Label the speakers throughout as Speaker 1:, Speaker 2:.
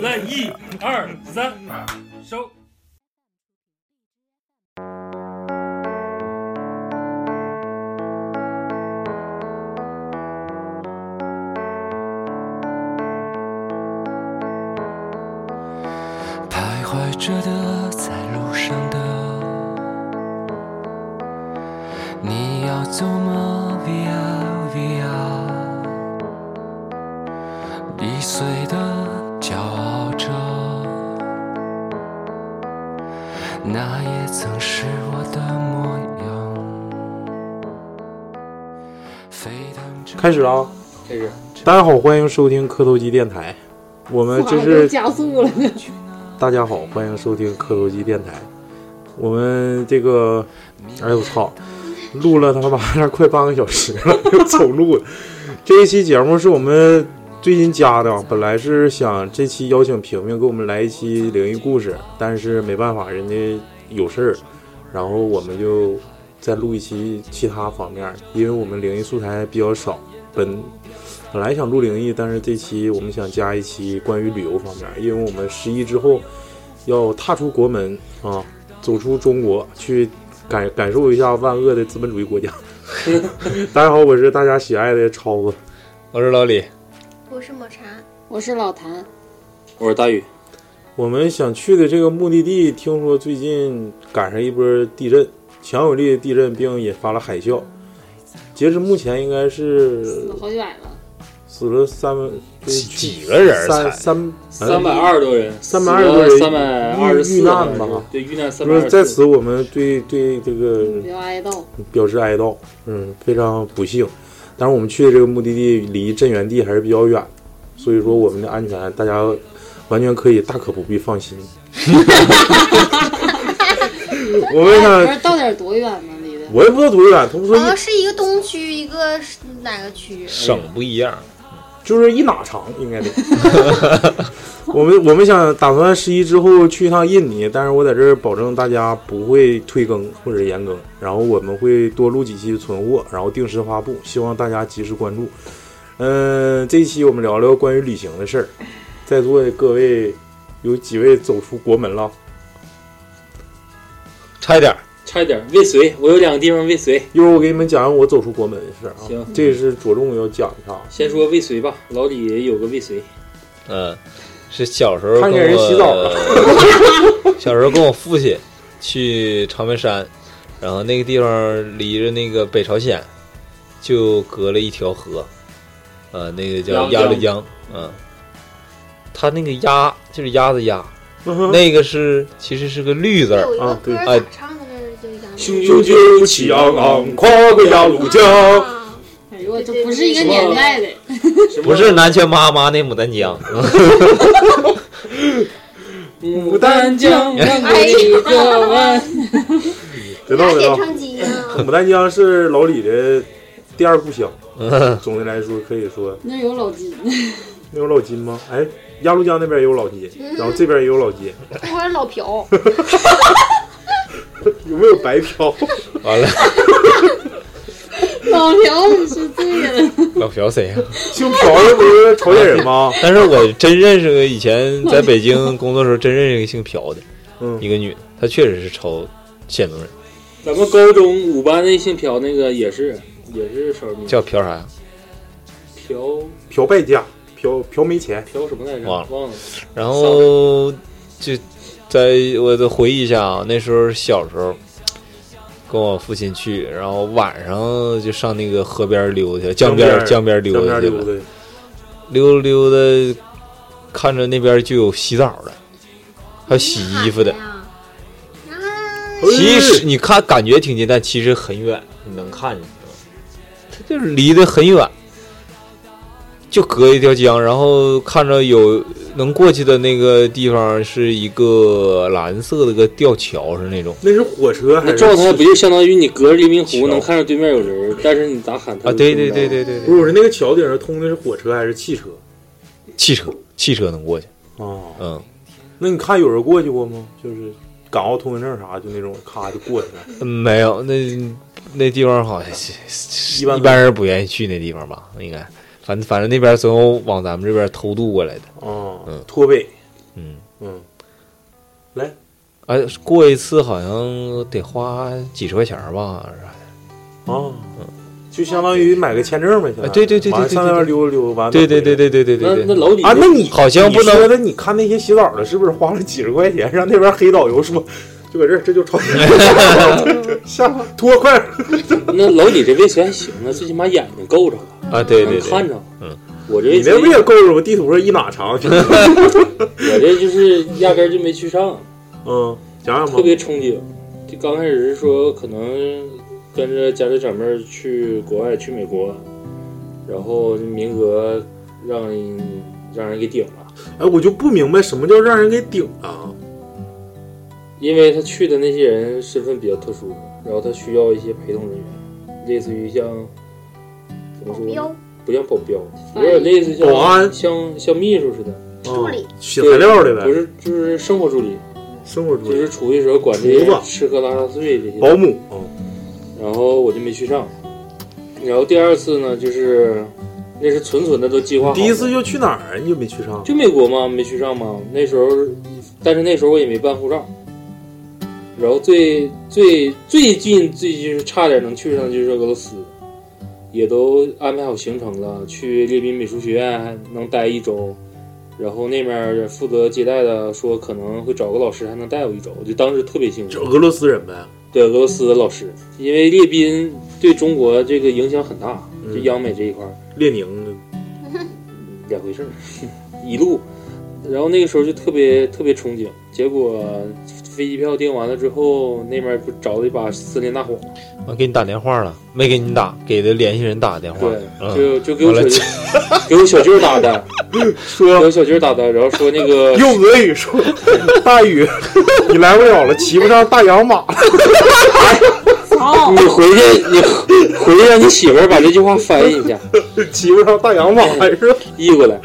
Speaker 1: 来一二三，收。
Speaker 2: 徘徊着的，在路上的，你要走吗？Via Via，易碎的，骄傲着，那也曾是我的模样。沸腾着。
Speaker 3: 开始啊！
Speaker 4: 开始。
Speaker 3: 大家好，欢迎收听磕头机电台。我
Speaker 5: 呃
Speaker 3: 们这是
Speaker 5: 加速了。
Speaker 3: 大家好，欢迎收听磕头机电台。我们这个，哎呦我操，录了他妈的快半个小时了，又走路了。 这一期节目是我们最近加的，本来是想这期邀请平平给我们来一期灵异故事，但是没办法，人家有事儿，然后我们就再录一期其他方面，因为我们灵异素材比较少，本 本来想录灵异，但是这期我们想加一期关于旅游方面，因为我们十一之后要踏出国门啊，走出中国，去感感受一下万恶的资本主 义国家。大家好，我是大家喜爱的超子。
Speaker 4: 我是老李，
Speaker 6: 我是抹茶，
Speaker 5: 我是老谭，
Speaker 4: 我是大宇。
Speaker 3: 我们想去的这个目的地，听说最近赶上一波地震，强有力的地震，并引发了海啸。截至目前，应该是
Speaker 5: 好几百了。
Speaker 3: 死了三分
Speaker 4: 几个人
Speaker 3: 三
Speaker 4: 才
Speaker 3: 三
Speaker 4: 三百二十多人，
Speaker 3: 320多人
Speaker 4: 三百二十
Speaker 3: 遇
Speaker 4: 四
Speaker 3: 难吧
Speaker 4: 对，遇难三
Speaker 3: 不
Speaker 4: 百
Speaker 3: 是
Speaker 4: 二
Speaker 3: 在
Speaker 4: 十四。
Speaker 3: 此，我们对对这个
Speaker 5: 嗯比较哀悼。
Speaker 3: 表示哀悼，嗯，非常不幸。但是我们去的这个目的地离震源地还是比较远，所以说我们的安全大家完全可以大可不必放心。 我
Speaker 5: 哎
Speaker 3: 为
Speaker 5: 不
Speaker 3: 啥？
Speaker 5: 是到底有多远呢？离得
Speaker 3: 我也不知道多远，他们说
Speaker 7: 好
Speaker 6: 哦
Speaker 3: 一
Speaker 7: 像是一个东区，一个是哪个区？
Speaker 4: 省不一样，
Speaker 3: 就是一哪长应该得。 我们我们想打算十一之后去一趟印尼，但是我在这儿保证大家不会退更或者延更，然后我们会多录几期存货，然后定时发布，希望大家及时关注。嗯、这一期我们聊聊关于旅行的事儿，在座的各位有几位走出国门了？
Speaker 4: 差一点，差一点，未遂。我有两个地方未遂。
Speaker 3: 一会儿我给你们讲讲我走出国门的事儿啊，
Speaker 4: 行
Speaker 3: 这是着重要讲一下啊。
Speaker 4: 先说未遂吧，老李也有个未遂，
Speaker 8: 嗯，是小时候
Speaker 3: 看
Speaker 8: 跟
Speaker 3: 见人洗澡了
Speaker 8: 我 小时候跟我父亲去长白山，然后那个地方离着那个北朝鲜就隔了一条河，呃，那个叫
Speaker 4: 鸭
Speaker 8: 鸭
Speaker 4: 绿
Speaker 8: 绿江，嗯，它那个鸭就是鸭子鸭，
Speaker 3: 嗯哼
Speaker 8: 那个是其实是个绿字儿，
Speaker 7: 有一个
Speaker 3: 啊对
Speaker 7: 歌
Speaker 5: 哎
Speaker 7: 咋唱的来着？就杨
Speaker 4: 雄
Speaker 3: 赳赳气昂昂，跨过鸭绿江。
Speaker 7: 啊
Speaker 5: 哎呦，这不是一个年 代的。
Speaker 4: 什么
Speaker 8: 不是南拳妈妈那牡丹江，
Speaker 4: 牡丹江两个一个弯，
Speaker 3: 别闹别
Speaker 7: 点
Speaker 3: 闹。
Speaker 7: 唱机呢？
Speaker 3: 牡丹江是老李的第二故乡，
Speaker 8: 嗯，
Speaker 3: 总的来说可以说
Speaker 5: 那有老 金，
Speaker 3: 那有老金吗？哎，鸭绿江那边也有老金，
Speaker 5: 嗯
Speaker 3: 然后这边也有老金，
Speaker 7: 这会儿老朴，
Speaker 3: 有没有白嫖？
Speaker 8: 完了，
Speaker 5: 老朴你是对的。
Speaker 8: 老朴谁呀？
Speaker 3: 姓朴的不是朝鲜人吗？
Speaker 8: 但是我真认识个以前在北京工作的时候，真认识一个姓朴的，
Speaker 3: 嗯
Speaker 8: 一个女的，她确实是朝鲜族人，
Speaker 4: 咱们高中五班那姓朴那个也是，也是少数民族。
Speaker 8: 叫朴啥呀？
Speaker 4: 朴
Speaker 3: 朴败家，朴朴没钱，
Speaker 4: 朴什么来着？
Speaker 8: 忘了
Speaker 4: 忘了。
Speaker 8: 然后就在我的回忆一下啊，那时候小时候跟我父亲去，然后晚上就上那个河边溜达去了，江边江
Speaker 9: 哎
Speaker 8: 边
Speaker 3: 江
Speaker 8: 溜
Speaker 3: 边
Speaker 8: 达
Speaker 3: 溜
Speaker 8: 去了，
Speaker 3: 达，
Speaker 8: 溜达溜达，看着那边就有洗澡的，还有洗衣服的。
Speaker 7: 呀。
Speaker 8: 其实你看感觉挺近，但其实很远，你能看见，它就是离得很远。就隔一条江，然后看着有能过去的那个地方是一个蓝色的个吊桥，是那种。
Speaker 3: 那是火车
Speaker 8: 还
Speaker 4: 那
Speaker 8: 是
Speaker 4: 状态不就相当于你隔着黎明湖能看着对面有人，但是你咋喊他
Speaker 8: 啊对对对对对对
Speaker 3: 不是，我说那个桥顶上通的是火车还是汽车？
Speaker 8: 汽车，汽车能过去。
Speaker 3: 哦，
Speaker 8: 嗯，
Speaker 3: 那你看有人过去过吗？就是港澳通行证啥，就那种咔就过去了。
Speaker 8: 嗯没有，那那地方好像是是
Speaker 3: 一般
Speaker 8: 一般人不愿意去那地方吧？应该，反反正那边总有往咱们这边偷渡过来的。
Speaker 3: 哦，
Speaker 8: 嗯
Speaker 3: 脱北，
Speaker 8: 嗯
Speaker 3: 嗯，来，
Speaker 8: 哎，过一次好像得花几十块钱吧？
Speaker 3: 哦，就相当于买个签证呗，现在
Speaker 8: 啊对对对对
Speaker 3: 完了
Speaker 8: 对
Speaker 3: 上那
Speaker 8: 对
Speaker 3: 边
Speaker 8: 对
Speaker 3: 溜达溜达，完了
Speaker 8: 对对
Speaker 3: 回来
Speaker 8: 对对对对对对。
Speaker 3: 那老李啊那你
Speaker 8: 好像不
Speaker 3: 你说
Speaker 8: 能
Speaker 3: 的，你看那些洗澡的，是不是花了几十块钱让那边黑导游说，就搁这儿这就朝 鲜，下吧脱快点。
Speaker 4: 那老李这围棋还行啊，最起码眼睛够着了
Speaker 8: 啊对对
Speaker 4: 能
Speaker 8: 对
Speaker 4: 看着。
Speaker 8: 嗯，
Speaker 4: 我这
Speaker 3: 你那不也够着吗？地图上一哪长？
Speaker 4: 我这就是压根儿就没去上，
Speaker 3: 嗯，讲讲吧
Speaker 4: 特别冲击。就刚开始是说可能跟着家里长辈儿去国外，去美国，然后名额让人让人给顶了，
Speaker 3: 哎，我就不明白什么叫让人给顶啊了。
Speaker 4: 因为他去的那些人身份比较特殊，然后他需要一些陪同人员，类似于像怎么说呢？不像保镖，有点类似像
Speaker 3: 保安
Speaker 4: 像像秘书似的，
Speaker 3: 助理哦写材料的呗
Speaker 4: 不是就是生活助理，
Speaker 3: 生活
Speaker 4: 理
Speaker 3: 助
Speaker 4: 就是出去时候管这些
Speaker 3: 厨子
Speaker 4: 吃喝拉撒睡这些
Speaker 3: 保姆。
Speaker 4: 然后我就没去上。然后第二次呢，就是那是纯纯的都计划好了
Speaker 3: 第一次就去哪儿啊你就没去上？
Speaker 4: 就美国嘛，没去上嘛。那时候，但是那时候我也没办护照。然后最最最近最就是差点能去上的就是俄罗斯，也都安排好行程了，去列宾美术学院还能待一周。然后那面负责接待的说可能会找个老师还能带我一周，我就当时特别兴奋。
Speaker 3: 俄罗斯人呗。
Speaker 4: 对俄罗斯的老师，因为列宾对中国这个影响很大，
Speaker 3: 嗯
Speaker 4: 就央美这一块儿
Speaker 3: 列宁
Speaker 4: 两回事儿， 一路。然后那个时候就特别特别憧憬，结果飞机票订完了之后，那边不着了一把森林大火，
Speaker 8: 我给你打电话了，没给你打，给的联系人打的电话。嗯
Speaker 4: 对，就就给我
Speaker 8: 完
Speaker 4: 小
Speaker 8: 了
Speaker 4: 舅， 给我小舅打的，
Speaker 3: 说
Speaker 4: 给我小舅打的，然后说那 个
Speaker 3: 用俄语 说：“大宇，你来不了了，骑不上大洋马了。
Speaker 4: 你回去，你回去让你媳妇儿把这句话翻译一下，
Speaker 3: 骑不上大洋马是吧？
Speaker 4: 译过来，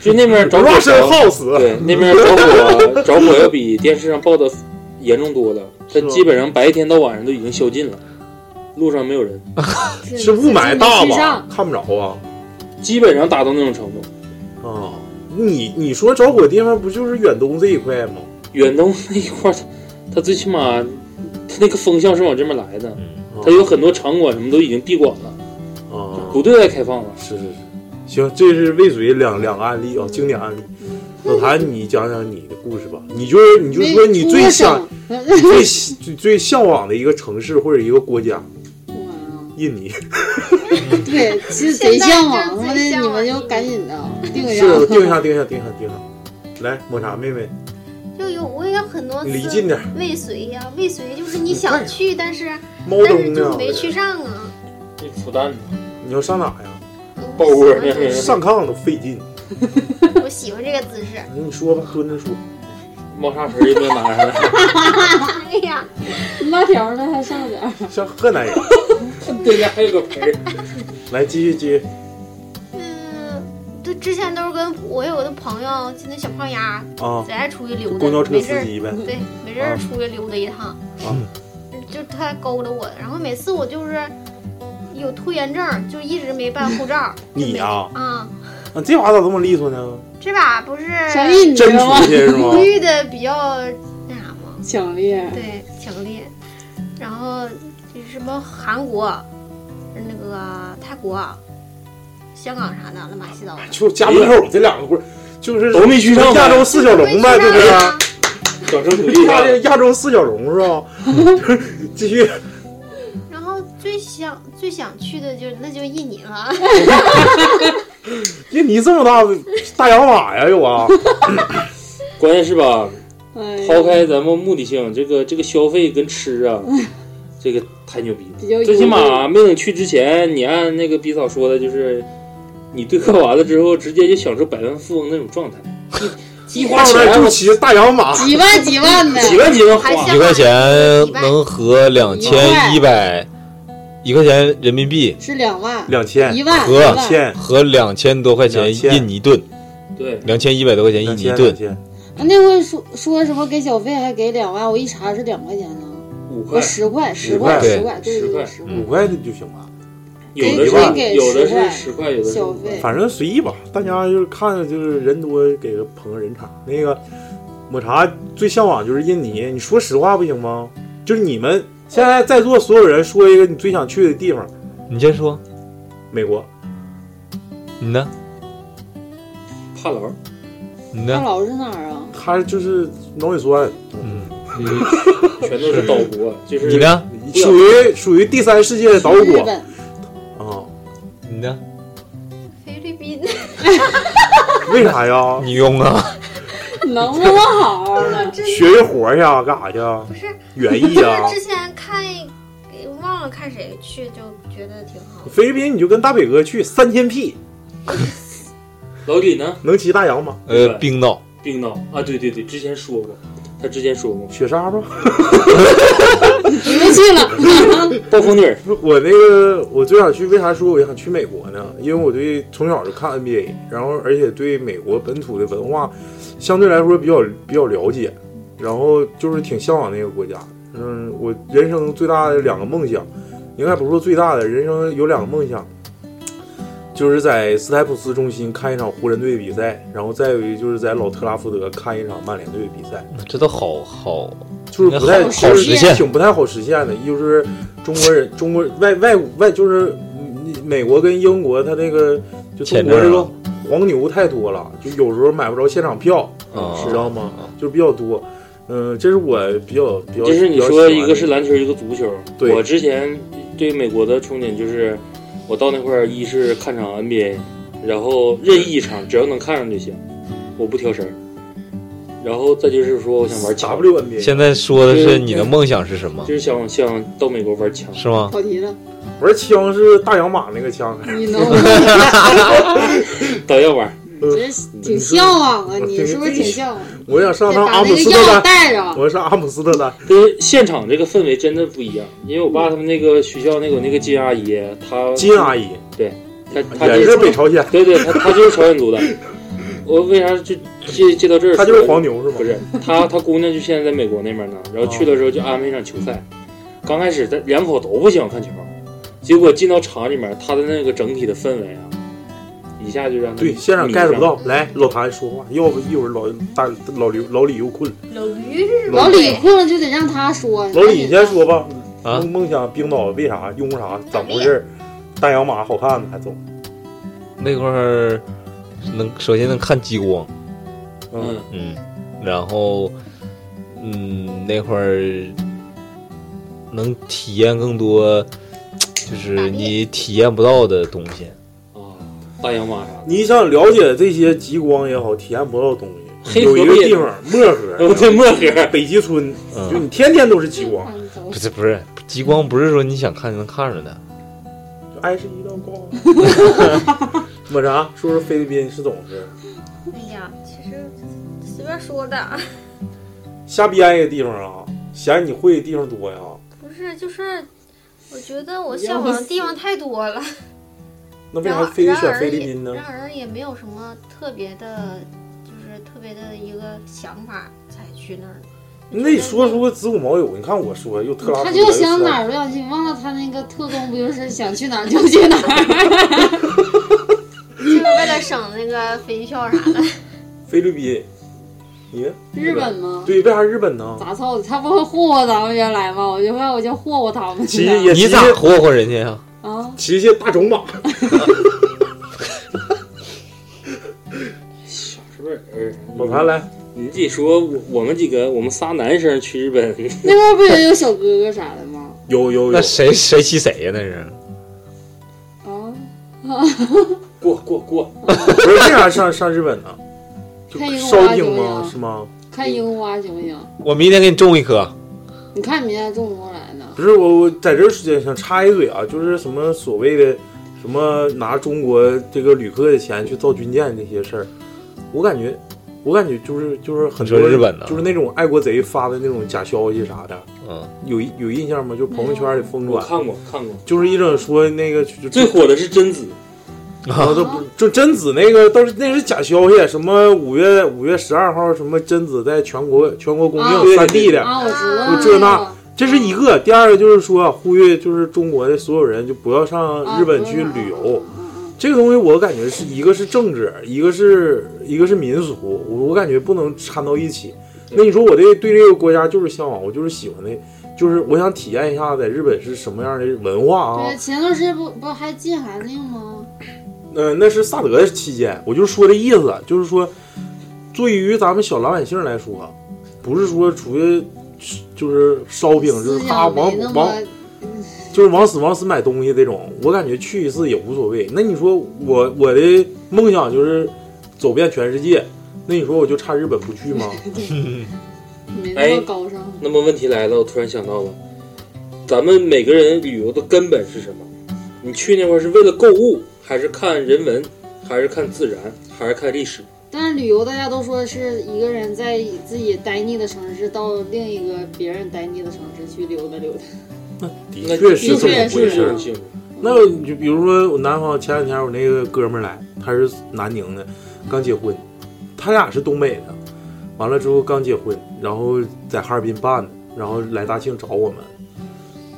Speaker 4: 就那边着火
Speaker 3: Russian house
Speaker 4: 对，那边着火着火要比电视上报的严重多了，它基本上白天到晚上都已经消尽了，路上没有人，
Speaker 3: 是雾霾大
Speaker 4: 没去
Speaker 3: 吧
Speaker 4: 上？
Speaker 3: 看不着啊。
Speaker 4: 基本上达到那种程度。
Speaker 3: 啊，你你说着火地方不就是远东这一块吗？
Speaker 4: 远东那一块儿，它它最起码它那个风向是往这边来的，它有很多场馆什么都已经闭馆了，
Speaker 3: 啊，
Speaker 4: 不对外开放了。
Speaker 3: 是是是，行，这是未遂两两个案例啊、经典案例。
Speaker 4: 嗯
Speaker 3: 老谭，你讲讲你的故事吧。你就是你就说你最想 最最最向往的一个城市或者一个国家，印尼。
Speaker 10: 对，其实贼向往的，你们就赶紧的定一下。
Speaker 3: 是定一下，定一下，定一下，定一下。来，抹茶妹妹，
Speaker 6: 就有我有很多次
Speaker 3: 离近点儿
Speaker 6: 未遂呀，未遂就是你
Speaker 5: 哎
Speaker 6: 想去，但是
Speaker 3: 猫
Speaker 6: 但是
Speaker 3: 冬
Speaker 6: 就
Speaker 3: 呢
Speaker 6: 没去上啊。
Speaker 4: 这复旦呢？
Speaker 3: 你要上哪呀？
Speaker 4: 爆窝呢
Speaker 3: 上炕都费劲。
Speaker 6: 我喜欢这个姿 势。
Speaker 3: 你说吧，蹲着说。
Speaker 4: 猫砂盆一边拿上来。
Speaker 6: 哎呀，
Speaker 10: 辣条呢？还上点儿。
Speaker 3: 像河南人。
Speaker 4: 对面还有个盆儿。
Speaker 3: 来，继续继续。
Speaker 6: 嗯就之前都是跟我有的朋友，就那小胖丫，
Speaker 3: 啊
Speaker 6: 在家出去溜达，
Speaker 3: 公交车
Speaker 6: 没事儿
Speaker 3: 司机呗
Speaker 6: 对，没事儿
Speaker 3: 啊
Speaker 6: 出去溜达一趟。嗯
Speaker 3: 啊，
Speaker 6: 就他勾搭我，然后每次我就是有拖延症，就一直没办护照。
Speaker 3: 你呀、啊，
Speaker 6: 啊、
Speaker 3: 这娃咋这么利索呢？
Speaker 6: 这把不是
Speaker 10: 小印尼
Speaker 3: 真出去是吗
Speaker 6: 遇的比较那啥吗？
Speaker 10: 强烈
Speaker 6: 对，强烈。然后就是什么韩国、那个泰国、香港啥的，乱七八糟的。
Speaker 3: 就家门口这两个棍儿，就是
Speaker 4: 都没去上呗
Speaker 3: 亚洲四小龙呗，对不啊对？
Speaker 4: 小城土
Speaker 3: 亚亚洲四小龙是吧？ 继续。
Speaker 6: 然后最想最想去的就那就印尼了。
Speaker 3: 印尼这么大大洋马呀，又啊！
Speaker 4: 关键是吧，
Speaker 10: 哎
Speaker 4: 抛开咱们目的性，这个这个消费跟吃 啊，这个太牛逼
Speaker 10: 比较
Speaker 4: 啊了。最起码没等去之前，你按那个比嫂说的，就是你对课完了之后，直接就享受百万富翁那种 状态，一一花
Speaker 3: 后
Speaker 4: 钱
Speaker 3: 来就骑大洋马，
Speaker 10: 几万几万的，
Speaker 4: 几万几万
Speaker 10: 还像
Speaker 8: 一块钱能合两千一百，一块钱人民币
Speaker 10: 是两万，
Speaker 8: 两千
Speaker 10: 一万
Speaker 8: 合
Speaker 10: 一万
Speaker 8: 合两千多块钱印尼盾，
Speaker 4: 对，
Speaker 8: 两千一百多块钱印尼盾，
Speaker 10: 那回说说什么给小费还给两万，我一查是两块钱呢，
Speaker 4: 五
Speaker 10: 我十块十
Speaker 3: 块嗯
Speaker 10: 十块，对
Speaker 4: 十
Speaker 10: 对对，
Speaker 4: 块
Speaker 8: 嗯
Speaker 10: 十块。
Speaker 3: 五块的就行吧。
Speaker 4: 有
Speaker 10: 给
Speaker 4: 的
Speaker 10: 可以
Speaker 4: 是
Speaker 10: 给
Speaker 4: 有
Speaker 10: 10
Speaker 4: 的
Speaker 10: 块
Speaker 4: 是十块，有的是
Speaker 10: 小
Speaker 4: 五块
Speaker 10: 费，
Speaker 3: 反正随意吧，大家就是看着就是人多给个捧个人场。那个抹茶最向往就是印尼，你说实话不行吗？就是你们现在在座所有人说一个你最想去的地方，
Speaker 8: 你先说。
Speaker 3: 美国，
Speaker 8: 你呢？
Speaker 4: 帕劳，
Speaker 8: 你
Speaker 10: 大
Speaker 8: 呢？
Speaker 10: 佬是哪儿啊？
Speaker 3: 他就是脑血栓，
Speaker 8: 嗯
Speaker 4: 全都是岛国，就是
Speaker 8: 你呢？
Speaker 3: 属于属于第三世界的岛
Speaker 10: 日
Speaker 3: 国
Speaker 10: 本，
Speaker 3: 啊？
Speaker 8: 你呢？
Speaker 7: 菲律宾
Speaker 3: 为啥呀？
Speaker 8: 你用啊？
Speaker 7: 能不好 了？
Speaker 3: 学一活去啊？干啥去啊？
Speaker 6: 不是
Speaker 3: 园艺啊？
Speaker 6: 就是之前看一忘了看谁去，就觉得挺好。
Speaker 3: 菲律宾你就跟大北哥去三千 P，
Speaker 4: 老李呢？
Speaker 3: 能骑大洋吗？
Speaker 8: 呃，冰岛，
Speaker 4: 冰岛啊，对对对，之前说过，他之前说过，
Speaker 3: 雪莎 吗？
Speaker 10: 你们去了，
Speaker 4: 暴风女，
Speaker 3: 我那个我最想去，为啥说我想去美国呢？因为我对从小就看 NBA，然后而且对美国本土的文化相对来说比较比较了解，然后就是挺向往那个国家。嗯，我人生最大的两个梦想，应该不是说最大的，人生有两个梦想，就是在斯台普斯中心看一场湖人队的比赛，然后再有一个就是在老特拉福德看一场曼联队的比赛。
Speaker 8: 这都好好，
Speaker 3: 就是不太
Speaker 8: 好
Speaker 3: 就是
Speaker 8: 实现。
Speaker 3: 挺不太好实现的。一就是中国人，中国外外外就是嗯美国跟英国，他那个就中
Speaker 8: 前面
Speaker 3: 国
Speaker 8: 啊
Speaker 3: 这个黄牛太多了，就有时候买不着现场票，
Speaker 8: 啊
Speaker 3: 知道吗？就比较多。嗯，这是我比较比较。
Speaker 4: 就是你
Speaker 3: 比较喜
Speaker 4: 说
Speaker 3: 欢的
Speaker 4: 一个是篮球，一个足球。
Speaker 3: 对
Speaker 4: 我之前对美国的憧憬就是，我到那块儿一是看场 NBA，然后任意一场只要能看上就行，我不挑食儿。然后再就是说，我想玩枪
Speaker 3: WNBA
Speaker 8: 现在说的是你的梦想是什么
Speaker 4: 就？是想想到美国玩枪，
Speaker 8: 是
Speaker 3: 啊
Speaker 8: 吗？
Speaker 10: 跑题了，
Speaker 3: 我说枪是大洋马那个枪，啊
Speaker 10: 你能
Speaker 4: 导要玩。
Speaker 10: 真是挺向往啊！
Speaker 3: 我
Speaker 10: 你是不是
Speaker 3: 挺
Speaker 10: 挺向往？
Speaker 3: 我想上趟
Speaker 10: 把
Speaker 3: 阿姆
Speaker 10: 那
Speaker 3: 斯
Speaker 10: 个
Speaker 3: 特
Speaker 10: 药
Speaker 3: 丹，
Speaker 10: 带着，
Speaker 3: 我上阿姆斯特丹。
Speaker 4: 就是现场这个氛围真的不一样，因为我爸他们那个学校那个有那个金阿姨，她
Speaker 3: 金阿姨，
Speaker 4: 对，她她
Speaker 3: 也
Speaker 4: 就是
Speaker 3: 北朝鲜
Speaker 4: 对对，她她就是朝鲜 族的。我为啥就接接到这儿说？
Speaker 3: 她就是黄牛是吗
Speaker 4: 不是，她她姑娘就现在在美国那边呢，然后去的时候就安排一场球赛，刚开始她两口都不喜欢看球，结果进到场里面，她的那个整体的氛围啊，一下就让她
Speaker 3: 对，现场
Speaker 4: 迷
Speaker 3: get
Speaker 4: 上
Speaker 3: 不
Speaker 8: 嗯
Speaker 3: 到。来，老谭说话，要不一会儿老大老刘老李又困。
Speaker 6: 老驴是
Speaker 10: 老李困了就得让他说。
Speaker 3: 老李，你先说吧。
Speaker 8: 啊
Speaker 3: 梦梦想冰岛为啥用啥？怎么回事？
Speaker 10: 哎
Speaker 3: 大洋马好看呢，还走？
Speaker 8: 那块儿能首先能看极光，
Speaker 4: 嗯
Speaker 8: 嗯，然后嗯那块儿能体验更多，就是你体验不到的东西。
Speaker 4: 啊大洋马啥？
Speaker 3: 你想了解这些极光也好，体验不到的东西。
Speaker 4: 黑
Speaker 3: 有
Speaker 4: 河
Speaker 3: 一
Speaker 4: 边
Speaker 3: 个地方，漠河。
Speaker 4: 哦对漠河
Speaker 3: 北极村，
Speaker 8: 嗯
Speaker 3: 就你天天都是极光，
Speaker 8: 不是不是，极光不是说你想看就能看着的。
Speaker 3: 就爱是一道 光。抹茶，说说菲律宾是怎么回事？
Speaker 6: 哎呀，其实随便说的，
Speaker 3: 瞎编一个地方啊，嫌你会的地方多呀？
Speaker 6: 不是就是，我觉得我向往的地方太多了。
Speaker 3: 那为
Speaker 6: 然
Speaker 3: 啥
Speaker 6: 后，
Speaker 3: 非得
Speaker 6: 然
Speaker 3: 选
Speaker 6: 而
Speaker 3: 菲
Speaker 6: 也，
Speaker 3: 律宾呢？
Speaker 6: 然而也没有什么特别的，就是特别的一个想法才去那儿 的。
Speaker 3: 你得说出个子午卯酉。你看我说又特拉，
Speaker 10: 他就想哪儿都想去，忘了他那个特工不就是想去哪儿就去哪儿？
Speaker 6: 就是为了省那个飞机票啥的。
Speaker 3: 菲律宾，你
Speaker 10: 日本吗
Speaker 3: 对，为啥日本呢？
Speaker 10: 咋操？他不会霍霍咱们原来吗？我就怕我就霍霍他们去
Speaker 3: 骑
Speaker 10: 了。
Speaker 3: 也骑
Speaker 8: 你咋霍霍人家呀、
Speaker 10: 啊？
Speaker 3: 骑些大种马，
Speaker 4: 是不是？呃
Speaker 3: 老谭来，
Speaker 4: 你得说我我们几个，我们仨男生去日本，
Speaker 10: 那边儿不也有小哥哥啥的吗？
Speaker 3: 有有有，
Speaker 8: 那谁谁骑谁呀、那是
Speaker 10: 啊，
Speaker 4: 过过过，
Speaker 3: 不是为啥上上日本呢？
Speaker 10: 看樱
Speaker 3: 烧
Speaker 10: 花行
Speaker 3: 饼
Speaker 10: 不
Speaker 3: 吗？
Speaker 10: 行？
Speaker 3: 是吗？
Speaker 10: 看樱花行不行？
Speaker 8: 我明天给你种一棵。
Speaker 10: 你看你明天种不过来呢。
Speaker 3: 不是我我在这儿时间想插一嘴啊，就是什么所谓的什么拿中国这个旅客的钱去造军舰这些事儿，我感觉，我感觉就是就是很多
Speaker 8: 你说日本的
Speaker 3: 就是那种爱国贼发的那种假消息啥的，
Speaker 8: 嗯，
Speaker 3: 有有印象吗？就朋友圈里疯
Speaker 4: 我
Speaker 3: 转，
Speaker 4: 看过看过，
Speaker 3: 就是一整说那个
Speaker 4: 最火的是贞子，
Speaker 3: 然后都不就贞子那个都是那是假消息，什么五月五月十二号什么贞子在全国全国公映
Speaker 10: 对
Speaker 3: 三 D 的，
Speaker 10: 啊我知道
Speaker 3: 就这那，这是一个。第二个就是说呼吁就是中国的所有人就不要上日本去旅
Speaker 10: 啊嗯
Speaker 3: 游，这个东西我感觉是一个是政治，一个是一个是民俗，我我感觉不能掺到一起。那你说我这对这个国家就是向往，我就是喜欢的，就是我想体验一下在日本是什么样的文化啊，
Speaker 10: 对，前段时间不不还禁韩令吗？
Speaker 3: 呃，那是萨德期间，我就说这意思，就是说，对于咱们小老百姓来说，不是说出去就是烧饼，就是哈
Speaker 10: 没
Speaker 3: 往
Speaker 10: 那么
Speaker 3: 往就是往死往死买东西这种，我感觉去一次也无所谓。那你说我我的梦想就是走遍全世界，那你说我就差日本不去吗？
Speaker 10: 没
Speaker 4: 哎
Speaker 10: 那么高尚。
Speaker 4: 那么问题来了，我突然想到了，咱们每个人旅游的根本是什么？你去那块儿是为了购物，还是看人文，还是看自然，还是看历史？
Speaker 10: 但是旅游大家都说是一个人在自己呆腻的城市到另一个别人呆腻的城市去溜达溜达。
Speaker 3: 的确是这么回事儿
Speaker 10: 的确是。
Speaker 3: 那你就比如说我南方，前两天我那个哥们儿来，他是南宁的，刚结婚，他俩是东北的，完了之后刚结婚，然后在哈尔滨办的，然后来大庆找我们，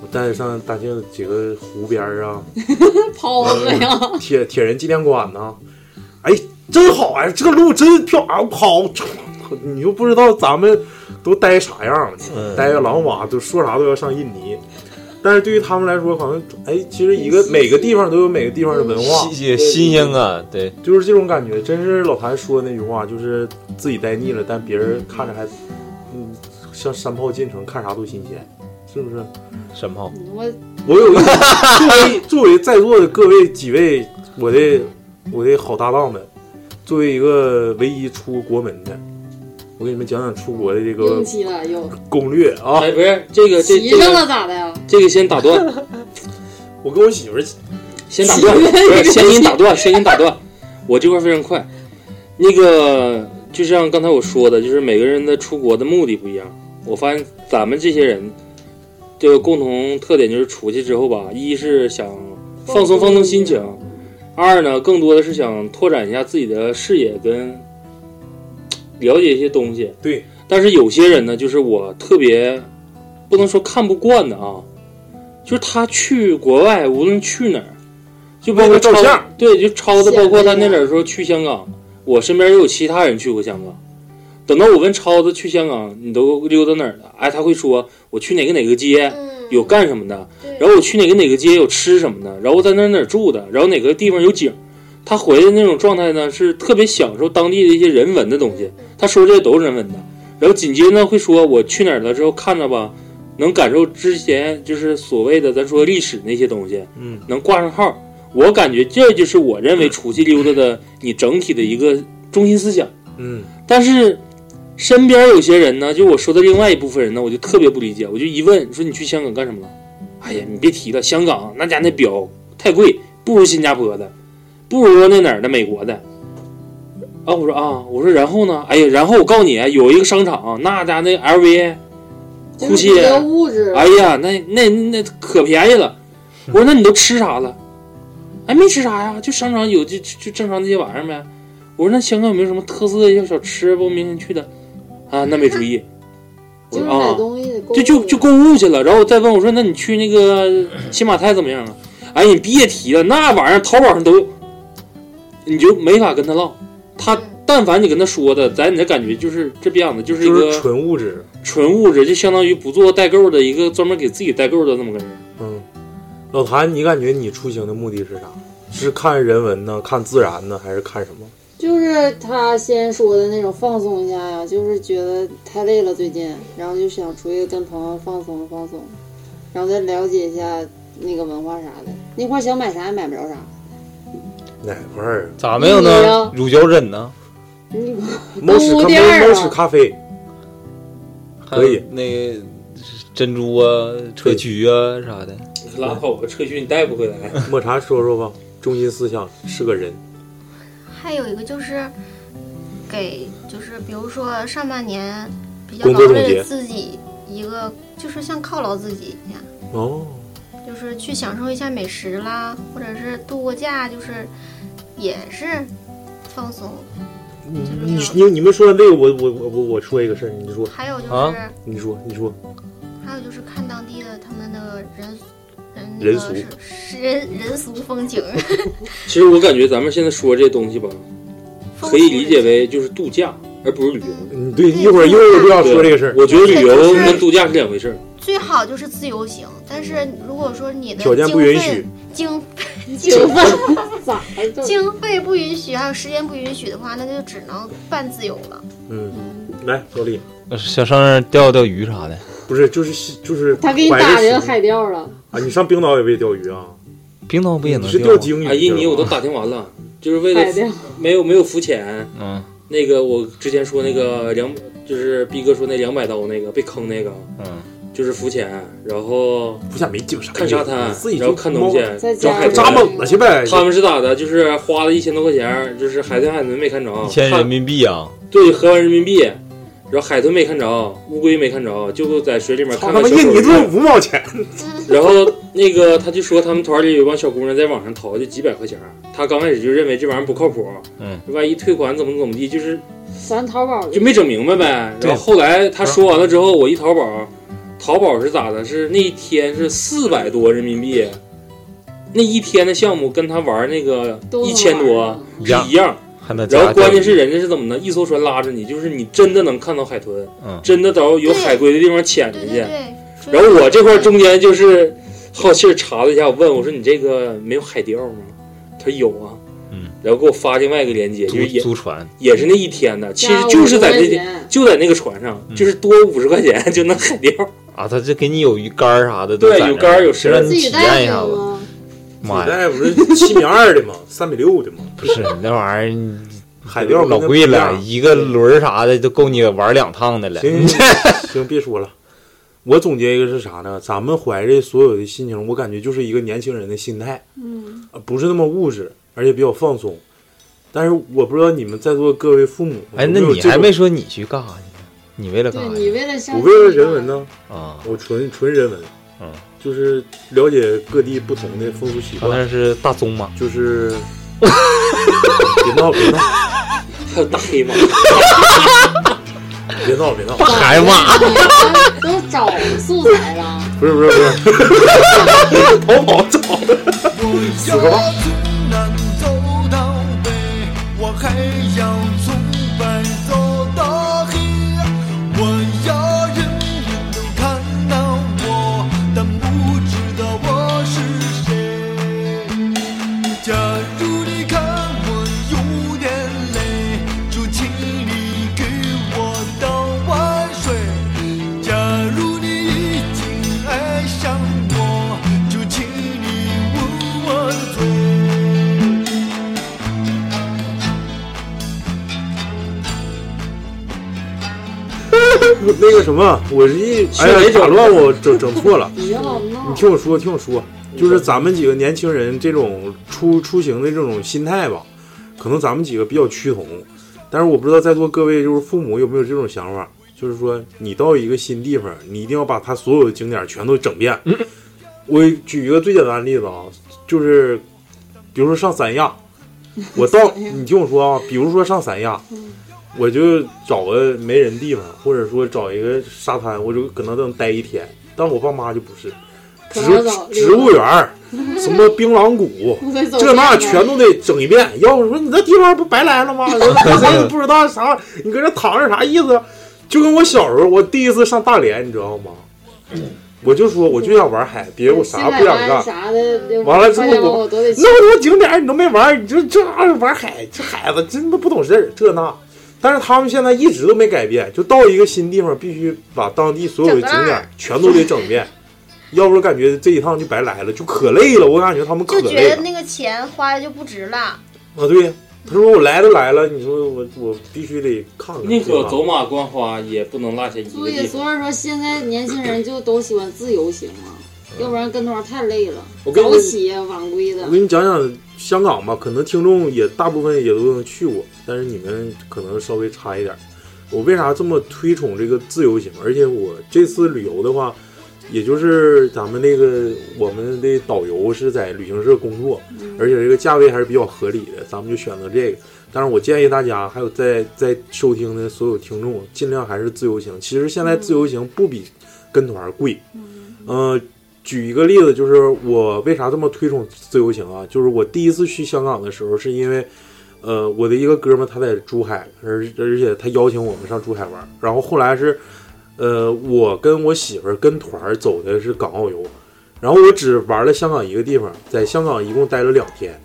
Speaker 3: 我带他上大庆几个湖边儿啊，
Speaker 10: 泡子呀，
Speaker 3: 铁铁人纪念馆呐、哎，真好啊，这个路真漂亮，我跑， 你就不知道咱们都呆啥样了，
Speaker 8: 嗯
Speaker 3: 呆个狼哇，都说啥都要上印尼。但是对于他们来说，好像哎，其实一个每个地方都有每个地方的文化，
Speaker 8: 新新鲜啊，对，
Speaker 3: 就是这种感觉。真是老谭说那句话，就是自己呆腻了，但别人看着还，嗯，像山炮进城，看啥都新鲜，是不是？
Speaker 8: 山
Speaker 4: 嗯
Speaker 8: 炮，
Speaker 10: 我
Speaker 3: 我有一作为 作为在座的各位几位，我的我的好搭档们，作为一个唯一出国门的，我给你们讲讲出国的这个
Speaker 10: 用期了又
Speaker 3: 攻略啊。
Speaker 4: 哎，不是这个这
Speaker 10: 骑
Speaker 4: 这
Speaker 10: 上了
Speaker 4: 个
Speaker 10: 咋的呀？
Speaker 4: 这个先打断，
Speaker 3: 我跟我媳妇儿
Speaker 4: 先打断，不是先给你打 断，先给你打断。我这块非常快，那个就像刚才我说的，就是每个人的出国的目的不一样。我发现咱们这些人，这个共同特点就是出去之后吧，一是想放松放嗯松心情，二呢更多的是想拓展一下自己的视野跟了解一些东西。
Speaker 3: 对，
Speaker 4: 但是有些人呢，就是我特别不能说看不惯的啊，就是他去国外，无论去哪儿，就包括
Speaker 3: 为了照
Speaker 4: 超
Speaker 3: 相
Speaker 4: 对，就超子，包括他那点儿说去香港，我身边也有其他人去过香港。等到我问超子去香港，你都溜达哪儿了？哎，他会说我去哪个哪个街，
Speaker 6: 嗯
Speaker 4: 有干什么的，然后我去哪个哪个街有吃什么的，然后我在哪儿哪儿住的，然后哪个地方有景。他回来那种状态呢，是特别享受当地的一些人文的东
Speaker 6: 嗯
Speaker 4: 西。他说这些都是人文的，然后紧接着呢会说我去哪儿了之后看着吧，能感受之前就是所谓的咱说历史那些东西，
Speaker 3: 嗯，
Speaker 4: 能挂上号。我感觉这就是我认为出去溜达的你整体的一个中心思想。
Speaker 3: 嗯，
Speaker 4: 但是身边有些人呢，就我说的另外一部分人呢，我就特别不理解，我就一问说你去香港干什么了？哎呀，你别提了，香港那家那表太贵，不如新加坡的，不如那哪儿的美国的。啊，我说啊，我说然后呢？哎呀，然后我告诉你，有一个商场，那家那 LV、
Speaker 10: 真是
Speaker 4: 呼吸
Speaker 10: 比较物质。
Speaker 4: 哎呀，那那那可便宜了。我说那你都吃啥了？哎，没吃啥呀，就商场有就就就正常那些玩意儿呗。我说那香港有没有什么特色的一些小吃？不，明天去的啊，那没注意。我
Speaker 10: 就是
Speaker 4: 说
Speaker 10: 买
Speaker 4: 啊，
Speaker 10: 东西得够
Speaker 4: 就就就购物去了。然后我再问我说，那你去那个新马泰怎么样啊？哎，你别提了，那玩意儿淘宝上都有，你就没法跟他唠。他但凡你跟他说的，在你的感觉就是这逼样子，就是一
Speaker 3: 就
Speaker 4: 个
Speaker 3: 是纯物质。
Speaker 4: 纯物质，就相当于不做代购的一个专门给自己代购的那么个人。
Speaker 3: 嗯，老谭，你感觉你出行的目的是啥？是看人文呢，看自然呢，还是看什么？
Speaker 10: 就是他先说的那种放松一下呀，就是觉得太累了最近，然后就想出去跟朋友放松放松，然后再了解一下那个文化啥的。那块儿想买啥也买不着啥，
Speaker 3: 哪块
Speaker 4: 啊
Speaker 3: 儿？
Speaker 8: 咋没有
Speaker 10: 你
Speaker 8: 呢
Speaker 10: 呀？
Speaker 8: 乳胶枕呢？
Speaker 10: 你
Speaker 3: 猫屎
Speaker 10: 都
Speaker 3: 咖
Speaker 10: 屋垫
Speaker 3: 啡，
Speaker 10: 儿
Speaker 3: 猫
Speaker 10: 啊
Speaker 3: 屎咖啡，
Speaker 8: 还有
Speaker 3: 可以
Speaker 8: 那个珍珠啊、砗磲啊啥的，
Speaker 4: 拉倒吧，车去你带不回来。
Speaker 3: 抹茶说说吧，中心思想是个人，
Speaker 6: 还有一个就是给，就是比如说上半年比较
Speaker 3: 工
Speaker 6: 劳
Speaker 3: 作总
Speaker 6: 累
Speaker 3: 结
Speaker 6: 的自己一个，就是像犒劳自己一样，
Speaker 3: 哦，
Speaker 6: 就是去享受一下美食啦，或者是度个假，就是也是放松。
Speaker 10: 嗯
Speaker 3: 你你你你们说的这个，我我我我我说一个事儿，你说，
Speaker 6: 还有就是
Speaker 3: 啊，你说你说，
Speaker 6: 还有就是看当地的他们的人人
Speaker 4: 人
Speaker 6: 那个
Speaker 4: 俗
Speaker 6: 是是人人俗风 情，
Speaker 4: 其实我感觉咱们现在说这东西吧，可以理解为就是度假，而不是旅游。
Speaker 3: 嗯，对，一会儿一会儿又要说这个事儿
Speaker 4: 我觉得旅游
Speaker 6: 就是
Speaker 4: 跟度假是两回事儿。
Speaker 6: 最好就是自由行。但是如果说你的
Speaker 4: 条件不允许
Speaker 6: 经费、经
Speaker 10: 经费
Speaker 6: 咋经费不允许，还有时间不允许的话，那就只能半自由了。
Speaker 3: 嗯，来，老李，
Speaker 8: 想上那儿钓钓鱼啥的，
Speaker 3: 不是就是就是
Speaker 10: 他给你
Speaker 3: 摆着
Speaker 10: 打人
Speaker 3: 行
Speaker 10: 海钓了，
Speaker 3: 啊，你上冰岛也被钓鱼啊？
Speaker 8: 冰岛不也
Speaker 3: 你
Speaker 8: 能
Speaker 3: 是
Speaker 8: 钓
Speaker 3: 钓
Speaker 8: 啊吗
Speaker 3: 鲸鱼？
Speaker 4: 哎，印尼我都打听完了，就是为
Speaker 10: 海钓
Speaker 4: 了没有没有浮潜。
Speaker 8: 嗯，
Speaker 4: 那个我之前说那个
Speaker 3: 嗯
Speaker 4: 两，就是逼哥说那两百刀那个被坑那个，
Speaker 8: 嗯，
Speaker 4: 就是浮潜，然后
Speaker 3: 浮潜没精神，
Speaker 4: 看沙滩
Speaker 3: 自己，就
Speaker 4: 然后看东西
Speaker 3: 猫在，
Speaker 4: 找
Speaker 3: 家
Speaker 4: 海
Speaker 3: 里扎猛子去呗
Speaker 4: 他们是咋的？就是花了一千多块钱，就是海豚海豚没看着，
Speaker 8: 一千
Speaker 4: 看
Speaker 8: 人民币啊，
Speaker 4: 对，合完人民币，然后海豚没看着，乌龟没看着，就在水里面
Speaker 3: 操
Speaker 4: 看
Speaker 3: 他
Speaker 4: 看
Speaker 3: 妈
Speaker 4: 小
Speaker 3: 印尼
Speaker 4: 手
Speaker 3: 盾五毛钱，
Speaker 4: 然后那个他就说他们团里有一帮小姑娘在网上淘就几百块钱儿，他刚开始就认为这玩意儿不靠谱，
Speaker 8: 嗯，
Speaker 4: 万一退款怎么怎么地，就是
Speaker 10: 咱淘宝
Speaker 4: 就没整明白呗。
Speaker 10: 对
Speaker 4: 然后后来他说完了之后，我一淘宝，淘宝是咋的？是那一天是四百多人民币，那一天的项目跟他玩那个
Speaker 10: 都能
Speaker 4: 一千多
Speaker 8: 一
Speaker 4: 是
Speaker 8: 样
Speaker 4: 一样。
Speaker 8: 还能
Speaker 4: 然后
Speaker 8: 加钓
Speaker 4: 关键
Speaker 8: 鱼。
Speaker 4: 是人家是怎么呢？一艘船拉着你，就是你真的能看到海豚，
Speaker 8: 嗯
Speaker 4: 真的到有海龟的地方潜进去。
Speaker 6: 对
Speaker 4: 然后我这块儿中间就是好气儿查了一下，我问我说你这个没有海钓吗？他说有啊，
Speaker 8: 嗯，
Speaker 4: 然后给我发另外一个链接，
Speaker 8: 租
Speaker 4: 就是也
Speaker 8: 租船，
Speaker 4: 也是那一天的，其
Speaker 8: 加
Speaker 4: 实就是在那
Speaker 8: 50块
Speaker 4: 天
Speaker 8: 钱
Speaker 4: 就在那个船上，
Speaker 3: 嗯
Speaker 4: 就是多五十块钱就能海钓。
Speaker 8: 啊，他这给你有鱼竿儿啥的，
Speaker 4: 对有竿儿有绳
Speaker 8: 绳，
Speaker 4: 儿
Speaker 8: 让你体验一下子。
Speaker 10: 吗？
Speaker 8: 妈
Speaker 3: 那
Speaker 8: 呀，
Speaker 3: 不是七米二的吗？三米六的吗？
Speaker 8: 不是那玩意儿，
Speaker 3: 海钓
Speaker 8: 老贵
Speaker 3: 啊
Speaker 8: 了，一个轮儿啥的都够你玩两趟的了。
Speaker 3: 行行，别说了。我总结一个是啥呢？咱们怀着所有的心情，我感觉就是一个年轻人的心态，
Speaker 7: 嗯，
Speaker 3: 呃不是那么物质，而且比较放松。但是我不知道你们在座各位父母，
Speaker 8: 哎，那你还没说你去干啥去呢？你为了干
Speaker 10: 对
Speaker 8: 啥去？
Speaker 10: 你为了相
Speaker 3: 我
Speaker 10: 信
Speaker 3: 为了人文呢？
Speaker 8: 啊，
Speaker 3: 我纯纯人文，
Speaker 8: 嗯，
Speaker 3: 就是了解各地不同的风俗习
Speaker 8: 刚
Speaker 3: 惯，
Speaker 8: 才是大棕马，
Speaker 3: 就是。别闹别闹，
Speaker 4: 还有大黑 马，
Speaker 3: 别闹别闹，
Speaker 8: 海马
Speaker 10: 都找素材了。
Speaker 3: 不是不是不是， 淘宝找的，
Speaker 9: 死吧！从南走到北，我还要从白走到黑，我要人人都看到我，但不知道我是谁。假如你看我有点累，就请你给我倒碗水。假如你已经爱上我，就请你吻我嘴。
Speaker 3: 那个什么，我一哎
Speaker 4: 是哪
Speaker 3: 呀
Speaker 4: 种
Speaker 3: 打乱我整整错了。
Speaker 10: 你好
Speaker 3: 你
Speaker 10: 闹，
Speaker 3: 听我说，听我说，就是咱们几个年轻人这种出出行的这种心态吧，可能咱们几个比较趋同，但是我不知道在座各位就是父母有没有这种想法，就是说你到一个新地方，你一定要把它所有的景点全都整遍。我举一个最简单的例子啊，就是比如说上三亚，我 到你听我说啊，比如说上三亚，我就找个没人地方，或者说找一个沙滩，我就搁那能待一天。但我爸妈就不是，植
Speaker 10: 可早
Speaker 3: 植物园儿，什么槟榔谷
Speaker 10: 我得，走
Speaker 3: 这
Speaker 10: 遍
Speaker 3: 那
Speaker 10: 了
Speaker 3: 全都得整一遍。要不说你这地方不白来了吗？咱也不知道啥，你搁这躺着啥意思？就跟我小时候，我第一次上大连，你知道吗？我就说我就想玩海，别的我啥不想干。
Speaker 10: 啥的，
Speaker 3: 完了之后
Speaker 10: 我
Speaker 3: 我
Speaker 10: 都得去
Speaker 3: 那么多景点儿你都没玩儿，你就这玩意儿玩海，这孩子真他妈不懂事儿，这那。但是他们现在一直都没改变，就到一个新地方，必须把当地所有的景点儿全都得整遍，要不然感觉这一趟就白来了，就可累了。我感觉他们可
Speaker 6: 就
Speaker 3: 累
Speaker 6: 觉
Speaker 3: 了
Speaker 6: 得。那个钱花的就不值了。
Speaker 3: 啊，对呀，他说我来都来了，你说我我必须得看看。
Speaker 4: 宁
Speaker 3: 对
Speaker 4: 可
Speaker 3: 吧
Speaker 4: 走马观花也不能落下一
Speaker 10: 所
Speaker 4: 个
Speaker 10: 以，
Speaker 4: 地方。
Speaker 10: 所以说现在年轻人就都喜欢自由行啊，要不然跟团太累了，
Speaker 3: 嗯我跟你
Speaker 10: 早起呀晚归的
Speaker 3: 我。给你讲讲香港吧，可能听众也大部分也都能去过，但是你们可能稍微差一点儿。我为啥这么推崇这个自由行？而且我这次旅游的话，也就是咱们那个我们的导游是在旅行社工作，而且这个价位还是比较合理的，咱们就选择这个。但是我建议大家，还有在在收听的所有听众，尽量还是自由行。其实现在自由行不比跟团贵，呃，举一个例子，就是我为啥这么推崇自由行啊？就是我第一次去香港的时候，是因为，呃，我的一个哥们儿他在珠海，而而且他邀请我们上珠海玩儿。然后后来是，呃，我跟我媳妇儿跟团儿走的是港澳游，然后我只玩了香港一个地方，在香港一共待了两天。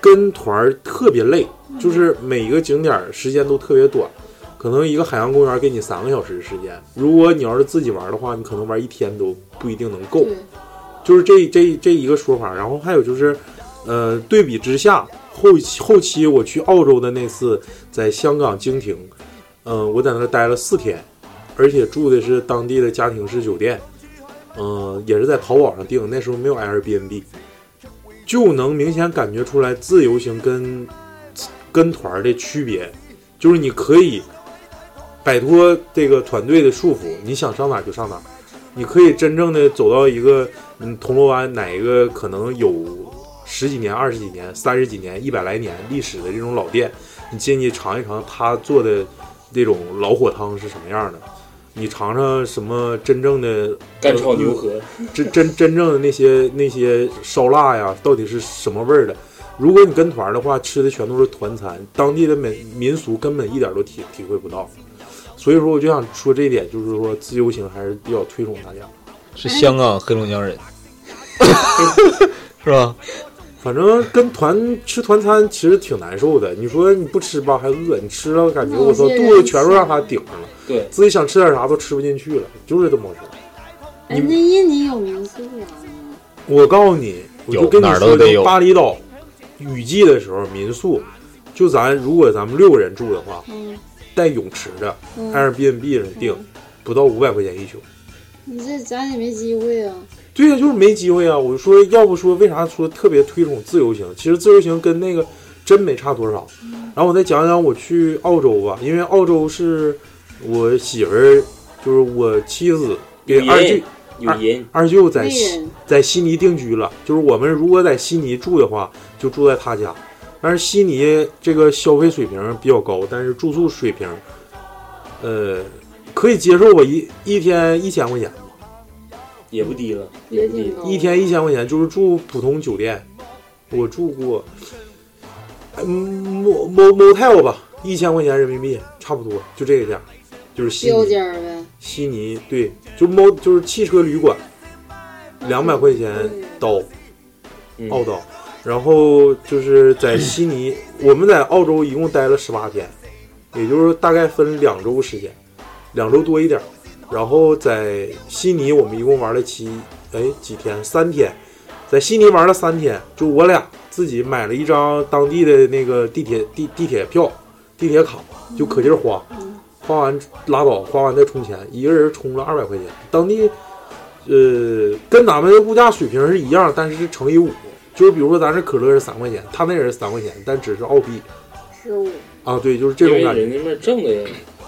Speaker 3: 跟团儿特别累，就是每一个景点儿时间都特别短，可能一个海洋公园给你三个小时的时间。如果你要是自己玩的话，你可能玩一天都不一定能够。就是这这这一个说法。然后还有就是，呃，对比之下，后期后期我去澳洲的那次，在香港经停，嗯、我在那儿待了四天，而且住的是当地的家庭式酒店，嗯、也是在淘宝上订，那时候没有 Airbnb。就能明显感觉出来自由行跟跟团儿的区别，就是你可以摆脱这个团队的束缚，你想上哪儿就上哪儿，你可以真正的走到一个嗯铜锣湾哪一个可能有十几年、二十几年、三十几年、一百来年历史的这种老店，你进去尝一尝他做的那种老火汤是什么样的，你尝尝什么真正的呃
Speaker 4: 干炒牛河
Speaker 3: 真真真正的那些那些烧腊呀，到底是什么味儿的？如果你跟团儿的话，吃的全都是团餐，当地的美民俗根本一点儿都体体会不到。所以说，我就想说这一点，就是说自由行还是比较推崇大家。
Speaker 8: 是香港黑龙 江人，是吧？
Speaker 3: 反正跟团吃团餐其实挺难受的。你说你不吃吧还饿，你吃了感觉我
Speaker 4: 那
Speaker 3: 操
Speaker 4: 我现在
Speaker 3: 肚子全都让他顶上了，
Speaker 4: 对，
Speaker 3: 自己想吃点啥都吃不进去了，就是这么回事。
Speaker 10: 哎，那印尼有民宿啊？
Speaker 3: 我告诉你，我就
Speaker 8: 有
Speaker 3: 跟你
Speaker 8: 哪儿
Speaker 3: 说，
Speaker 8: 都得
Speaker 3: 就
Speaker 8: 有
Speaker 3: 巴厘岛雨季的时候民宿，就咱如果咱们六个人住的话，
Speaker 10: 嗯，
Speaker 3: 带泳池的
Speaker 10: 嗯
Speaker 3: ，Airbnb 上订，不到五百块钱一宿。
Speaker 10: 你这咱也没机会啊。
Speaker 3: 对呀、就是没机会啊！我说，要不说为啥说特别推崇自由行？其实自由行跟那个真没差多少。
Speaker 10: 嗯
Speaker 3: 然后我再讲讲我去澳洲吧，因为澳洲是我媳妇儿，就是我妻子给
Speaker 4: 有
Speaker 3: 二
Speaker 4: 人
Speaker 3: 舅
Speaker 4: 有
Speaker 3: 二
Speaker 4: 人
Speaker 3: 二舅在
Speaker 4: 没
Speaker 3: 悉
Speaker 4: 人
Speaker 3: 在悉尼定居了。就是我们如果在悉尼住的话，就住在他家。但是悉尼这个消费水平比较高，但是住宿水平，呃，可以接受我一一天一千块钱。
Speaker 4: 也不低了，
Speaker 10: 也不低。
Speaker 3: 一天一千块钱，就是住普通酒店，我住过，嗯，某某 motel 吧，一千块钱人民币差不多，就这个价，就是悉
Speaker 10: 标
Speaker 3: 尼
Speaker 10: 间儿呗，
Speaker 3: 悉尼对，就 mo 就是汽车旅馆，两百块钱刀，澳刀，然后就是在悉尼，我们在澳洲一共待了十八天，也就是大概分两周时间，两周多一点儿。然后在悉尼，我们一共玩了七哎几天，三天，在悉尼玩了三天，就我俩自己买了一张当地的那个地铁地地铁票、地铁卡，就可劲儿花，花完拉倒，花完再充钱，一个人充了二百块钱，当地。呃，跟咱们的物价水平是一样，但是是乘以五，就是比如说咱这可乐是三块钱，他那也是三块钱，但只是澳币
Speaker 10: 十五。
Speaker 3: 啊，对，就是这种感
Speaker 4: 因为
Speaker 3: 觉。
Speaker 4: 人家那儿挣的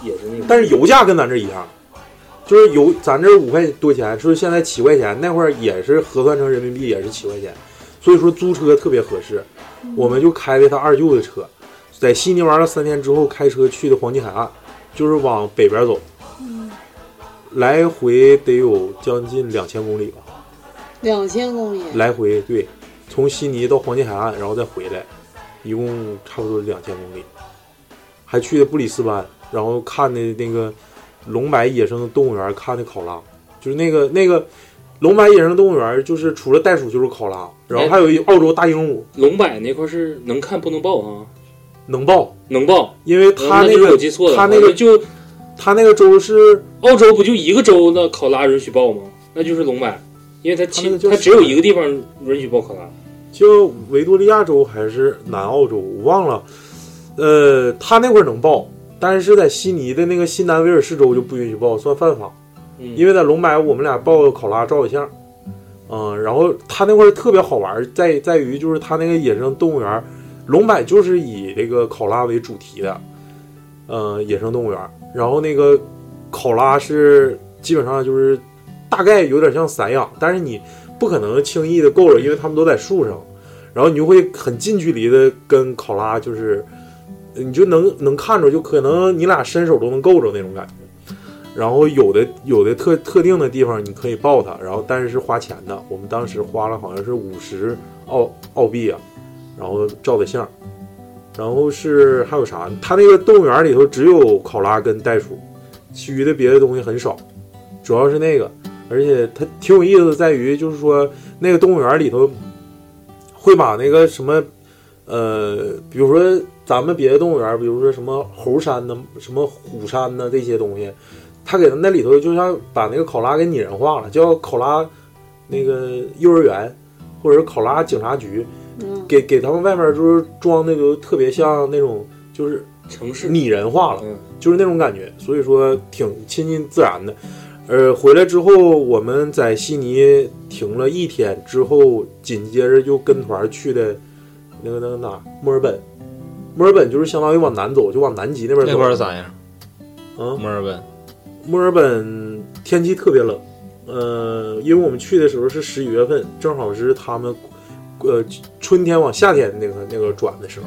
Speaker 4: 也是那个，
Speaker 3: 但是油价跟咱这一样，就是油咱这五块多钱，说现在七块钱，那块儿也是核算成人民币也是七块钱，所以说租车特别合适，我们就开的他二舅的车，在悉尼玩了三天之后，开车去的黄金海岸，就是往北边走，来回得有将近两千公里吧。
Speaker 10: 两千公里，
Speaker 3: 来回对，从悉尼到黄金海岸，然后再回来，一共差不多两千公里，还去的布里斯班，然后看的那个龙白野生动物园看的考拉，就是那个那个龙白野生动物园，就是除了袋鼠就是考拉，然后还有一澳洲大鹦鹉，
Speaker 4: 龙柏那块是能看不能报啊？
Speaker 3: 能报
Speaker 4: 能报，
Speaker 3: 因为它
Speaker 4: 嗯
Speaker 3: 那
Speaker 4: 就是
Speaker 3: 个
Speaker 4: 我记错了，
Speaker 3: 它那个
Speaker 4: 就
Speaker 3: 它那个州是
Speaker 4: 澳洲，不就一个州那考拉允许报吗？那就是龙柏，因为它其它只有一个地方允许报考拉，
Speaker 3: 就维多利亚州还是南澳州，我忘了。呃，他那块儿能报，但是在悉尼的那个新南威
Speaker 4: 嗯
Speaker 3: 尔士州就不允许报，算犯法。因为在龙白，我们俩报考拉照一下，嗯，然后它那块儿特别好玩儿，在在于就是它那个野生动物园儿，龙柏就是以这个考拉为主题的，嗯，野生动物园儿。然后那个考拉是基本上就是大概有点像散养，但是你不可能轻易的够着，因为它们都在树上，然后你就会很近距离的跟考拉就是，你就能能看着，就可能你俩伸手都能够着那种感觉。然后有的有的特特定的地方你可以抱它，然后但是是花钱的。我们当时花了好像是五十澳澳币啊，然后照的相，然后是还有啥？它那个动物园里头只有考拉跟袋鼠，其余的别的东西很少，主要是那个。而且它挺有意思的在于，就是说那个动物园里头会把那个什么，呃，比如说咱们别的动物园，比如说什么猴山呢、什么虎山呢这些东西，他给它那里头就像把那个考拉给拟人化了，叫考拉那个幼儿园，或者是考拉警察局，
Speaker 10: 嗯，
Speaker 3: 给给他们外面就是装的都特别像那种就是城市拟人化
Speaker 4: 嗯
Speaker 3: 了，就是那种感觉，所以说挺亲近自然的。呃，回来之后我们在悉尼停了一天，之后紧接着就跟团去的那个那个哪墨尔本，墨尔本就是相当于往南走，就往南极那边走。
Speaker 8: 那块儿咋样？
Speaker 3: 嗯，
Speaker 8: 墨尔本，
Speaker 3: 墨尔本天气特别冷，呃，因为我们去的时候是十一月份，正好是他们呃春天往夏天那个那个转的时候。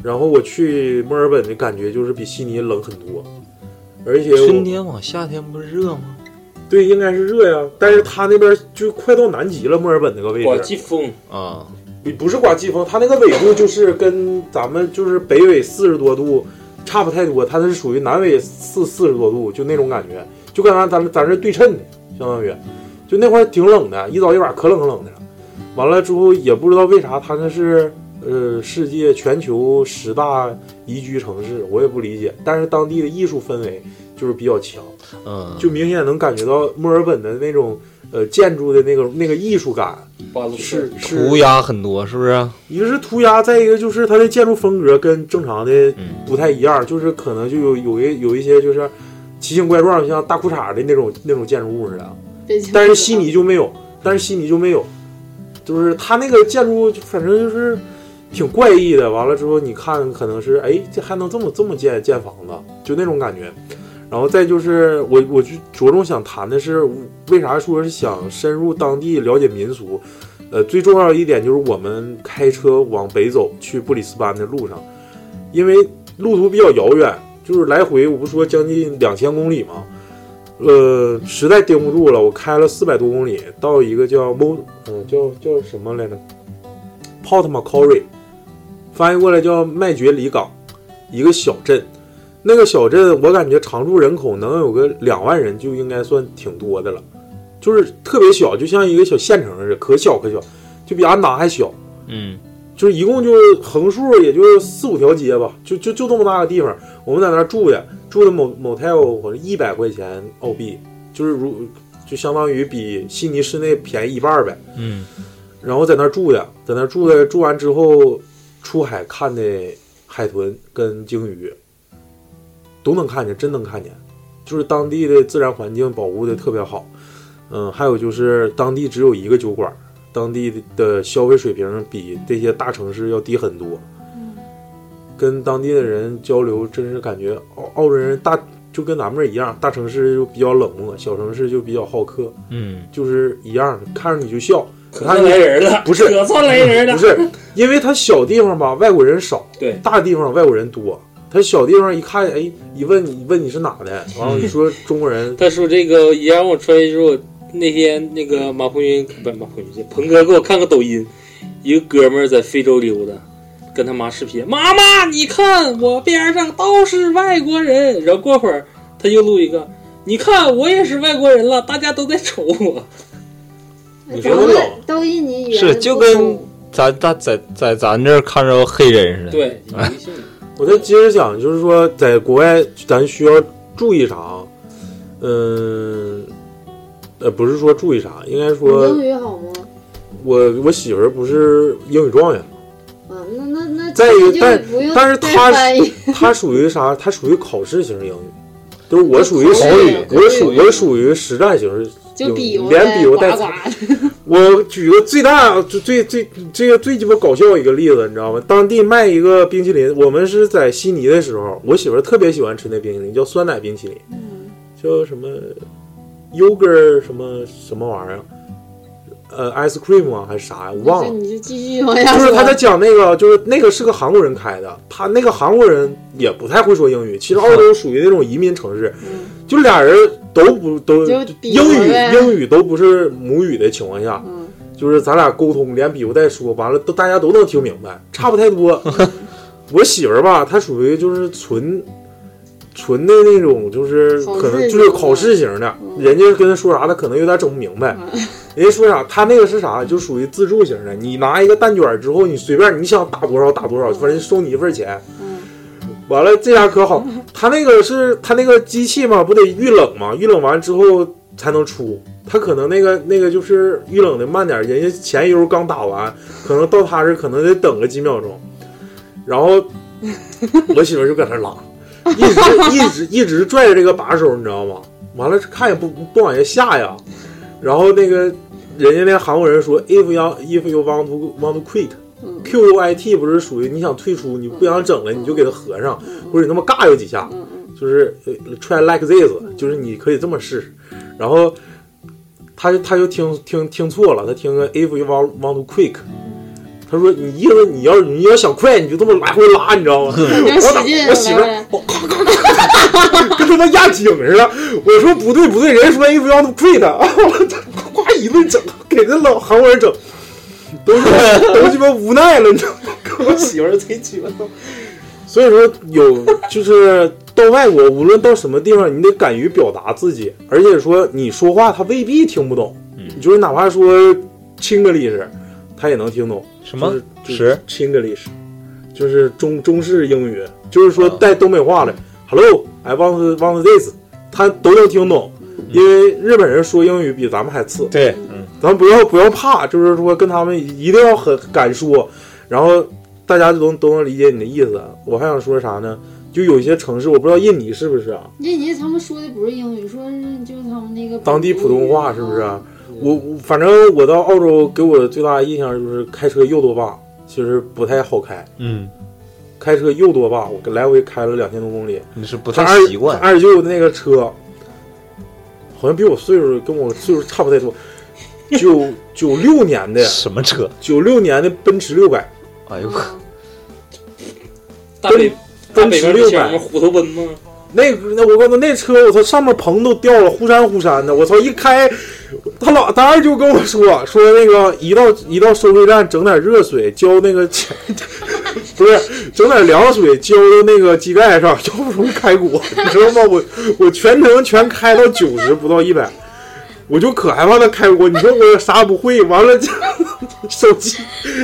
Speaker 3: 然后我去墨尔本的感觉就是比悉尼冷很多，而且我
Speaker 8: 春天往夏天不是热吗？
Speaker 3: 对应该是热呀，但是他那边就快到南极了，墨尔本那个位置
Speaker 4: 刮季风
Speaker 8: 啊，
Speaker 3: 不不是刮季风，它那个纬度就是跟咱们就是北纬四十多度差不太多，它是属于南纬四四十多度，就那种感觉，就跟咱咱咱这对称的，相当于，就那块儿挺冷的，一早一晚可冷可冷的了。完了之后也不知道为啥它那是呃世界全球十大宜居城市，我也不理解，但是当地的艺术氛围就是比较强，
Speaker 8: 嗯，
Speaker 3: 就明显能感觉到墨尔本的那种呃建筑的那个那个艺术感，是是
Speaker 8: 涂鸦很多是不是？
Speaker 3: 一个是涂鸦，再一个就是它的建筑风格跟正常的不太一样，就是可能就有有一有一些就是奇形怪状，像大裤衩的那种那种建筑物似的。啊但是嗯悉尼就没有，但是悉尼就没有，就是它那个建筑就反正就是挺怪异的。完了之后，你看可能是哎，这还能这么这么建建房子，就那种感觉。然后再就是我我就着重想谈的是，为啥说是想深入当地了解民俗？呃，最重要一点就是我们开车往北走去布里斯班的路上，因为路途比较遥远，就是来回我不说将近两千公里吗？呃，实在盯不住了，我开了四百多公里，到一个叫 Mo，嗯、叫叫什么来着？Port Macquarie，翻译过来叫麦爵里港，一个小镇。那个小镇，我感觉常住人口能有个两万人，就应该算挺多的了，就是特别小，就像一个小县城似的，可小可小，就比安达还小。
Speaker 8: 嗯，
Speaker 3: 就是一共就横竖也就四五条街吧，就就就这么大个地方。我们在那儿住的，住的某某 tel 好像一百块钱澳币，就是如就相当于比悉尼市内便宜一半儿呗。
Speaker 8: 嗯，
Speaker 3: 然后在那儿住的，在那儿住的，住完之后出海看的海豚跟鲸鱼都能看见，真能看见，就是当地的自然环境保护的特别好。嗯，还有就是当地只有一个酒馆，当地的消费水平比这些大城市要低很多。跟当地的人交流，真是感觉澳澳洲人大就跟咱们这一样，大城市就比较冷漠，小城市就比较好客。
Speaker 8: 嗯，
Speaker 3: 就是一样的，看着你就笑。
Speaker 4: 可
Speaker 3: 看
Speaker 4: 算来人了
Speaker 3: 不是
Speaker 4: 可算来人了
Speaker 3: 不是，因为它小地方吧，外国人少；
Speaker 4: 对，
Speaker 3: 大地方外国人多。它小地方一看，哎，一问你问你是哪的，完了你说中国人，
Speaker 4: 他说这个也让我穿越之后，那天那个马红云不是马红云，鹏哥给我看个抖音，一个哥们儿在非洲溜达，跟他妈视频，妈妈你看我边上都是外国人，然后过会儿他又录一个，你看我也是外国人了，大家都在瞅我。
Speaker 8: 你
Speaker 10: 咱
Speaker 8: 说
Speaker 10: 们
Speaker 8: 的
Speaker 10: 都印尼语言
Speaker 8: 是就
Speaker 10: 不
Speaker 8: 跟咱咱在在咱这儿看着黑人似的。
Speaker 4: 对，
Speaker 3: 我再接着讲，就是说在国外咱需要注意啥啊？嗯，呃，不是说注意啥，应该
Speaker 10: 你
Speaker 3: 说
Speaker 10: 英语好吗？
Speaker 3: 我我媳妇儿不是英语状元
Speaker 10: 啊，
Speaker 3: 吗，
Speaker 10: 那那那
Speaker 3: 再
Speaker 10: 这
Speaker 3: 一个
Speaker 10: 就
Speaker 3: 但
Speaker 10: 不用
Speaker 3: 但是
Speaker 10: 再
Speaker 3: 她
Speaker 10: 翻译
Speaker 3: 她属于啥？她属于考试型英语，就是我属于
Speaker 10: 口语
Speaker 3: 我属我属于实战型
Speaker 10: 就比划
Speaker 3: 连比划带
Speaker 10: 呱呱
Speaker 3: 踩我举个最大、最最最这个最鸡巴搞笑一个例子，你知道吗？当地卖一个冰淇淋，我们是在悉尼的时候，我媳妇儿特别喜欢吃那冰淇淋，叫酸奶冰淇淋，
Speaker 10: 嗯
Speaker 3: 叫什么 yogurt 什么什么玩意儿，呃，ice cream 啊还是啥呀？我忘了。
Speaker 10: 你就继续往下
Speaker 3: 就是
Speaker 10: 说。
Speaker 3: 他在讲那个，就是那个是个韩国人开的，他那个韩国人也不太会说英语。其实澳洲属于那种移民城市，就俩人都不都
Speaker 10: 嗯就比划
Speaker 3: 英语
Speaker 10: 呗
Speaker 3: 英语都不是母语的情况下，就是咱俩沟通连比划带说，完了都大家都能听明白，差不太多。我媳妇儿吧，她属于就是纯纯的那种，就是
Speaker 11: 考试
Speaker 3: 可能就
Speaker 11: 型
Speaker 3: 是
Speaker 11: 的
Speaker 3: 考试型的，人家跟她说啥，她可能有点整不明白。人家说啥，他那个是啥，就属于自助型的。你拿一个蛋卷儿之后，你随便你想打多少打多少，反正收你一份钱。完了，这家可好，他那个是他那个机器嘛，不得预冷嘛？预冷完之后才能出。他可能那个那个就是预冷的慢点儿，人家前一悠刚打完，可能到他这儿可能得等个几秒钟。然后我媳妇儿就搁那拉，一直一直一直拽着这个把手，你知道吗？完了看也不不往下下呀。然后那个人家那韩国人说，if you if you want to want to quit。Q U I T 不是属于你想退出，你不想整了，你就给它合上，或者你那么尬悠几下，就是呃 try like this，就是你可以这么试试。然后他就他就听听听错了，他听个 if you want want to quick，他说你意思你要你要想快，你就这么来回拉，你知道吗？我打我媳妇儿跟他妈压井似的。我说不对不对，人家说 if you want to quit，啊， 我操夸一顿整，给那老韩国人整，都鸡巴都鸡巴无奈了，你知道吗？跟我媳妇儿贼鸡巴闹。所以说有就是到外国，无论到什么地方，你得敢于表达自己，而且说你说话他未必听不懂，就是哪怕说亲个历史，他也能听懂。什
Speaker 8: 么
Speaker 3: 就是亲个历史，就是中中式英语，就是
Speaker 8: 啊
Speaker 3: 说带东北话的。Hello，I want want this，他都能听懂，因为日本人说英语比咱们还次。
Speaker 8: 嗯对，
Speaker 3: 咱不要不要怕，就是说跟他们一定要很敢说，然后大家都都能理解你的意思。我还想说啥呢？就有一些城市，我不知道印尼是不是啊，
Speaker 10: 印尼他们说的不是英语，说是就是他们那个
Speaker 3: 当地普通话是不是啊？我我反正我到澳洲给我最大的印象就是开车右多坝，其实不太好开。
Speaker 8: 嗯，
Speaker 3: 开车右多吧，我来回开了两千多公里，
Speaker 8: 你是不太
Speaker 3: 他二
Speaker 8: 习惯
Speaker 3: 他二舅那个车，好像比我岁数跟我岁数差不太多，九九六年的什么车？九六年的奔驰六百。哎呦我，
Speaker 4: 大北大
Speaker 3: 奔
Speaker 4: 北边
Speaker 3: 驰
Speaker 4: 不
Speaker 3: 六
Speaker 4: 想我
Speaker 3: 百
Speaker 4: 们，虎头奔吗？
Speaker 3: 那个那我告诉你，那车我操上面棚都掉了，忽闪忽闪的。我操一开，他老他二舅跟我说说那个一到一到收费站整点热水浇那个 不是整点凉水浇到那个膝盖上， 要不容易开锅，你知道吗？我我全程全开到九十不到一百，我就可害怕他开锅。你说我啥也不会，完了这手机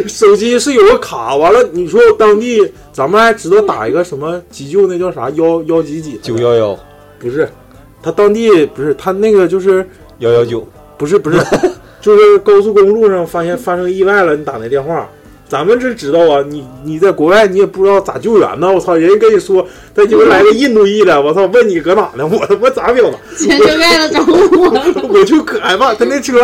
Speaker 3: 手机是有个卡，完了你说当地咱们还知道打一个什么急救，那叫啥幺幺几几九幺幺，不是，他当地不是他那个就是幺幺九，不是不 是，就是高速公路上发现发生意外了，你打那电话。咱们这知道啊，你你在国外你也不知道咋救援呢，我操！人家跟你说，他鸡巴来个印度裔的，我操！问你搁哪呢？我他妈咋 表达？
Speaker 10: 全程盖了着
Speaker 3: 我，我就可害怕他那车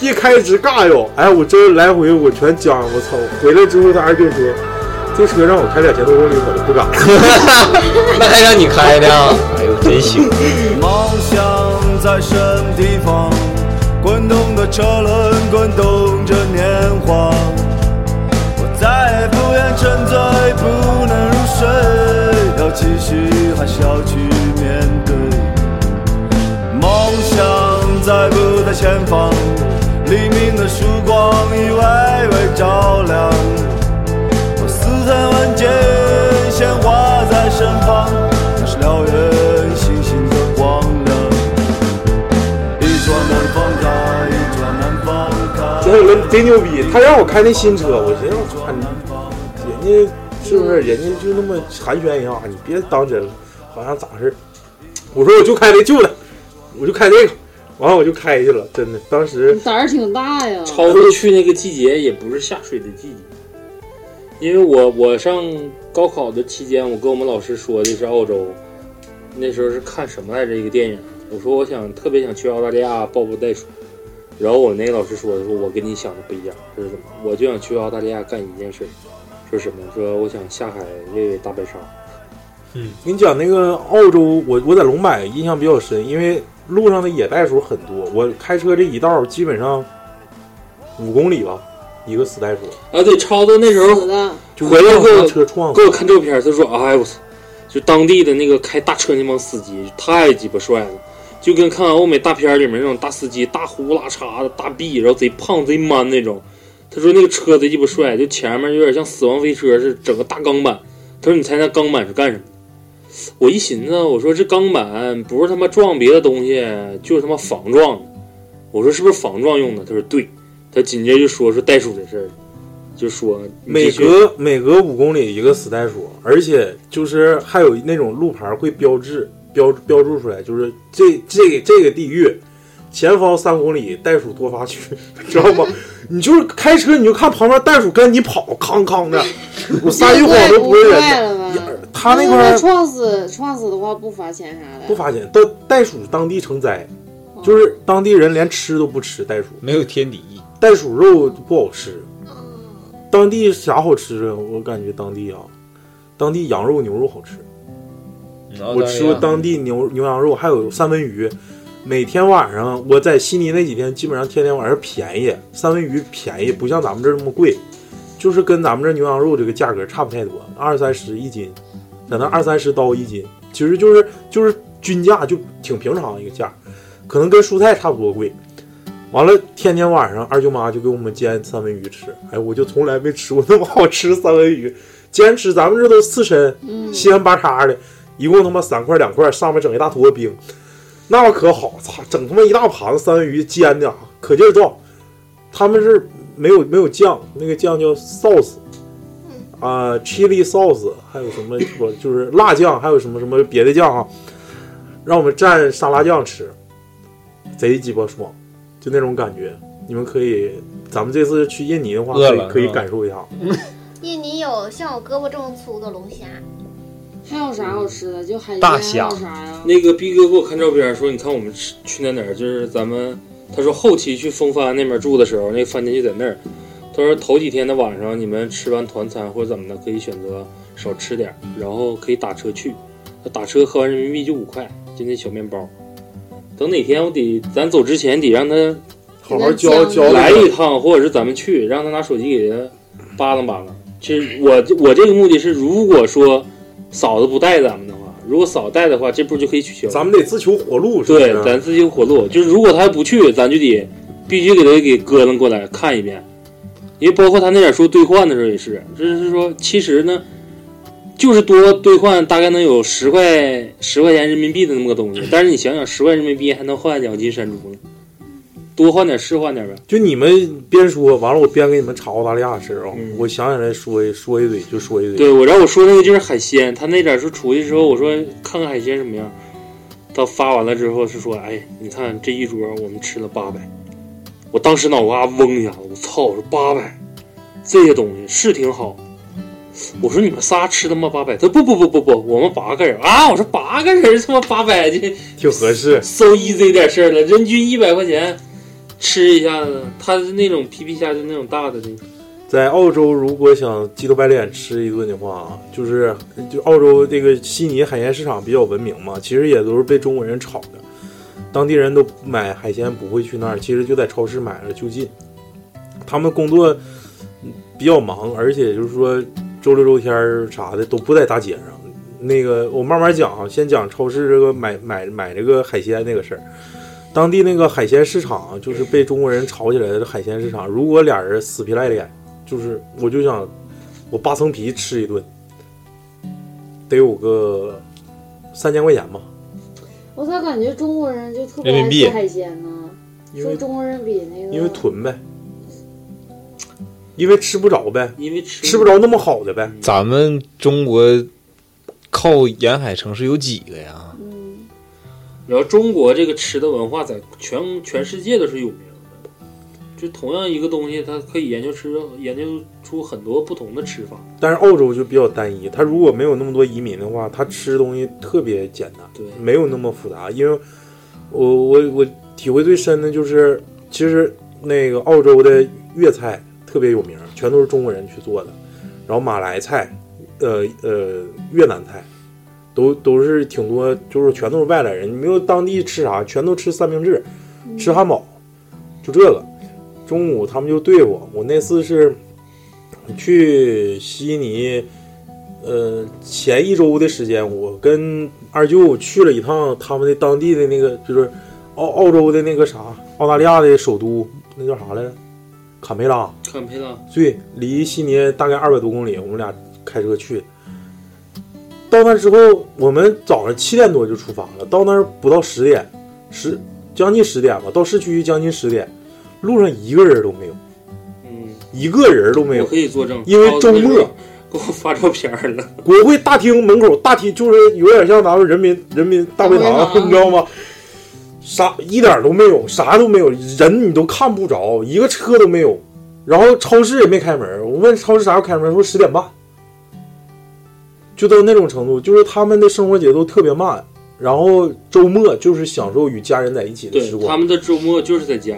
Speaker 3: 一开直尬哟，哎，我真来回我全僵，我操！回来之后他二舅说，这车让我开两千多公里，我都不敢。
Speaker 8: 那还让你开呢？哎呦，真行！
Speaker 9: 梦想在什么地方？滚动的车轮滚动着年华，我再也不愿沉醉，不能入睡，要继续还是要去面对？梦想在不在前方？黎明的曙光已微微照亮，我撕在文件鲜花在盛放，那是辽远星星的光亮。一转南方开，一转南方开。
Speaker 3: 真有人贼牛逼，他让我开那新车，我寻思我操你，人家是不是人家就那么寒暄一下，你别当真了，好像咋回事？我说我就开这旧的，我就开这个，完了我就开去了，真的，当时
Speaker 4: 嗯
Speaker 10: 胆儿挺大呀。
Speaker 4: 超哥去那个季节也不是下水的季节，因为我我上高考的期间，我跟我们老师说的是澳洲，那时候是看什么来着一个电影，我说我想特别想去澳大利亚抱抱袋鼠，然后我那个老师说说我跟你想的不一样，这是怎么？我就想去澳大利亚干一件事，说什么？说我想下海喂喂大白鲨。
Speaker 3: 嗯，你讲那个澳洲，我我在龙柏印象比较深，因为路上的野袋鼠很多，我开车这一道基本上五公里吧，一个死袋鼠。
Speaker 4: 啊，对，超子那时候回来给我
Speaker 3: 车撞，
Speaker 4: 给我看照片，他说：“哎我操，就当地的那个开大车那帮司机太鸡巴帅了，就跟看欧美大片里面那种大司机大呼啦叉的大臂，然后贼胖贼 man 那种。”他说那个车贼鸡巴帅，就前面有点像死亡飞车似的，整个大钢板。他说：“你猜那钢板是干什么？”我一寻思，我说这钢板不是他妈撞别的东西，就是他妈防撞的。我说是不是防撞用的？他说对。他紧接着就说说袋鼠的事儿，就说你
Speaker 3: 每
Speaker 4: 必须
Speaker 3: 隔每隔五公里一个死袋鼠，而且就是还有那种路牌会标志标标注出来，就是这这个这个地域前方三公里袋鼠多发区， 知道吗？你就是开车你就看旁边袋鼠跟你跑，康康的，我撒一
Speaker 10: 不
Speaker 3: 晃
Speaker 10: 会
Speaker 3: 都
Speaker 10: 不
Speaker 3: 不是人
Speaker 10: 会
Speaker 3: 的。
Speaker 10: 了吧？
Speaker 3: 他那
Speaker 10: 如
Speaker 3: 块
Speaker 10: 果
Speaker 3: 儿
Speaker 10: 撞死撞死的话不罚钱啥的，
Speaker 3: 不罚钱，但袋鼠当地成灾，就是当地人连吃都不吃袋鼠，
Speaker 8: 没有天敌，
Speaker 3: 袋鼠肉不好吃。当地啥好吃啊？我感觉当地啊，当地羊肉、牛肉好吃。我吃过当地牛牛羊肉，还有三文鱼。每天晚上我在悉尼那几天，基本上天天晚上便宜，三文鱼便宜，不像咱们这儿那么贵，就是跟咱们这儿牛羊肉这个价格差不太多，二三十一斤，在那二三十刀一斤，其实就是就是均价，就挺平常的一个价，可能跟蔬菜差不多贵。完了，天天晚上二舅妈就给我们煎三文鱼吃，哎，我就从来没吃过那么好吃三文鱼，坚持咱们这都刺身，
Speaker 9: 嗯
Speaker 3: 稀罕巴叉的，一共他妈三块两块，上面整一大坨冰，那可好，操，整他妈一大盘子三文鱼煎的啊，可劲儿造。他们是没有没有酱，那个酱叫 sauce，啊、c h i l i sauce，还有什么不就是辣酱，还有什么什么别的酱啊，让我们蘸沙拉酱吃，贼鸡巴爽，就那种感觉。你们可以，咱们这次去印尼的话，
Speaker 8: 饿
Speaker 3: 可以
Speaker 8: 了
Speaker 3: 可以
Speaker 8: 是吧
Speaker 3: 感受一下。
Speaker 6: 印尼有像我胳膊这么粗的龙虾，
Speaker 10: 还有啥好吃的？就海鲜
Speaker 4: 大虾
Speaker 10: 还有啥呀？
Speaker 4: 那个逼哥给我看照片，说你看我们吃去那哪儿，就是咱们他说后期去风帆那边住的时候，那个饭店就在那儿。他说头几天的晚上，你们吃完团餐或者怎么的，可以选择少吃点儿，然后可以打车去。他打车合完人民币就五块，就那小面包。等哪天我得咱走之前得让他
Speaker 3: 好好教教
Speaker 4: 来一趟，或者是咱们去，让他拿手机给他扒拉扒拉。其实我我这个目的是，如果说嫂子不带咱们的话，如果嫂带的话，这步就可以取消。
Speaker 3: 咱们得自求活路，是不
Speaker 4: 对
Speaker 3: 是，
Speaker 4: 咱自己有活路。就是如果他不去，咱就得必须给他给搁楞过来看一遍，因为包括他那点书兑换的时候也是，就是说其实呢，就是多兑换大概能有十块十块钱人民币的那么个东西，但是你想想，十块人民币还能换两斤山猪呢，多换点是换点呗。
Speaker 3: 就你们边说，完了我边给你们查澳大利亚的事儿啊，我想起来说一说一嘴就说一嘴。
Speaker 4: 对我，然后我说那个就是海鲜，他那点儿是出去之后，我说看看海鲜什么样。他发完了之后是说，哎，你看这一桌我们吃了八百，我当时脑瓜嗡一下，我操，我说八百，这些东西是挺好。我说你们仨吃他妈八百，他不不不不不，我们八个人啊，我说八个人他妈八百这
Speaker 3: 挺合适
Speaker 4: ，so easy 点事儿了，人均一百块钱吃一下子，他是那种皮皮虾就那种大的那种，
Speaker 3: 在澳洲，如果想鸡头白脸吃一顿的话，就是就澳洲这个悉尼海鲜市场比较闻名嘛，其实也都是被中国人炒的，当地人都买海鲜不会去那儿，其实就在超市买了就近。他们工作嗯比较忙，而且就是说周六周天儿啥的都不在大街上。那个我慢慢讲啊，先讲超市这个买买买这个海鲜那个事儿。当地那个海鲜市场就是被中国人炒起来的海鲜市场。如果俩人死皮赖脸，就是我就想我扒层皮吃一顿，得有个三千块钱吧。
Speaker 10: 我咋感觉中国人就特别爱
Speaker 3: 人民币
Speaker 10: 吃海鲜呢？说中国人比那个
Speaker 3: 因为囤呗，因为吃不着呗，
Speaker 4: 因为吃嗯
Speaker 3: 吃不着那么好的呗。
Speaker 8: 咱们中国靠沿海城市有几个呀？
Speaker 4: 然后中国这个吃的文化在全全世界都是有名的，就同样一个东西，它可以研究吃研究出很多不同的吃法。
Speaker 3: 但是澳洲就比较单一，它如果没有那么多移民的话，它吃东西特别简单，
Speaker 4: 对，
Speaker 3: 没有那么复杂。因为我我我体会最深的就是，其实那个澳洲的粤菜特别有名，全都是中国人去做的，然后马来菜，呃呃越南菜，都都是挺多，就是全都是外来人，你没有当地吃啥，全都吃三明治，吃汉堡，就这个。中午他们就对我，我那次是去悉尼，呃，前一周的时间，我跟二舅去了一趟他们的当地的那个，就是澳澳洲的那个啥，澳大利亚的首都，那叫啥来着？坎培拉。
Speaker 4: 坎培拉，
Speaker 3: 对，离悉尼大概二百多公里，我们俩开车去。到那之后，我们早上七点多就出发了，到那儿不到十点，十将近十点吧，到市区将近十点，路上一个人都没有，
Speaker 4: 嗯，
Speaker 3: 一个人都没有
Speaker 4: 我可。以作证，
Speaker 3: 因为周
Speaker 4: 哦那
Speaker 3: 末
Speaker 4: 时候给我发照片了，
Speaker 3: 国会大厅门口大厅就是有点像咱们人民人民大会
Speaker 4: 大会
Speaker 3: 堂，
Speaker 4: 堂
Speaker 3: 你知道吗？啥一点都没有，啥都没有，人你都看不着，一个车都没有，然后超市也没开门。我问超市啥时候开门，说十点半，就到那种程度，就是他们的生活节奏特别慢，然后周末就是享受与家人在一起的时
Speaker 4: 对，
Speaker 3: 光
Speaker 4: 他。们的周末就是在家，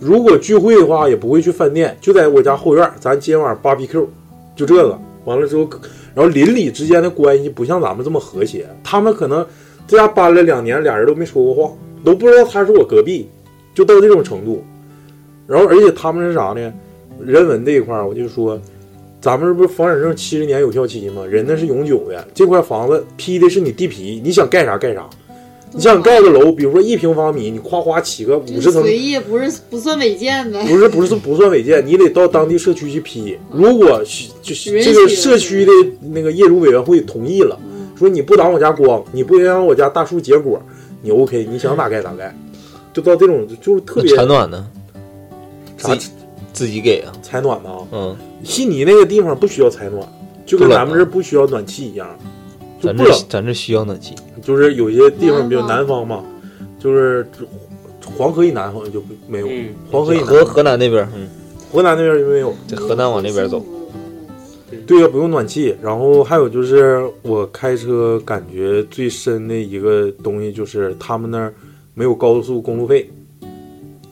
Speaker 3: 如果聚会的话，也不会去饭店，就在我家后院儿，咱今晚 BBQ，就这个。完了之后，然后邻里之间的关系不像咱们这么和谐，他们可能在家搬了两年，俩人都没说过话，都不知道他是我隔壁，就到这种程度。然后，而且他们是啥呢？人文这一块儿，我就说，咱们这不是房产证七十年有效期吗？人那是永久的，这块房子批的是你地皮，你想盖啥盖啥。你想盖个楼，比如说一平方米，你夸夸起个五
Speaker 10: 就是
Speaker 3: 十层，
Speaker 10: 随意，不是不算违建呗？
Speaker 3: 不是不是不算违建，你得到当地社区去批。如果是就是
Speaker 10: 允许嗯
Speaker 3: 这个社区的那个业主委员会同意了，说你不挡我家光，你不影响我家大树结果，你 OK，你想咋盖咋盖，就到这种就是特别
Speaker 8: 那产暖呢？
Speaker 3: 啥
Speaker 8: 自己自己给啊？
Speaker 3: 采暖呢？
Speaker 8: 嗯，
Speaker 3: 悉尼那个地方不需要采暖，就跟
Speaker 8: 不冷
Speaker 3: 咱们这儿不需要暖气一样，就
Speaker 8: 咱
Speaker 3: 不
Speaker 8: 这
Speaker 3: 冷。
Speaker 8: 咱这需要暖气。
Speaker 3: 就是有些地方，比如南方嘛，就是黄河以南好像就没有，
Speaker 4: 嗯
Speaker 3: 黄河以南
Speaker 8: 河河南那边，嗯，
Speaker 3: 河南那边就没有，
Speaker 8: 在河南往那边走。
Speaker 3: 对呀，不用暖气。然后还有就是我开车感觉最深的一个东西就是他们那儿没有高速公路费，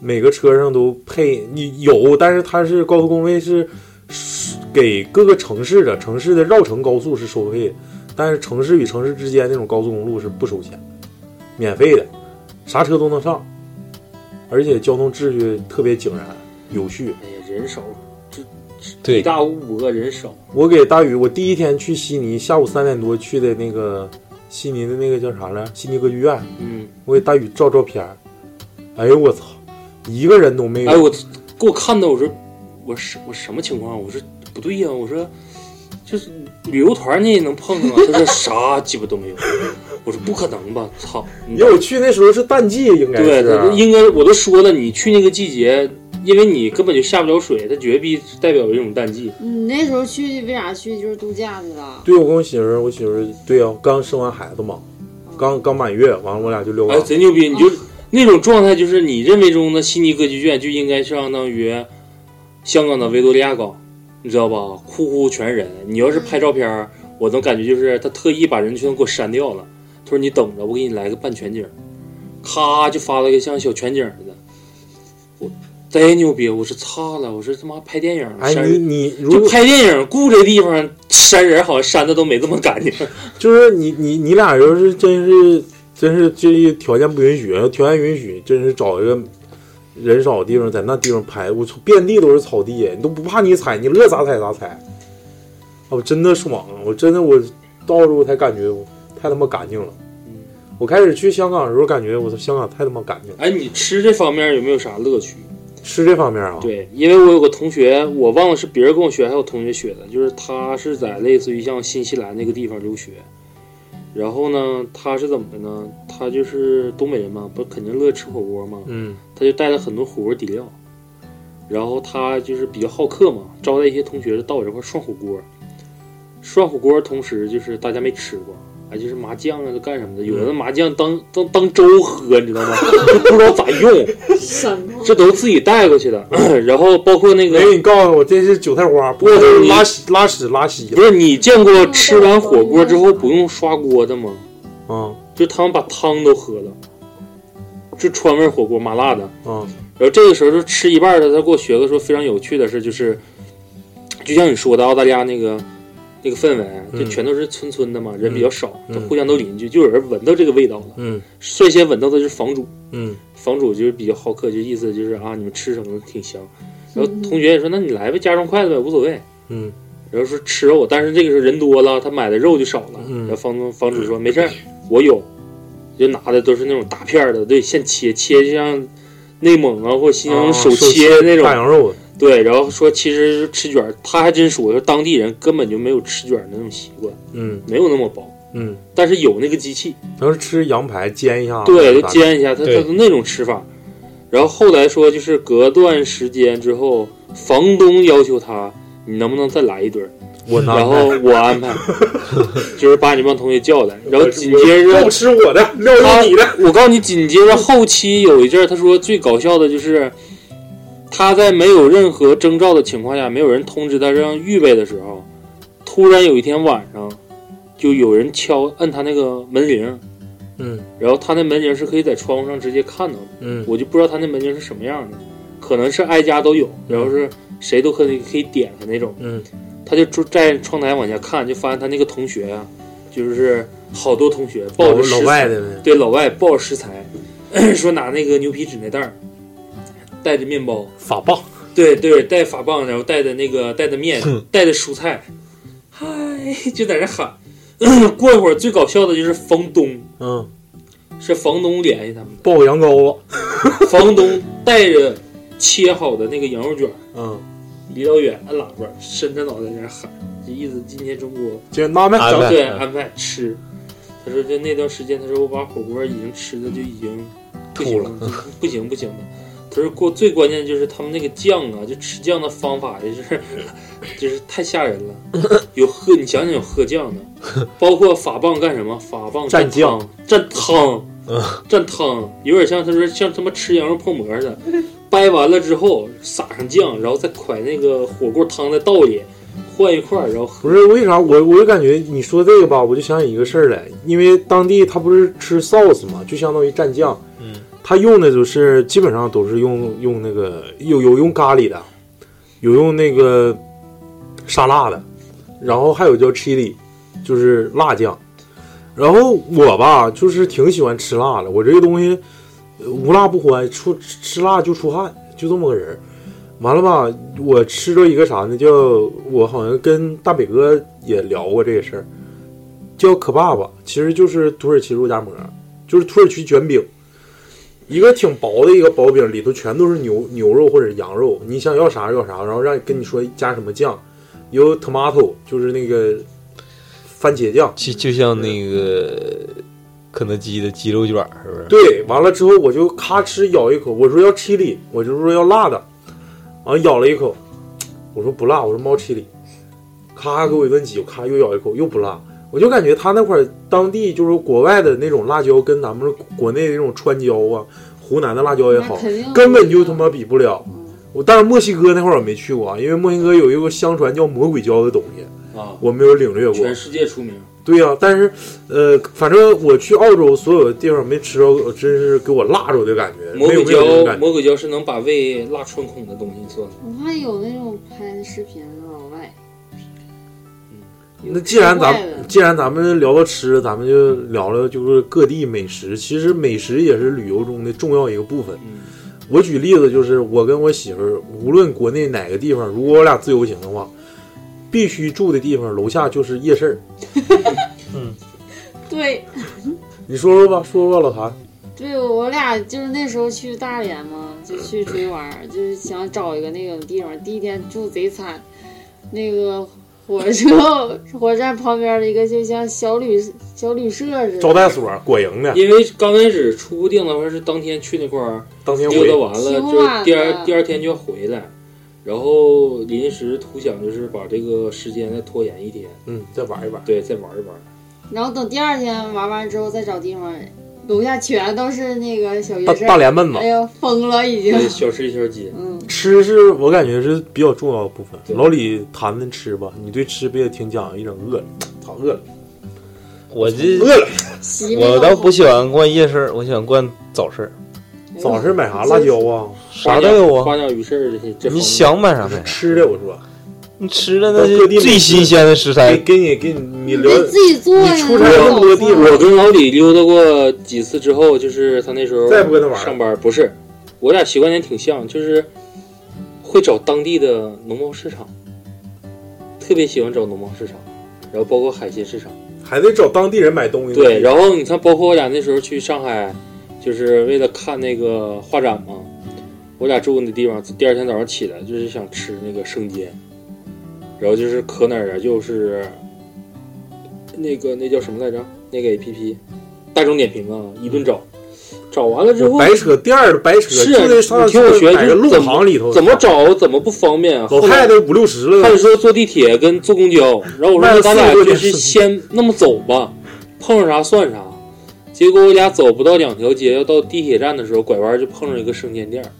Speaker 3: 每个车上都配你有，但是它是高速公路费是是给各个城市的，城市的绕城高速是收费的，但是城市与城市之间那种高速公路是不收钱，免费的，啥车都能上，而且交通秩序特别井然有序。
Speaker 4: 哎呀，人少，这
Speaker 3: 对
Speaker 4: 地大物博，人少，
Speaker 3: 我给大宇，我第一天去悉尼，下午三点多去的那个悉尼的那个叫啥来着？悉尼歌剧院。
Speaker 4: 嗯，
Speaker 3: 我给大宇照照片儿，哎呦我操，一个人都没有。
Speaker 4: 哎，我给我看到，我说我什我什么情况？啊我说不对呀、我说就是旅游团你也能碰上啊？他说啥鸡巴都没有，我说不可能吧？操！你
Speaker 3: 因为我去那时候是淡季，应该
Speaker 4: 对，
Speaker 3: 是。啊
Speaker 4: 他应该我都说了，你去那个季节，因为你根本就下不了水，它绝逼代表一种淡季。
Speaker 10: 你嗯那时候去为啥去？就是度假去 了。
Speaker 3: 对，我跟我媳妇儿，我媳妇儿对呀、刚生完孩子嘛，刚刚满月，完了我俩就溜达。
Speaker 4: 哎，贼牛逼！你
Speaker 3: 啊
Speaker 4: 就那种状态，就是你认为中的悉尼歌剧院就应该相当于香港的维多利亚港，你知道吧？酷酷全人。你要是拍照片儿，我能感觉就是他特意把人全都给我删掉了。他说你等着，我给你来个半全景儿，咔就发了个像小全景儿似的。我贼牛逼！我说操了，我说他妈拍电影儿
Speaker 3: 哎，
Speaker 4: 删
Speaker 3: 你你如
Speaker 4: 就
Speaker 3: 果
Speaker 4: 拍电影，雇这地方删人，好像删的都没这么干净。
Speaker 3: 就是你你你俩要是真是真是这条件不允许，条件允许，真是找一个人少的地方，在那地方拍，我操，遍地都是草地，你都不怕你踩，你乐咋踩咋踩。啊，我真的爽啊！我真的我到时候我才感觉我太他妈干净了。我开始去香港的时候，感觉我操，香港太他妈干净了。嗯
Speaker 4: 哎，你吃这方面有没有啥乐趣？
Speaker 3: 吃这方面啊，
Speaker 4: 对，因为我有个同学，我忘了是别人跟我学，还有同学学的，就是他是在类似于像新西兰那个地方留学，然后呢，他是怎么的呢？他就是东北人嘛，不是肯定乐意吃火锅嘛，
Speaker 3: 嗯，
Speaker 4: 他就带了很多火锅底料，然后他就是比较好客嘛，招待一些同学到我这块儿涮火锅，涮火锅同时就是大家没吃过，啊，就是麻酱啊，都干什么的，有的
Speaker 3: 嗯
Speaker 4: 麻酱当当当粥喝，你知道吗？ 就不知道咋用，
Speaker 10: 什么？
Speaker 4: 这都自己带过去的， 然后包括那个，
Speaker 3: 哎，你告诉我这是韭菜花，不过
Speaker 4: 是
Speaker 3: 拉稀拉屎拉稀了。
Speaker 4: 不是你见过吃完火锅之后不用刷锅的吗？
Speaker 3: 啊，
Speaker 4: 就他们把汤都喝了，是川味火锅，麻辣的。
Speaker 3: 嗯，
Speaker 4: 然后这个时候就吃一半的，他给我学个说非常有趣的事，就是就像你说的，澳大利亚那个那个氛围，就
Speaker 8: 嗯
Speaker 4: 全都是村村的嘛，人比较少，
Speaker 8: 嗯
Speaker 4: 都互相都邻居，就有人闻到这个味道了。
Speaker 8: 嗯
Speaker 4: 率先闻到的就是房主，
Speaker 8: 嗯，
Speaker 4: 房主就是比较好客，就意思就是啊，你们吃什么挺香。然后同学也说，那你来呗，加双筷子呗，无所谓。
Speaker 8: 嗯
Speaker 4: 然后说吃肉，但是这个时候人多了，他买的肉就少了。
Speaker 8: 嗯
Speaker 4: 然后房东房主说没事儿，我有，就拿的都是那种大片儿的，对，现切切，就像内蒙啊或者新疆那种
Speaker 3: 啊
Speaker 4: 手
Speaker 3: 手
Speaker 4: 切
Speaker 3: 切
Speaker 4: 那种
Speaker 3: 大羊肉。
Speaker 4: 对，然后说其实吃卷儿，他还真说，说当地人根本就没有吃卷儿的那种习惯，
Speaker 3: 嗯
Speaker 4: 没有那么薄，
Speaker 3: 嗯，
Speaker 4: 但是有那个机器，
Speaker 3: 能吃羊排煎一下，
Speaker 4: 对，就煎一下，他他的
Speaker 3: 对
Speaker 4: 那种吃法。然后后来说，就是隔段时间之后，房东要求他，你能不能再来一顿儿？
Speaker 3: 我拿
Speaker 4: 然后我安排，就是把你帮同学叫来，然后紧接
Speaker 3: 我
Speaker 4: 着
Speaker 3: 我不吃我的 料用
Speaker 4: 他
Speaker 3: 你的。
Speaker 4: 我告诉你，紧接着后期有一阵儿，他说最搞笑的就是他在没有任何征兆的情况下，没有人通知他让预备的时候，突然有一天晚上，就有人敲摁他那个门铃儿，
Speaker 3: 嗯
Speaker 4: 然后他那门铃儿是可以在窗户上直接看到的。
Speaker 3: 嗯
Speaker 4: 我就不知道他那门铃是什么样的，可能是挨家都有，然后是谁都可以可以点开那种。
Speaker 3: 嗯，
Speaker 4: 他就住在窗台往下看，就发现他那个同学啊，就是好多同学抱着
Speaker 3: 老
Speaker 4: 食材
Speaker 3: 老外的呗
Speaker 4: 对老外抱着食材， 说拿那个牛皮纸那袋儿，带着面包，
Speaker 3: 法棒，
Speaker 4: 对对，带法棒，然后带着那个带着面
Speaker 3: 哼，
Speaker 4: 带着蔬菜，嗨，就在那喊。 过一会儿最搞笑的就是房东，
Speaker 3: 嗯，
Speaker 4: 是房东联系他们。
Speaker 3: 爆羊羔子，
Speaker 4: 房东带着切好的那个羊肉卷，
Speaker 3: 嗯，
Speaker 4: 离老远按喇叭，伸着脑袋在那喊，就意思今天中国
Speaker 3: 就妈妈
Speaker 4: 安
Speaker 3: 整
Speaker 4: 排哎对安排吃。他说就那段时间，他说我把火锅已经吃的就已经不行
Speaker 8: 吐了，
Speaker 4: 不行不行的。他说过最关键就是他们那个酱啊，就吃酱的方法就是就是太吓人了。有喝你想想有喝酱的，包括法棒干什么？法棒
Speaker 3: 蘸酱
Speaker 4: 汤蘸汤。
Speaker 3: 嗯
Speaker 4: 蘸汤，有点像他说像他妈吃羊肉泡馍似的，掰完了之后撒上酱，然后再㧟那个火锅汤再倒里，换一块儿，然后喝
Speaker 3: 不是为啥我我就感觉你说这个吧，我就想起一个事儿来，因为当地他不是吃 sauce 嘛，就相当于蘸酱，
Speaker 8: 嗯，
Speaker 3: 他用的就是基本上都是用用那个有有用咖喱的，有用那个沙拉的，然后还有叫 chili，就是辣酱。然后我吧，就是挺喜欢吃辣的，我这个东西呃无辣不欢，出吃吃辣就出汗，就这么个人儿。完了吧，我吃着一个啥呢？叫我好像跟大北哥也聊过这个事儿，叫可爸爸，其实就是土耳其肉夹馍，就是土耳其卷饼，一个挺薄的一个薄饼，里头全都是牛牛肉或者羊肉，你想要啥要啥，然后让跟你说加什么酱，有 tomato 就是那个番茄酱，
Speaker 8: 就就像那个肯德基的鸡肉卷儿，是不是？
Speaker 3: 对，完了之后我就咔哧咬一口，我说要 chili，我就说要辣的，完了咬了一口，我说不辣，我说猫 chili，咔给我一顿挤，我咔又咬一口，又不辣，我就感觉他那块儿当地就是国外的那种辣椒跟咱们国内的那种川椒啊，湖南的辣椒也好
Speaker 10: 那肯定，
Speaker 3: 根本就他妈比不了。我但是墨西哥那块儿我没去过啊，因为墨西哥有一个相传叫魔鬼椒的东西，
Speaker 4: 啊，
Speaker 3: 我没有领略过。
Speaker 4: 全世界出名。
Speaker 3: 对呀、但是，呃，反正我去澳洲所有的地方没吃着，真是给我辣着的感觉，
Speaker 4: 魔
Speaker 3: 没有
Speaker 4: 鬼
Speaker 3: 没有那种
Speaker 4: 椒，
Speaker 3: 感觉。
Speaker 4: 魔鬼椒是能把胃辣穿孔的东西，算了。
Speaker 10: 我看有那种拍的视频的老外，
Speaker 3: 那既然咱
Speaker 10: 怪了
Speaker 3: 既然咱们聊到吃，咱们就聊聊就是各地美食。其实美食也是旅游中的重要一个部分。我举例子就是，我跟我媳妇儿，无论国内哪个地方，如果我俩自由行的话，必须住的地方楼下就是夜市儿。
Speaker 10: 对，
Speaker 3: 你说说吧，说说吧，老谭。
Speaker 10: 对我俩就是那时候去大连嘛，就去追玩儿，就是想找一个那种地方。第一天住贼惨，那个火车 火车站旁边的一个就像小旅小旅社似的
Speaker 3: 招待所果蝇的，
Speaker 4: 嗯因为刚开始初步定的话是当天去那块儿，
Speaker 3: 当天回
Speaker 4: 溜达完了，
Speaker 10: 挺晚
Speaker 4: 就是第二
Speaker 10: 的
Speaker 4: 第二天就要回来，然后临时突想就是把这个时间再拖延一天，
Speaker 3: 嗯，再玩一玩，
Speaker 4: 对，再玩一玩。
Speaker 10: 然后等第二天玩完之后再找地方，楼下全都是那个小夜
Speaker 3: 大
Speaker 10: 市，
Speaker 3: 大连闷子
Speaker 10: 哎呦疯了已经。
Speaker 4: 对，小吃一条街。
Speaker 10: 嗯，
Speaker 3: 吃是我感觉是比较重要的部分。老李谈谈吃吧，你对吃别挺讲究，一整饿了，操饿了。
Speaker 8: 我这
Speaker 3: 饿了
Speaker 4: 嗯
Speaker 8: 我倒不喜欢逛夜市，我喜欢逛早市。
Speaker 4: 嗯
Speaker 3: 早上买啥辣椒啊？
Speaker 8: 啥都有啊
Speaker 4: 花鸟鱼翅这些，这
Speaker 8: 你想买啥买啥。
Speaker 3: 吃的我说，
Speaker 8: 你吃的那
Speaker 3: 各地
Speaker 8: 是最新鲜的食材，
Speaker 3: 给你给你你
Speaker 10: 你得自己做呀，
Speaker 4: 我跟老李溜达过几次之后，就是他那时候
Speaker 3: 再不跟他玩儿
Speaker 4: 上班不是，我俩习惯点挺像，就是会找当地的农贸市场，特别喜欢找农贸市场，然后包括海鲜市场。
Speaker 3: 还得找当地人买东西。
Speaker 4: 对，然后你看，包括我俩那时候去上海，就是为了看那个画展嘛。我俩住那地方，第二天早上起来就是想吃那个生煎，然后就是可哪儿啊，就是那个那叫什么来着？那个 A P P，大众点评啊，一顿找，找完了之后
Speaker 3: 白扯店儿，白扯，
Speaker 4: 是，
Speaker 3: 就得上
Speaker 4: 你听我学，
Speaker 3: 哪个
Speaker 4: 就是
Speaker 3: 路
Speaker 4: 怎么
Speaker 3: 旁里头
Speaker 4: 怎么找怎么不方便啊。
Speaker 3: 老
Speaker 4: 后来
Speaker 3: 太太五六十了
Speaker 4: 他就说坐地铁跟坐公交，然后我
Speaker 3: 嗯那
Speaker 4: 说咱俩
Speaker 3: 四十多
Speaker 4: 就
Speaker 3: 点
Speaker 4: 是
Speaker 3: 四
Speaker 4: 先那么走吧，碰上啥算啥。结果我俩走不到两条街，要到地铁站的时候，拐弯就碰上一个生煎店儿，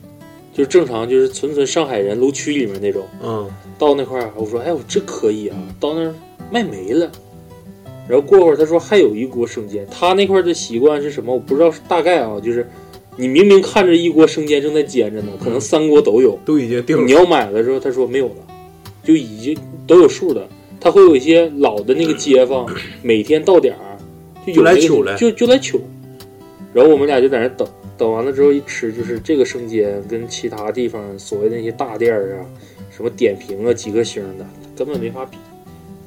Speaker 4: 就是正常就是纯纯上海人楼区里面那种。
Speaker 3: 嗯，
Speaker 4: 到那块儿我说哎我这可以啊，到那儿卖没了。然后过会儿他说还有一锅生煎，他那块儿的习惯是什么？我不知道，大概啊，就是你明明看着一锅生煎正在煎着呢，可能三锅都有，
Speaker 3: 都已经定了。
Speaker 4: 你要买的时候，他说没有了，就已经都有数的。他会有一些老的那个街坊，每天到点儿就有
Speaker 3: 就来
Speaker 4: 那个
Speaker 3: 取来
Speaker 4: 就就来取。然后我们俩就在那儿等，等完了之后一吃，就是这个生煎跟其他地方所谓的那些大店儿啊，什么点评啊几个星的，根本没法比。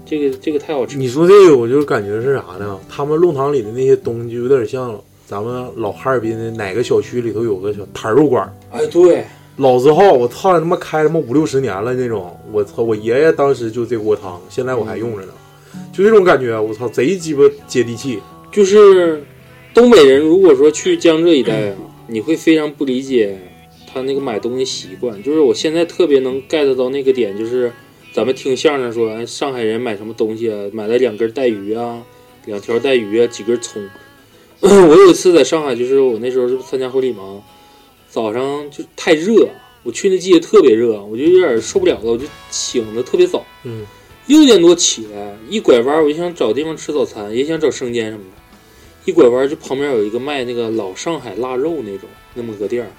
Speaker 4: 这个这个太好吃了。
Speaker 3: 你说这个，我就感觉是啥呢？他们弄堂里的那些东西，就有点像咱们老哈尔滨的哪个小区里头有个小坛肉馆。
Speaker 4: 哎，对，
Speaker 3: 老字号，我操，他妈开他妈五六十年了那种。我操，我爷爷当时就这锅汤，现在我还用着呢，
Speaker 4: 嗯
Speaker 3: 就这种感觉。我操，贼鸡巴接地气。
Speaker 4: 就是东北人如果说去江浙一带啊，你会非常不理解他那个买东西习惯。就是我现在特别能 get 到那个点，就是咱们听相声说，哎，上海人买什么东西啊，买了两根带鱼啊，两条带鱼啊，几根葱。 我有一次在上海，就是我那时候是参加婚礼嘛，早上就太热，我去那季节特别热，我就有点受不了了，我就醒的特别早。
Speaker 3: 嗯，
Speaker 4: 六点多起来，一拐弯我就想找地方吃早餐，也想找生煎什么的。一拐弯就旁边有一个卖那个老上海腊肉那种那么个店儿，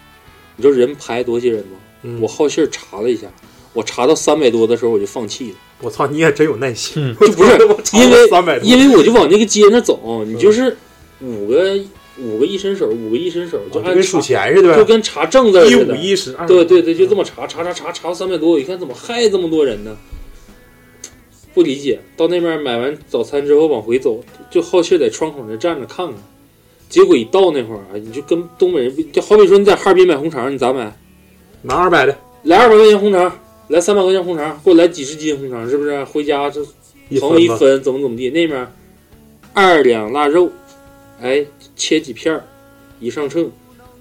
Speaker 4: 你知道人排多些人吗？
Speaker 3: 嗯
Speaker 4: 我好信儿查了一下，我查到三百多的时候我就放 弃了。
Speaker 3: 我操，你也真有耐心。
Speaker 4: 嗯就不是因
Speaker 3: 三百
Speaker 4: 为
Speaker 3: 多，嗯
Speaker 4: 因为我就往那个街上走，你就是五个五个一伸手，五个一伸手，就
Speaker 3: 哦就
Speaker 4: 按
Speaker 3: 跟
Speaker 4: 查
Speaker 3: 数钱似的
Speaker 4: 就跟查正字儿似的，
Speaker 3: 一五一十嗯二
Speaker 4: 对对对，就这么查查查查查到三百多，我一看怎么还这么多人呢？不理解，到那边买完早餐之后往回走，就好奇在窗口那站着看看。结果一到那会儿啊，你就跟东北人不，就好比说你在哈尔滨买红肠，你咋买？
Speaker 3: 拿二百的，
Speaker 4: 来二百块钱红肠，来三百块钱红肠，或者来几十斤红肠，是不是？回家这
Speaker 3: 一
Speaker 4: 朋友一
Speaker 3: 分吧
Speaker 4: 分，怎么怎么地？那边儿二两腊肉，哎，切几片儿，一上秤。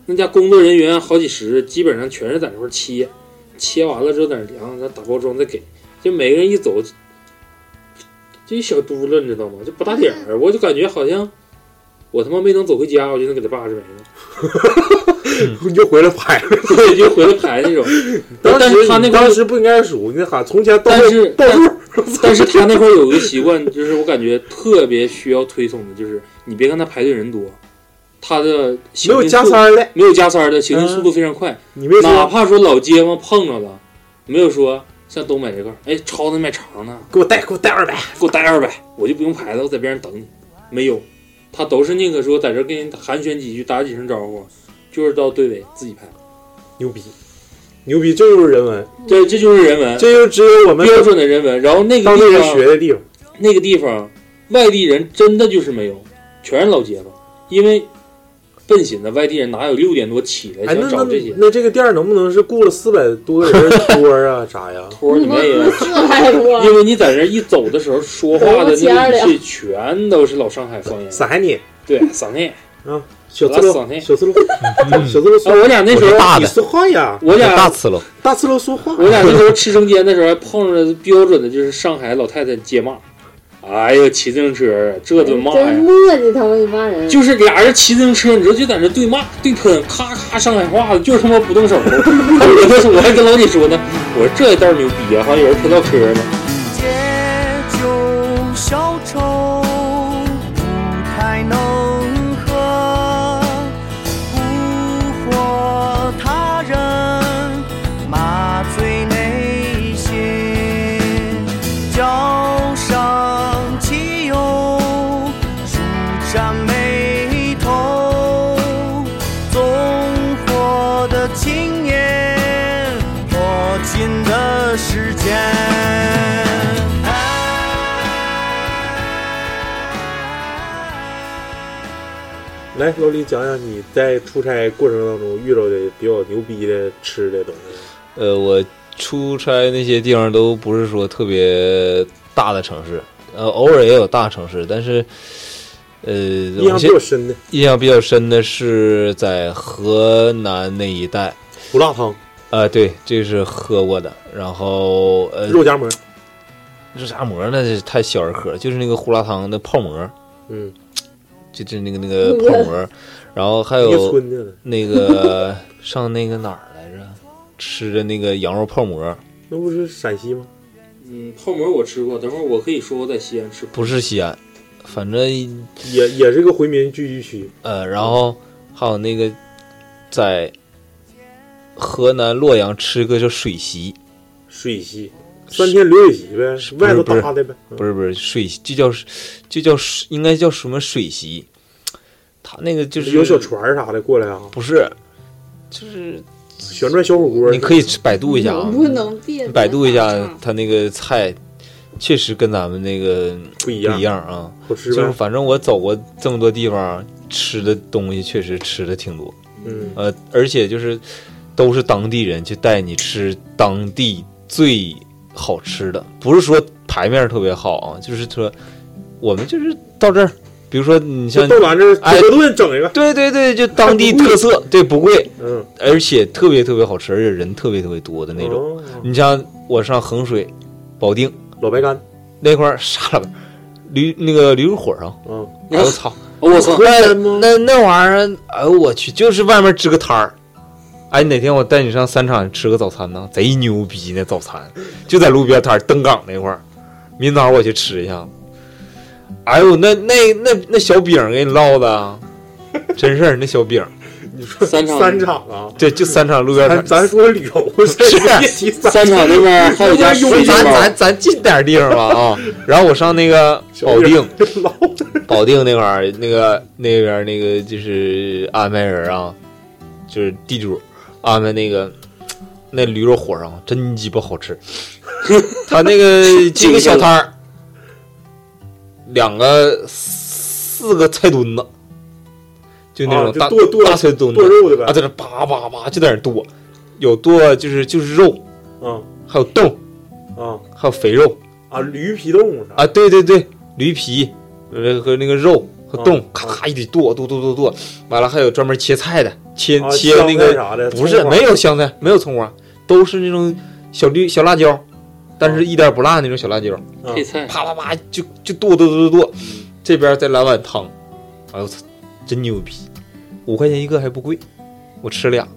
Speaker 4: 那家工作人员好几十，基本上全是在那块儿切，切完了之后在那儿量，咱打包装再给。就每个人一走，就一小嘟了，你知道吗？就不大点儿，我就感觉好像我他妈没能走回家，我就能给他爸是没了。
Speaker 3: 你就回来排，
Speaker 4: 对， 就回来排那种。
Speaker 3: 当
Speaker 4: 但
Speaker 3: 时
Speaker 4: 是他那
Speaker 3: 你
Speaker 4: 块儿
Speaker 3: 当时不应该数，你喊从前到
Speaker 4: 但是
Speaker 3: 后到处
Speaker 4: 但是他那块儿有一个习惯，就是我感觉特别需要推崇的，就是你别看他排队人多，他的行进
Speaker 3: 没有加
Speaker 4: 速
Speaker 3: 塞儿的
Speaker 4: 没有加塞儿的行进速度非常快。
Speaker 3: 你没说
Speaker 4: 哪怕说老街坊碰着了，没有说像东北这块儿，哎，超子卖肠呢，
Speaker 3: 给我带，给我带二百，
Speaker 4: 给我带二百，我就不用排了，我在边上等你。没有，他都是宁可说在这儿跟人寒暄几句，打几声招呼，就是到队尾自己排。
Speaker 3: 牛逼，牛逼，这就是人文，
Speaker 4: 这这就是人文，
Speaker 3: 这就只有我们
Speaker 4: 标准的人文。然后那个
Speaker 3: 当
Speaker 4: 地
Speaker 3: 地人
Speaker 4: 方
Speaker 3: 学的地方，
Speaker 4: 那个地方外地人真的就是没有，全是老街坊，因为笨寻思外地人哪有六点多起来
Speaker 3: 哎，
Speaker 4: 想
Speaker 3: 那
Speaker 4: 找
Speaker 3: 那
Speaker 4: 这些。
Speaker 3: 那这个店儿能不能是雇了四百多个 人托儿啊啥呀？
Speaker 4: 托儿你们也，因为你在这一走的时候说话的那个语气全都是老上海方言。
Speaker 3: 啥你？
Speaker 4: 对，啥你？
Speaker 3: 啊，小
Speaker 4: 刺
Speaker 3: 刺
Speaker 4: 喽
Speaker 3: 喽，小刺喽，小刺喽说，
Speaker 4: 啊 我俩那时候
Speaker 3: 你说话呀，
Speaker 4: 我俩
Speaker 8: 喽，
Speaker 3: 大刺喽说话，
Speaker 4: 我俩那 时候吃生煎的时候还碰着标准的就是上海老太太接骂，哎呦骑自行车这顿骂呀
Speaker 10: 真，磨叽他们一帮人，
Speaker 4: 就是俩人骑自行车，你知道就在那对骂对喷，咔咔上海话的，就是他妈不动手。 我那时候我还跟老李说呢，我说这一道牛逼啊，好像有人听唠嗑呢。
Speaker 9: 借酒消愁，不太能喝，不惑
Speaker 12: 上眉头，纵火的青年，握紧的时间。
Speaker 3: 来，老李讲讲你在出差过程当中遇到的比较牛逼的吃的东西。
Speaker 8: 呃，我出差那些地方都不是说特别大的城市，呃，偶尔也有大城市，但是，呃，印
Speaker 3: 象比较深的，
Speaker 8: 印象比较深的是在河南那一带，
Speaker 3: 胡辣汤，
Speaker 8: 啊，对，这是喝过的，然后呃，
Speaker 3: 肉夹馍，
Speaker 8: 肉夹馍那是太小儿科了，就是那个胡辣汤的泡馍，
Speaker 3: 嗯，
Speaker 8: 就是那个那个泡馍，然后还
Speaker 3: 一个
Speaker 8: 有
Speaker 3: 村子的
Speaker 8: 那 个上那个哪儿来着，吃的那个羊肉泡馍，
Speaker 3: 那不是陕西吗？
Speaker 4: 嗯，泡馍我吃过，等会儿我可以说我在西安吃过。
Speaker 8: 不是西安，反正
Speaker 3: 也也是个回民聚居区。
Speaker 8: 呃，然后还有那个在河南洛阳吃个叫水席，
Speaker 3: 水席，三天流水席呗，外头
Speaker 8: 不是
Speaker 3: 搭的呗。嗯
Speaker 8: 不是不是水席，就叫就叫应该叫什么水席？他那个就是
Speaker 3: 有小船儿啥的过来啊，
Speaker 8: 不是，就是
Speaker 3: 旋转小火锅。
Speaker 8: 你可以百度一下啊，
Speaker 7: 不能变？
Speaker 8: 百度一下他那个菜，确实跟咱们那个不一
Speaker 3: 样
Speaker 8: 不一样啊。
Speaker 3: 好吃呗
Speaker 8: 就是反正我走过这么多地方，吃的东西确实吃的挺多。
Speaker 3: 嗯
Speaker 8: 呃，而且就是都是当地人去带你吃当地最好吃的，不是说牌面特别好啊，就是说我们就是到这儿，比如说你像
Speaker 3: 就到咱这儿
Speaker 8: 哎
Speaker 3: 德顿整一个，
Speaker 8: 对对对，就当地特色，对， 不贵，
Speaker 3: 嗯，
Speaker 8: 而且特别特别好吃，而且人特别特别多的那种
Speaker 3: 哦。
Speaker 8: 你像我上衡水、保定、
Speaker 3: 老白干
Speaker 8: 那块儿，啥了吧，驴那个驴肉火烧，
Speaker 3: 嗯，
Speaker 8: 哎我操，
Speaker 4: 我操
Speaker 8: 那那那玩意儿，哎我去，就是外面支个摊儿。哎，哪天我带你上三厂吃个早餐呢？贼牛逼那早餐，就在路边摊儿登岗那块儿。明早我去吃一下。哎呦，那那那那小饼儿给你烙的啊，真事儿，那小饼儿。
Speaker 3: 你说
Speaker 4: 三厂
Speaker 3: 三厂啊，
Speaker 8: 对，就三场路边摊
Speaker 3: 咱
Speaker 8: 儿。
Speaker 3: 咱说旅游
Speaker 8: 是
Speaker 4: 三厂那边还有一家水
Speaker 8: 咱
Speaker 4: 饺
Speaker 8: 咱咱近点儿地方吧啊。然后我上那个保定，保定那块儿那个那边儿那个就是安排人啊，就是地主安排那个那驴肉火烧真鸡巴 好吃，他那个几个小摊儿，两个四个菜墩子。就那
Speaker 3: 啊
Speaker 8: 种
Speaker 3: 就
Speaker 8: 大、
Speaker 3: 剁剁
Speaker 8: 大菜墩子，
Speaker 3: 剁肉的呗
Speaker 8: 啊，在那叭叭叭就在那剁，有剁就是就是肉，
Speaker 3: 嗯，
Speaker 8: 还有冻，
Speaker 3: 啊
Speaker 8: 还有肥肉
Speaker 3: 啊，驴皮冻啥，
Speaker 8: 啊，对对对，驴皮，呃和那个肉
Speaker 3: 嗯
Speaker 8: 和冻，咔一起剁剁剁剁剁，完了还有专门切菜的，切
Speaker 3: 啊
Speaker 8: 切那
Speaker 3: 香
Speaker 8: 个
Speaker 3: 菜啥的
Speaker 8: 不
Speaker 3: 葱
Speaker 8: 是
Speaker 3: 花
Speaker 8: 没有香菜，没有葱花，都是那种小绿小辣椒，但
Speaker 3: 啊
Speaker 8: 是一点不辣那种小辣椒，
Speaker 4: 配菜，
Speaker 8: 啪啪啪就就剁剁剁剁剁，
Speaker 3: 嗯
Speaker 8: 这边再来碗汤，哎呦我操，真牛逼，五块钱一个还不贵，我吃俩，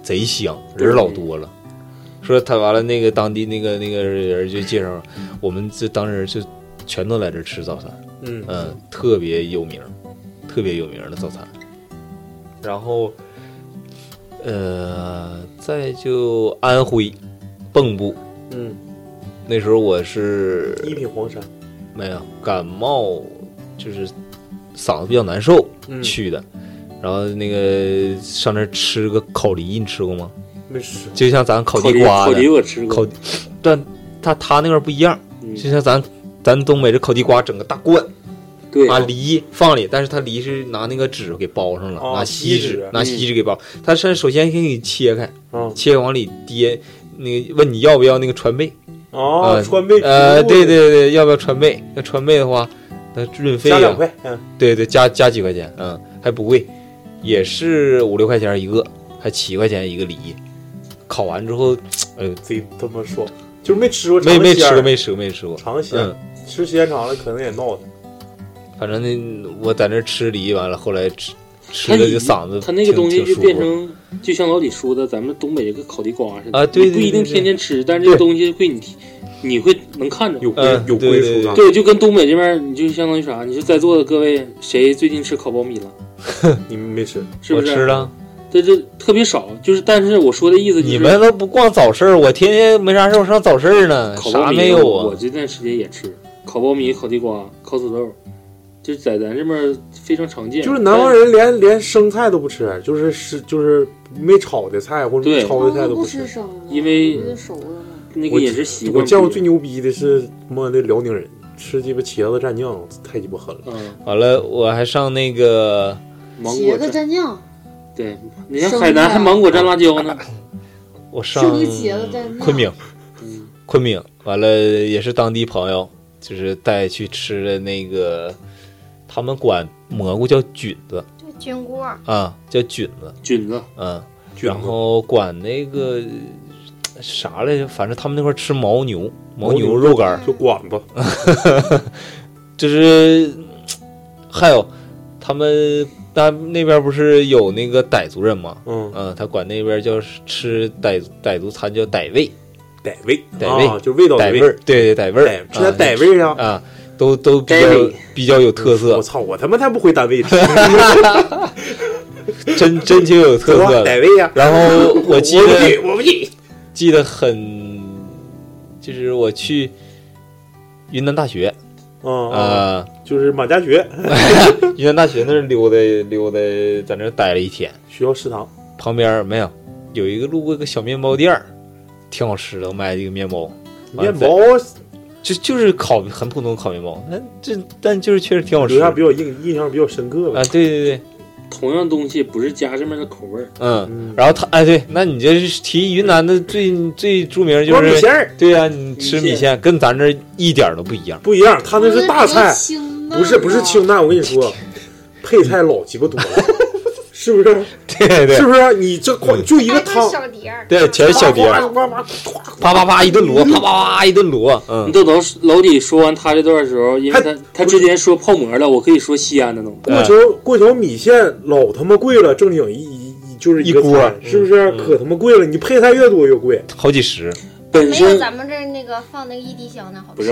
Speaker 8: 贼香，人老多了。说他完了，那个当地那个那个人就介绍，我们这当时就全都来这儿吃早餐，
Speaker 3: 嗯
Speaker 8: 特别有名，特别有名的早餐。然后，呃，再就安徽蚌埠，
Speaker 3: 嗯，
Speaker 8: 那时候我是
Speaker 3: 一品黄山，
Speaker 8: 没有感冒，就是嗓子比较难受、
Speaker 3: 嗯
Speaker 8: 去的，然后那个上那儿吃个烤梨，你吃过吗？
Speaker 3: 没吃过
Speaker 8: 就像咱烤地瓜
Speaker 4: 烤
Speaker 8: 的，
Speaker 4: 梨烤梨我吃过嗯
Speaker 8: 烤，但他他那块儿不一样，就像咱咱东北这烤地瓜，整个大罐。
Speaker 4: 对
Speaker 8: 把梨放里，但是它梨是拿那个纸给包上了，
Speaker 4: 哦
Speaker 8: 拿
Speaker 4: 锡
Speaker 8: 锡
Speaker 4: 纸
Speaker 8: 纸，拿
Speaker 4: 嗯
Speaker 8: 锡纸给包。它是首先先给你切开，切往里跌，那个问你要不要那个川贝？
Speaker 3: 哦
Speaker 8: 呃
Speaker 3: 川贝
Speaker 8: 呃，
Speaker 3: 植物
Speaker 8: 对对对，要不要川贝？那川贝的话，那润肺
Speaker 3: 加
Speaker 8: 啊
Speaker 3: 两块嗯
Speaker 8: 对对，加加几块钱，嗯，还不贵，也是五六块钱一个，还七块钱一个梨。烤完之后，哎呦，
Speaker 3: 贼他妈爽！就是没吃过，
Speaker 8: 没没吃
Speaker 3: 尝鲜
Speaker 8: 过，没吃过，没吃过，
Speaker 3: 尝鲜
Speaker 8: 嗯，
Speaker 3: 吃时间长了可能也闹腾。
Speaker 8: 反正那我在那吃梨，完了后来吃吃
Speaker 4: 它
Speaker 8: 的
Speaker 4: 一
Speaker 8: 就嗓子挺，
Speaker 4: 它那个东西
Speaker 8: 挺
Speaker 4: 就
Speaker 8: 舒
Speaker 4: 变
Speaker 8: 服
Speaker 4: 成，就像老李说的，咱们东北这个烤地瓜似的
Speaker 8: 啊对
Speaker 4: 你不
Speaker 8: 对
Speaker 4: 一定
Speaker 8: 对对
Speaker 4: 天天吃，但是这个东西会你你会能看着有
Speaker 8: 归嗯有归对属感对
Speaker 4: 对，就跟东北这边，你就相当于啥？你就在座的各位，谁最近吃烤苞米了？
Speaker 3: 你们没吃？
Speaker 4: 是不是？
Speaker 8: 我吃了。
Speaker 4: 这这特别少，就是但是我说的意思、就是，
Speaker 8: 你们都不逛早市儿，我天天没啥事儿，我上早市儿呢，
Speaker 4: 烤苞
Speaker 8: 啥
Speaker 4: 米
Speaker 8: 没有
Speaker 4: 我
Speaker 8: 啊？
Speaker 4: 这段时间也吃烤苞米、烤地瓜、烤土豆，就在咱这边儿非常常见。
Speaker 3: 就是南方人连连生菜都不吃，就是是就是没炒的菜或者没
Speaker 4: 对
Speaker 3: 焯的菜都
Speaker 10: 哦不啊
Speaker 3: 吃。
Speaker 10: 吃生的，
Speaker 4: 因为
Speaker 10: 觉得熟的嘛。
Speaker 4: 那
Speaker 3: 我
Speaker 4: 个饮食习
Speaker 3: 我
Speaker 4: 惯不一样，
Speaker 3: 见过最牛逼的是他妈的辽宁人吃鸡巴茄子蘸酱，太鸡巴狠了。
Speaker 8: 完了，我还上那个
Speaker 4: 嗯芒
Speaker 10: 茄子蘸啊酱，
Speaker 4: 对，你看海南还芒果蘸辣椒呢，
Speaker 8: 我上
Speaker 10: 生茄子蘸酱，
Speaker 8: 昆明，
Speaker 4: 嗯
Speaker 8: 昆明完了也是当地朋友，就是带去吃的那个，他们管蘑菇叫菌子
Speaker 6: 就菌菇儿，
Speaker 8: 啊，叫菌子，
Speaker 4: 菌子，
Speaker 8: 嗯，然后管那个啥来着，反正他们那块儿吃牦牛，牦牛肉干儿，
Speaker 6: 嗯
Speaker 3: 就管吧，
Speaker 8: 就是还有他们那那边不是有那个傣族人吗？
Speaker 3: 嗯
Speaker 8: 他管那边叫吃傣傣族餐叫傣味，
Speaker 3: 傣味
Speaker 8: 傣味、
Speaker 3: 啊就味道的
Speaker 8: 傣
Speaker 3: 味
Speaker 8: 味儿，
Speaker 3: 嗯
Speaker 8: 对对傣味儿，
Speaker 3: 吃点傣味啊
Speaker 8: 啊，都都比较
Speaker 3: 傣味
Speaker 8: 比较有特色。
Speaker 3: 我操，我他妈才不回 单位吃，
Speaker 8: 真真挺有特色的，
Speaker 3: 傣味呀。
Speaker 8: 然后我记得
Speaker 3: 我不去，我不去。
Speaker 8: 记得很，就是我去云南大学，
Speaker 3: 嗯
Speaker 8: 啊，
Speaker 3: 就是马家学，
Speaker 8: 云南大学那儿溜达溜达，在那儿待了一天。
Speaker 3: 学校食堂
Speaker 8: 旁边儿没有，有一个路过一个小面包店儿，挺好吃的，我买了一个面包。完了
Speaker 3: 面包
Speaker 8: 就就是烤很普通的烤面包，那这但哦就是确实挺好吃
Speaker 3: 留下比较印印象比较深刻吧。
Speaker 8: 啊，对对对，
Speaker 4: 同样东西不是家这面的口味儿。
Speaker 8: 嗯，然后他哎对，那你这是提云南的最最著名就
Speaker 4: 光
Speaker 8: 是
Speaker 4: 米线儿
Speaker 8: 对呀、你吃米线跟咱这儿一点儿都不一样，
Speaker 3: 不一样，他那是大菜，
Speaker 10: 嗯
Speaker 3: 不是不
Speaker 10: 啊
Speaker 3: 是清淡。我跟你说，配菜老鸡巴多了，是不是？
Speaker 8: 对对
Speaker 3: 是不是？你这光就一个汤，
Speaker 6: 哎小碟儿，嗯
Speaker 8: 对，全是小碟儿，
Speaker 3: 呱呱呱
Speaker 8: 啪啪啪一 顿摞，啪啪啪一顿摞，嗯，
Speaker 4: 你豆豆老李说完他这段的时候，因为他他之前说泡馍了，我可以说西安的东
Speaker 8: 嗯
Speaker 4: 西。
Speaker 3: 过桥过桥米线老他妈贵了，正经一一一就是一个
Speaker 8: 锅嗯
Speaker 3: 菜，是不是？可他妈贵了，你配菜越多越贵，
Speaker 8: 好几十。
Speaker 4: 本
Speaker 6: 没有咱们这儿那个放那个一滴香的好
Speaker 4: 不是，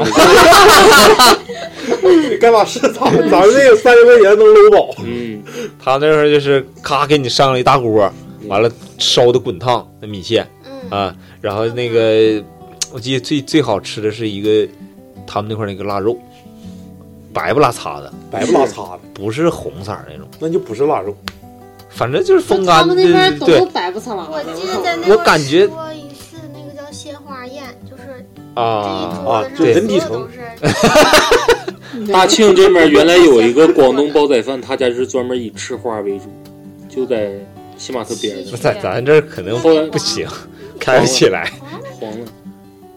Speaker 3: 该把市场咱们这个三十块钱能搂饱。
Speaker 4: 嗯，
Speaker 8: 他那会儿就是咔给你上了一大锅，完了烧的滚烫那米线，
Speaker 6: 嗯
Speaker 8: 啊，然后那个我记得最最好吃的是一个他们那块儿那个腊肉，白不拉碴的，
Speaker 3: 白不拉碴的，
Speaker 8: 不是红色儿那种，
Speaker 3: 那就不是腊肉，
Speaker 8: 反正就是风
Speaker 10: 他
Speaker 8: 干的
Speaker 10: 们那边，都
Speaker 8: 对
Speaker 10: 白不苍拉的。
Speaker 6: 我记得在那
Speaker 8: 我
Speaker 6: 块儿
Speaker 8: 感觉
Speaker 6: 说一次那个叫鲜花宴，就是
Speaker 8: 啊
Speaker 4: 啊
Speaker 8: 啊，
Speaker 4: 就
Speaker 8: 对
Speaker 4: 人体
Speaker 6: 都
Speaker 4: 城
Speaker 6: 是
Speaker 4: 大庆这边原来有一个广东煲仔饭，他家就是专门以吃花为主，就在西马特边
Speaker 8: 那
Speaker 4: 上。
Speaker 8: 在 咱这儿可能
Speaker 4: 后来
Speaker 8: 不行，开不起来。
Speaker 4: 黄了，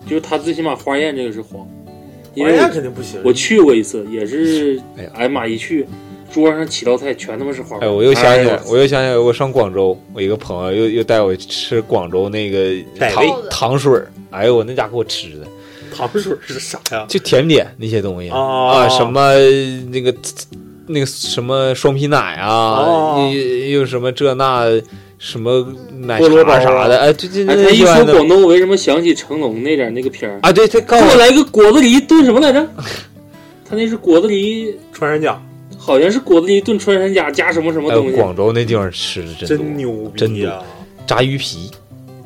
Speaker 4: 就是他最起码花宴这个是黄，因
Speaker 3: 花
Speaker 4: 为我
Speaker 3: 宴哎肯定不行。
Speaker 4: 我去过一次，也是哎妈一去，桌上起道菜全他妈是花。
Speaker 8: 哎，我又想起
Speaker 4: 哎
Speaker 8: 来
Speaker 4: 呦，
Speaker 8: 我又想起来，我上广州，我一个朋友又又带我去吃广州那个
Speaker 4: 傣
Speaker 8: 糖
Speaker 4: 味
Speaker 8: 糖水儿，哎呦，我那家给我吃的，
Speaker 3: 糖水是啥呀？
Speaker 8: 就甜点那些东西
Speaker 3: 啊
Speaker 4: 哦
Speaker 8: 啊，什么那个那个什么双皮奶啊，
Speaker 3: 哦
Speaker 8: 又又什么这那什么奶
Speaker 4: 菠萝包
Speaker 8: 茶
Speaker 4: 啊
Speaker 8: 啥的，哎，这这
Speaker 4: 哎，
Speaker 8: 这
Speaker 4: 他一
Speaker 8: 玩
Speaker 4: 说
Speaker 8: 意儿
Speaker 4: 广东，我为什么想起成龙那点儿那个片儿
Speaker 8: 啊？对，他告
Speaker 4: 给我来个果子狸炖什么来着？ 他那是果子狸
Speaker 3: 穿山甲，
Speaker 4: 好像是果子狸炖穿山甲加什么什么
Speaker 8: 哎
Speaker 4: 东西。
Speaker 8: 广州那地方吃的真多
Speaker 3: 真牛逼
Speaker 8: 真
Speaker 3: 呀
Speaker 8: 多，炸鱼皮。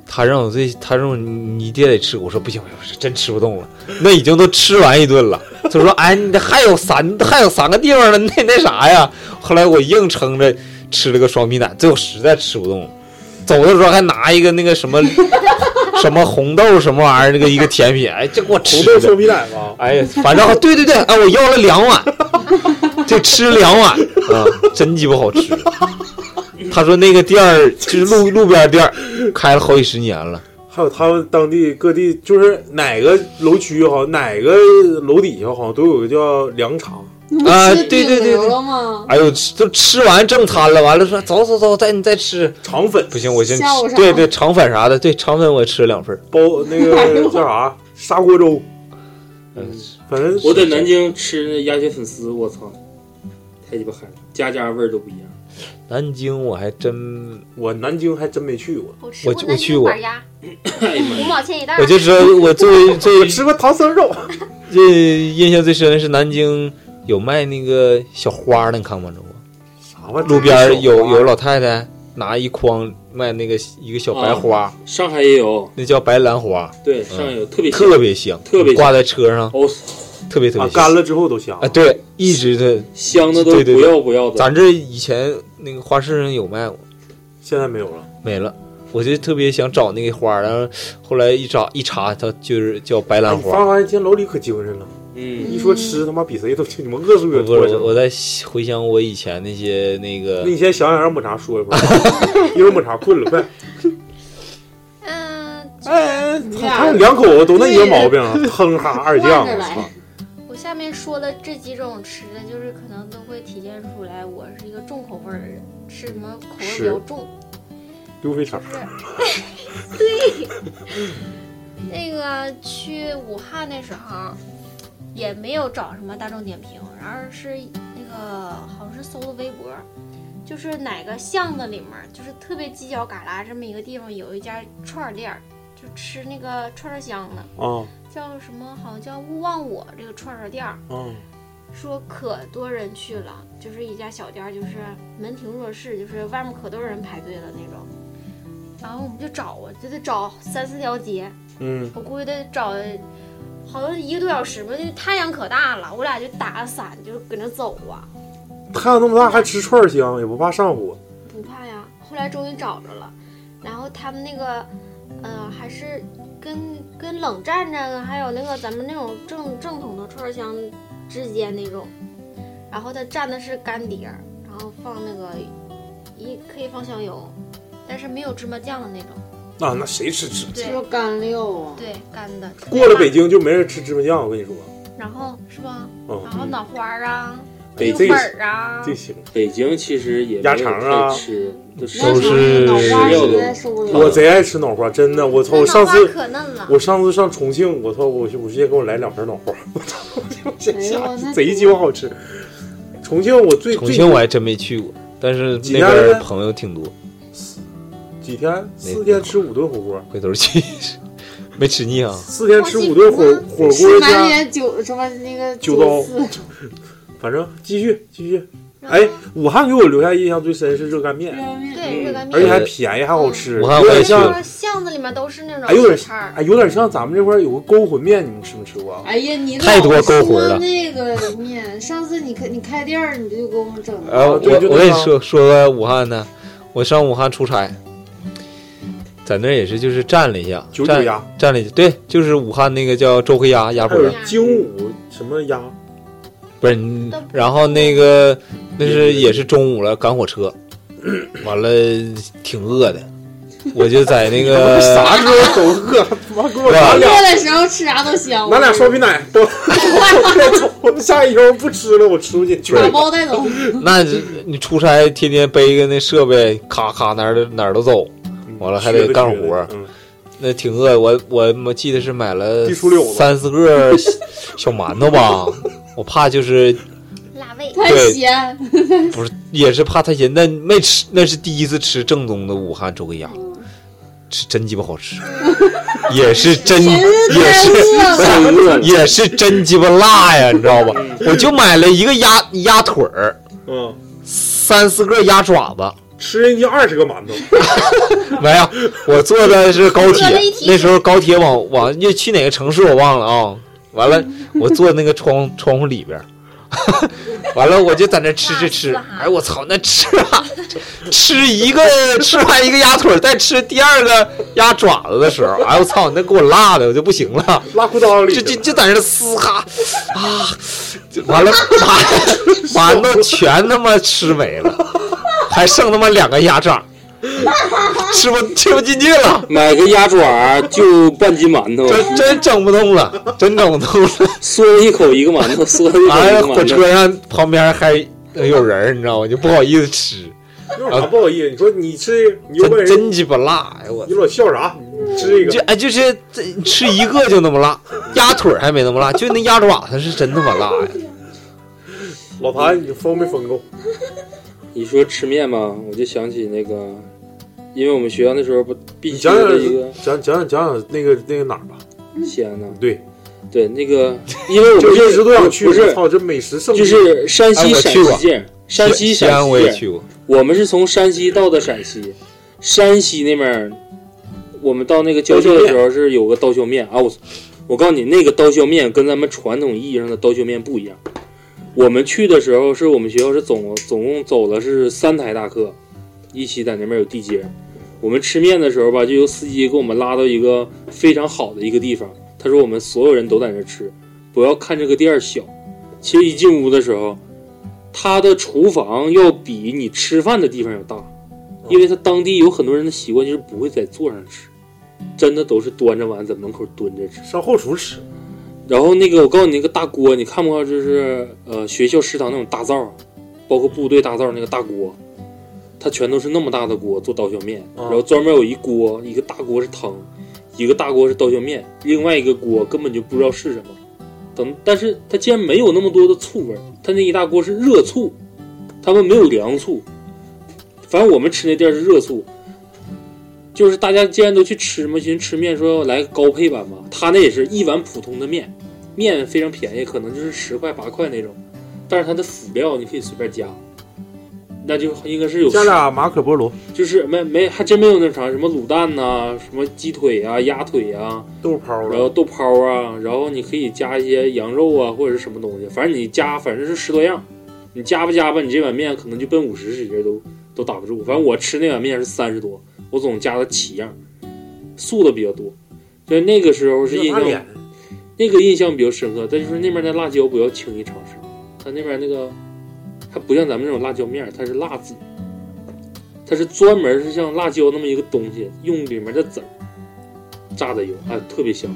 Speaker 8: 他让我最，他让我你爹得吃，我说不行，我说真吃不动了，那已经都吃完一顿了。 他说，哎，你还有三，还有三个地方呢， 那那啥呀？后来我硬撑着吃了个双皮奶，最后实在吃不动了，走的时候还拿一个那个什么 什么红豆什么玩意儿，那个一个甜品，哎，这给我吃
Speaker 3: 红
Speaker 8: 的
Speaker 3: 豆臭皮奶吗？
Speaker 8: 哎呀，反正对对对，哎，我要了两碗， 就吃两碗啊，真鸡巴好吃。他说那个店 儿就是路路边店儿，开了好几十年了。
Speaker 3: 还有他们当地各地，就是哪个楼区好，哪个楼底下好像都有个叫凉茶。
Speaker 8: 啊对对对对
Speaker 10: 了吗？
Speaker 8: 哎呦，吃都吃完正餐了，完了说走走走，再你再吃
Speaker 3: 肠粉。
Speaker 8: 不行，我先
Speaker 10: 下午
Speaker 8: 吃
Speaker 10: 茶
Speaker 8: 对对肠粉啥的，对肠粉我吃了两份儿。
Speaker 3: 包 那个叫啥砂锅粥，
Speaker 8: 嗯
Speaker 3: 反正
Speaker 4: 我在南京吃那鸭血粉丝，我操，太鸡巴嗨了，家家味儿都不一样。
Speaker 8: 南京我还真，
Speaker 3: 我南京还真没去过，
Speaker 6: 我吃
Speaker 8: 我
Speaker 6: 过
Speaker 8: 我
Speaker 6: 南
Speaker 8: 去
Speaker 6: 京
Speaker 8: 过
Speaker 6: 板，鸭，五毛钱一袋儿，
Speaker 8: 我就知道我最 最
Speaker 3: 吃过唐僧肉，
Speaker 8: 嗯这印象最深的是南京有卖那个小花儿的，你看过没？
Speaker 3: 啥玩意儿
Speaker 8: 路边儿有有老太太拿一筐卖那个一个小白花，
Speaker 4: 啊上海也有，
Speaker 8: 那叫白兰花，
Speaker 4: 对，
Speaker 8: 嗯
Speaker 4: 上海有特别
Speaker 8: 特别香，
Speaker 4: 特别香
Speaker 8: 挂在车上，
Speaker 4: 哦，
Speaker 8: 特别特别
Speaker 3: 啊
Speaker 8: 香
Speaker 3: 干了之后都香
Speaker 8: 啊，对，一直的
Speaker 4: 香的都
Speaker 8: 对对
Speaker 4: 不
Speaker 8: 对
Speaker 4: 要不要的
Speaker 8: 咱这以前那个花市上有卖过，
Speaker 3: 现在没有了，
Speaker 8: 没了。我就特别想找那个花儿，然后后来一找一查，它就是叫白兰
Speaker 3: 你
Speaker 8: 花。
Speaker 3: 哎发没发现今天老李可精神了？
Speaker 4: 嗯
Speaker 3: 一说吃他妈比谁都精，你们饿是不是有
Speaker 8: 不
Speaker 3: 多
Speaker 8: 是，
Speaker 3: 少？
Speaker 8: 我在回想我以前那些那个
Speaker 3: 那，你先想想让抹茶说一会儿， 一会儿抹茶困 了，快！
Speaker 6: 嗯
Speaker 10: 哎，你
Speaker 3: 他俩两口子都那一个毛病， 哼哈二
Speaker 10: 换
Speaker 3: 将，
Speaker 10: 着
Speaker 3: 我
Speaker 10: 来
Speaker 3: 操！
Speaker 6: 我下面说了这几种吃的，就是可能都会体现出来我是一个重口味儿的人，吃什么口味比较
Speaker 3: 是
Speaker 6: 重。
Speaker 3: 溜肥肠，
Speaker 6: 对，那个去武汉的时候，也没有找什么大众点评，然后是那个好像是搜的微博，就是哪个巷子里面，就是特别犄角旮旯这么一个地方，有一家串儿店儿，就吃那个串串香的，
Speaker 3: 啊
Speaker 6: 叫什么？好像叫勿忘我这个串串店儿。
Speaker 3: 啊
Speaker 6: 说可多人去了，就是一家小店儿，就是门庭若市，就是外面可多人排队了那种。然后我们就找啊，就得找三四条街，
Speaker 3: 嗯
Speaker 6: 我估计得找好像一个多小时吧，那太阳可大了，我俩就打着伞就搁那走啊，
Speaker 3: 太阳那么大还吃串儿香，也不怕上火。
Speaker 6: 不怕呀。后来终于找着了，然后他们那个，呃，还是跟跟冷战这个，还有那个咱们那种正正统的串儿香之间那种，然后它蘸的是干碟儿，然后放那个一可以放香油，但是没有芝麻酱的那种，
Speaker 3: 那啊那谁吃芝麻
Speaker 6: 对
Speaker 3: 酱？
Speaker 10: 说干溜啊，
Speaker 6: 对，干的。
Speaker 3: 过了北京就没人吃芝麻酱，我跟你说，
Speaker 6: 然后是吧？
Speaker 3: 嗯
Speaker 6: 啊然后脑花儿啊，
Speaker 4: 北
Speaker 6: 牛
Speaker 4: 京
Speaker 6: 粉儿啊，
Speaker 3: 这行。
Speaker 4: 北京其实也
Speaker 3: 鸭肠啊
Speaker 4: 没有太吃都是
Speaker 3: 都是
Speaker 4: 都是
Speaker 3: 脑花啊
Speaker 4: 料
Speaker 3: 实
Speaker 4: 的
Speaker 3: 在我贼爱吃脑花，真的，我操！
Speaker 6: 那
Speaker 3: 我
Speaker 6: 脑
Speaker 3: 上
Speaker 6: 花
Speaker 3: 次
Speaker 6: 可嫩了
Speaker 3: 我上次上重庆，我操！我去我直接给我来两盆脑花，我操！这
Speaker 10: 哎
Speaker 3: 下
Speaker 10: 呦那
Speaker 3: 贼鸡巴好吃。重庆我最
Speaker 8: 重庆我还真没去过，但是
Speaker 3: 济
Speaker 8: 那
Speaker 3: 南
Speaker 8: 边朋友挺多，
Speaker 3: 最几天四天吃五顿火锅，
Speaker 8: 回头去 没吃腻啊。
Speaker 3: 四天吃五顿火火锅
Speaker 10: 是南
Speaker 3: 加
Speaker 10: 园九什么那个
Speaker 3: 九刀
Speaker 10: 四，
Speaker 3: 反正继续继续。哎，武汉给我留下印象最深是热干面，
Speaker 10: 嗯
Speaker 6: 对，热干面，
Speaker 3: 嗯而且还便宜还好吃，
Speaker 8: 嗯武汉
Speaker 3: 有
Speaker 8: 我也
Speaker 3: 点
Speaker 8: 去了
Speaker 3: 像
Speaker 6: 那巷子里面都是那种
Speaker 3: 哎，有点
Speaker 6: 小摊儿
Speaker 3: 哎，有点像咱们这块儿有个勾魂面，你们吃没吃过啊？
Speaker 10: 哎呀，你
Speaker 3: 太多勾魂
Speaker 10: 了。
Speaker 3: 了
Speaker 10: 那个面，上次你开你开店儿，你就给我们整的。
Speaker 8: 然
Speaker 3: 哦
Speaker 8: 后呃我我跟你说说个武汉的，我上武汉出差，在那儿也是就是站了一下，
Speaker 3: 九九
Speaker 8: 站
Speaker 3: 鸭
Speaker 8: 站了一下，对，就是武汉那个叫周黑鸭鸭
Speaker 3: 还
Speaker 8: 脖
Speaker 3: 有
Speaker 8: 儿，
Speaker 3: 精武什么鸭，
Speaker 8: 不是，你然后那个那是也是中午了，赶 火车，完了挺饿的，我就在那个
Speaker 3: 啥时候都饿，他妈给我
Speaker 8: 啊
Speaker 3: 拿
Speaker 10: 饿
Speaker 3: 俩，
Speaker 10: 的时候吃啥都香。
Speaker 3: 啊拿俩双皮奶，都， 我下一周不吃了，我吃不进去。
Speaker 10: 打包带走。
Speaker 8: 那是你出差天天背个那设备，咔咔哪儿都哪儿都走，完了还得干活儿，
Speaker 3: 嗯
Speaker 8: 那挺饿。我我我记得是买了
Speaker 3: 地出溜子
Speaker 8: 三四个小小馒头吧，我怕就是
Speaker 6: 辣味
Speaker 10: 太
Speaker 8: 对
Speaker 10: 咸，
Speaker 8: 不是也是怕太咸，那没吃那是第一次吃正宗的武汉周黑鸭，是真鸡巴好吃，也是真也是
Speaker 4: 饿了
Speaker 8: 也是真鸡巴辣呀，你知道吧？我就买了一个鸭鸭腿儿，
Speaker 3: 嗯，
Speaker 8: 三四个鸭爪子。
Speaker 3: 吃人家二十个馒 头，
Speaker 8: 没有，我坐的是高铁
Speaker 3: 坐了一，天
Speaker 8: 那时候高铁往往要去哪个城市我忘了啊。完了，我坐那个窗窗户里边儿， 完了我就在那吃吃吃，哎我操，那吃 啊，吃一个吃完一个鸭腿儿，再吃第二个鸭爪子的时候，哎我操，那给我辣的我就不行了，
Speaker 3: 辣裤裆里，
Speaker 8: 就就就在那嘶哈啊，就完 了馒馒头全他妈吃没了，还剩他妈两个鸭掌。吃不吃不进去了，
Speaker 4: 买个鸭爪就半斤馒头，
Speaker 8: 真真整不动了，真整不 动了。
Speaker 4: 嗦了一口一个馒头，嗦了一口
Speaker 8: 完
Speaker 4: 一
Speaker 8: 了，
Speaker 4: 个
Speaker 8: 火
Speaker 4: 馒头。
Speaker 8: 车上旁边还有人儿，你知道吗？就不好意思 吃，
Speaker 3: 有啥不好
Speaker 4: 啊
Speaker 3: 意思？你说你吃，你有本
Speaker 8: 真
Speaker 3: 事，
Speaker 8: 真鸡巴辣呀！我
Speaker 3: 你老笑啥？你吃一
Speaker 8: 就
Speaker 3: 个，
Speaker 8: 哎，就是这吃一个就那么辣，鸭腿儿还没那么辣，就那鸭爪子是真他妈辣呀！
Speaker 3: 老谭，你疯没疯够？
Speaker 4: 你说吃面吧，我就想起那个，因为我们学校那时候不必
Speaker 3: 你
Speaker 4: 须
Speaker 3: 讲讲
Speaker 4: 的一个
Speaker 3: 讲讲讲讲那个那个哪儿吧？
Speaker 4: 西安呢，
Speaker 3: 对
Speaker 4: 对，那 个因为我
Speaker 3: 就
Speaker 4: 们
Speaker 3: 一直都想去，哎
Speaker 4: 不是
Speaker 3: 我操，这美食圣地
Speaker 4: 就是山西、陕西界，山西、
Speaker 8: 西
Speaker 4: 陕
Speaker 8: 安
Speaker 4: 西
Speaker 8: 我也
Speaker 4: 界
Speaker 8: 去过。
Speaker 4: 我们是从山西到的陕西，山西那面儿，我们到那个交界的时候是有个刀削面啊，我操我告诉你，那个刀削面跟咱们传统意义上的刀削面不一样。我们去的时候，是我们学校是总总共走了是三台大客，一起在那边有地接。我们吃面的时候吧，就由司机给我们拉到一个非常好的一个地方。他说我们所有人都在那吃，不要看这个店儿小。其实一进屋的时候，他的厨房要比你吃饭的地方要大，因
Speaker 3: 啊
Speaker 4: 为他当地有很多人的习惯就是不会在座上吃，真的都是端着碗在门口蹲着吃，
Speaker 3: 上后厨吃。
Speaker 4: 然后那个我告诉你那个大锅，你看不看？就是呃学校食堂那种大灶，包括部队大灶那个大锅，它全都是那么大的锅做刀削面，
Speaker 13: 啊
Speaker 4: 然后专门有一锅，一个大锅是汤，一个大锅是刀削面，另外一个锅根本就不知道是什么。等，但是它竟然没有那么多的醋味儿，它那一大锅是热醋，他们没有凉醋，反正我们吃那店儿是热醋，就是大家既然都去吃嘛，寻思吃面说来个高配版吧，他那也是一碗普通的面，面非常便宜，可能就是十块八块那种，但是它的辅料你可以随便加，那就应该是有
Speaker 3: 加俩马可波罗，
Speaker 4: 就是没没还真没有那啥什么卤蛋呐、什么鸡腿啊、鸭腿啊、
Speaker 3: 豆泡
Speaker 4: 然后豆泡啊，然后你可以加一些羊肉啊或者是什么东西，反正你加反正是十多样，你加吧加吧，你这碗面可能就奔五十时节都都打不住。反正我吃那碗面是三十多，我总加了七样，素的比较多，所以那个时候是印
Speaker 3: 你有啥
Speaker 4: 象
Speaker 3: 脸，
Speaker 4: 那个印象比较深刻。但
Speaker 3: 嗯
Speaker 4: 就是那边的辣椒不要轻易尝试，它那边那个它不像咱们那种辣椒面儿，它是辣子，它是专门是像辣椒那么一个东西，用里面的籽儿榨的油，哎，特别香。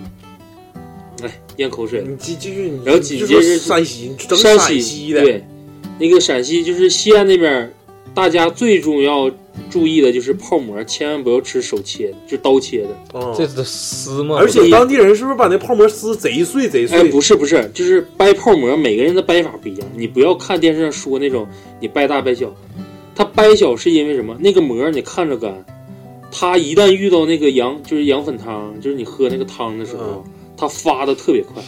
Speaker 4: 哎，咽口水了。
Speaker 3: 你继继续，你
Speaker 4: 然后紧
Speaker 3: 就
Speaker 4: 接
Speaker 3: 说
Speaker 4: 着
Speaker 3: 山西，你整
Speaker 4: 山
Speaker 3: 陕
Speaker 4: 西
Speaker 3: 的，
Speaker 4: 对，那个陕西就是西安那边儿，大家最重要注意的就是泡馍，千万不要吃手切的，就刀切的。
Speaker 3: 哦
Speaker 8: 这都撕嘛
Speaker 3: 而且当地人是不是把那泡馍撕贼碎贼碎？
Speaker 4: 哎，不是不是，就是掰泡馍，每个人的掰法不一样。你不要看电视上说那种你掰大掰小，它掰小是因为什么？那个馍你看着干，它一旦遇到那个羊，就是羊粉汤，就是你喝那个汤的时候，它发的特别快。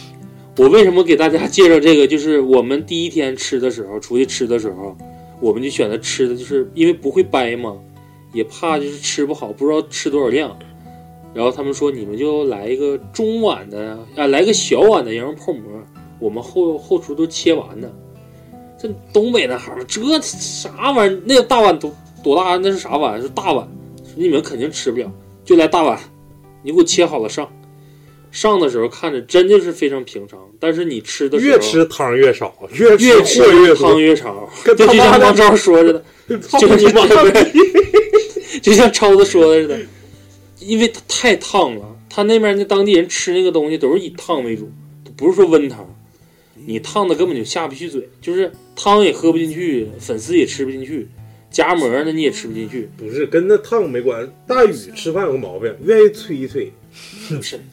Speaker 4: 我为什么给大家介绍这个？就是我们第一天吃的时候，出去吃的时候，我们就选择吃的，就是因为不会掰嘛，也怕就是吃不好，不知道吃多少量。然后他们说你们就来一个中碗的啊，来个小碗的羊肉泡馍，我们后后厨都切完呢。这东北男孩儿，这啥玩意儿？那大碗多多大？啊那是啥碗？是大碗，你们肯定吃不了，就来大碗，你给我切好了上。上的时候看着真的是非常平常，但是你吃的时候
Speaker 3: 越吃汤越少，越
Speaker 4: 越
Speaker 3: 吃货越多
Speaker 4: 汤越少，
Speaker 3: 跟
Speaker 4: 就
Speaker 3: 他
Speaker 4: 就
Speaker 3: 妈
Speaker 4: 像
Speaker 3: 的
Speaker 4: 王昭说着的， 就
Speaker 3: 你
Speaker 4: 是
Speaker 3: 妈的
Speaker 4: 就像超子说的似的，因为它太烫了，他那边那当地人吃那个东西都是以烫为主，不是说温汤，你烫的根本就下不去嘴，就是汤也喝不进去，粉丝也吃不进去，夹馍呢你也吃不进去，
Speaker 3: 不是跟那烫没关系。大宇吃饭有个毛病，愿意催一催，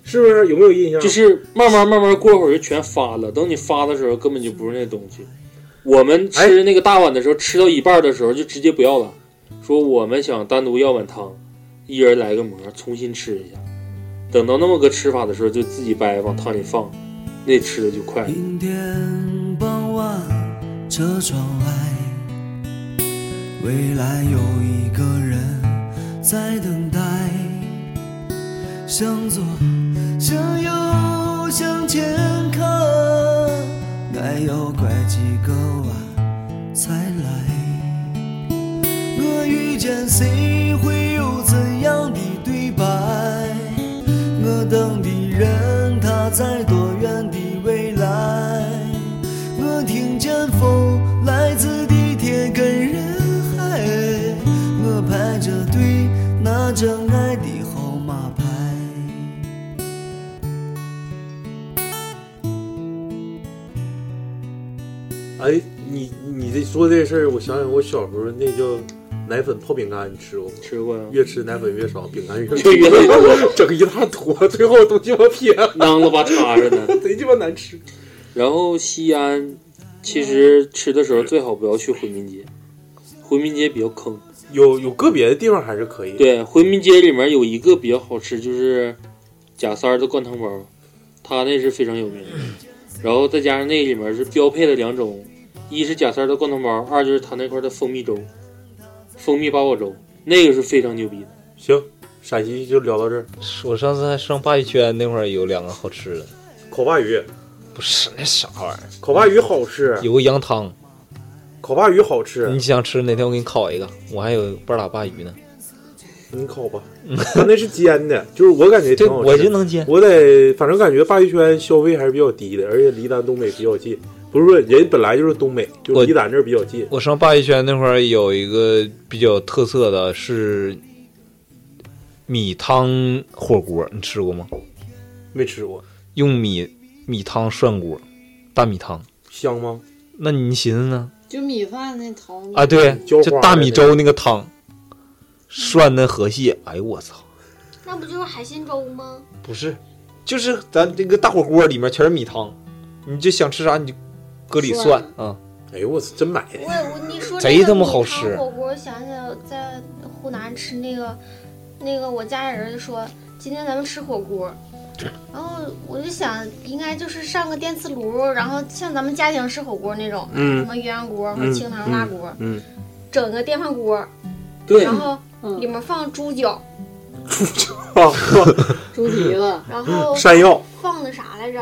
Speaker 4: 是
Speaker 3: 不是？有没有印象？
Speaker 4: 就是慢慢慢慢过会儿就全发了，等你发的时候根本就不是那东西。我们吃那个大碗的时候，吃到一半的时候就直接不要了，说我们想单独要碗汤，一人来个馍，重新吃一下。等到那么个吃法的时候，就自己掰往汤里放，那吃的就快了。
Speaker 12: 傍晚，车窗外，未来有一个人在等待，向左，向右，向前看，该要拐几个弯才来。我遇见谁会有怎样的对白？我等的人他在多远的未来？我听见风来自地铁跟人海，我排着队拿着爱的号码牌。
Speaker 3: 哎，你你这说这事儿，我想想我小时候那叫奶粉泡饼干，你吃过吗？
Speaker 4: 吃过呀。
Speaker 3: 越吃奶粉越少，饼干越
Speaker 4: 越越来越多
Speaker 3: 整一大坨，最后都鸡巴撇了，
Speaker 4: 囊了吧叉着呢
Speaker 3: 贼鸡巴难吃。
Speaker 4: 然后西安，其实吃的时候最好不要去回民街，回民街比较坑。
Speaker 3: 有有个别的地方还是可以。
Speaker 4: 对，回民街里面有一个比较好吃，就是贾三儿的灌汤包，他那是非常有名。然后再加上那里面是标配的两种，一是贾三儿的灌汤包，二就是他那块儿的蜂蜜粥，蜂蜜八宝粥，那个是非常牛逼的。
Speaker 3: 行，陕西就聊到这儿。
Speaker 8: 我上次还上鲅鱼圈那块儿有两个好吃的，
Speaker 3: 烤鲅鱼，
Speaker 8: 不是那啥玩意儿，
Speaker 3: 烤鲅鱼好吃，
Speaker 8: 有个羊汤，
Speaker 3: 烤鲅鱼好吃。
Speaker 8: 你想吃哪天我给你烤一个？我还有半拉鲅鱼呢。
Speaker 3: 你烤吧，它那是煎的，就是我感觉挺好吃。
Speaker 8: 对我就能 煎，
Speaker 3: 我在反正感觉鲅鱼圈消费还是比较低的，而且离咱东北比较近，不是说人本来就是东北，就
Speaker 8: 我
Speaker 3: 离咱这儿比较近。
Speaker 8: 我上鲅鱼圈那块儿有一个比较特色的是米汤火锅，你吃过吗？
Speaker 3: 没吃过，
Speaker 8: 用米米汤涮锅，大米汤
Speaker 3: 香吗？
Speaker 8: 那你寻思呢？
Speaker 10: 就米饭那汤
Speaker 8: 啊，对，
Speaker 10: 浇
Speaker 8: 就
Speaker 10: 花
Speaker 8: 大
Speaker 10: 的
Speaker 8: 米
Speaker 10: 那
Speaker 8: 粥那个汤，涮那河蟹，哎呦我操！
Speaker 6: 那不就是海鲜粥吗？
Speaker 8: 不是，就是咱这个大火锅里面全是米汤，你就想吃啥你就搁里涮啊！
Speaker 3: 哎呦我操，真买
Speaker 6: 我我你说
Speaker 8: 贼
Speaker 6: 这个
Speaker 8: 他妈
Speaker 6: 米
Speaker 8: 好
Speaker 6: 汤
Speaker 8: 吃
Speaker 6: 火锅，想起来我在湖南吃那个那个，我家人就说今天咱们吃火锅，然后我就想应该就是上个电磁炉，然后像咱们家庭吃火锅那种，
Speaker 4: 嗯
Speaker 6: 什么鸳鸯锅或者
Speaker 4: 嗯
Speaker 6: 清汤辣锅，
Speaker 3: 嗯，
Speaker 6: 整个电饭锅，
Speaker 4: 对
Speaker 6: 然后里面放猪脚，
Speaker 10: 猪蹄子，
Speaker 8: 嗯
Speaker 6: 然后
Speaker 3: 山药
Speaker 6: 放的啥来着？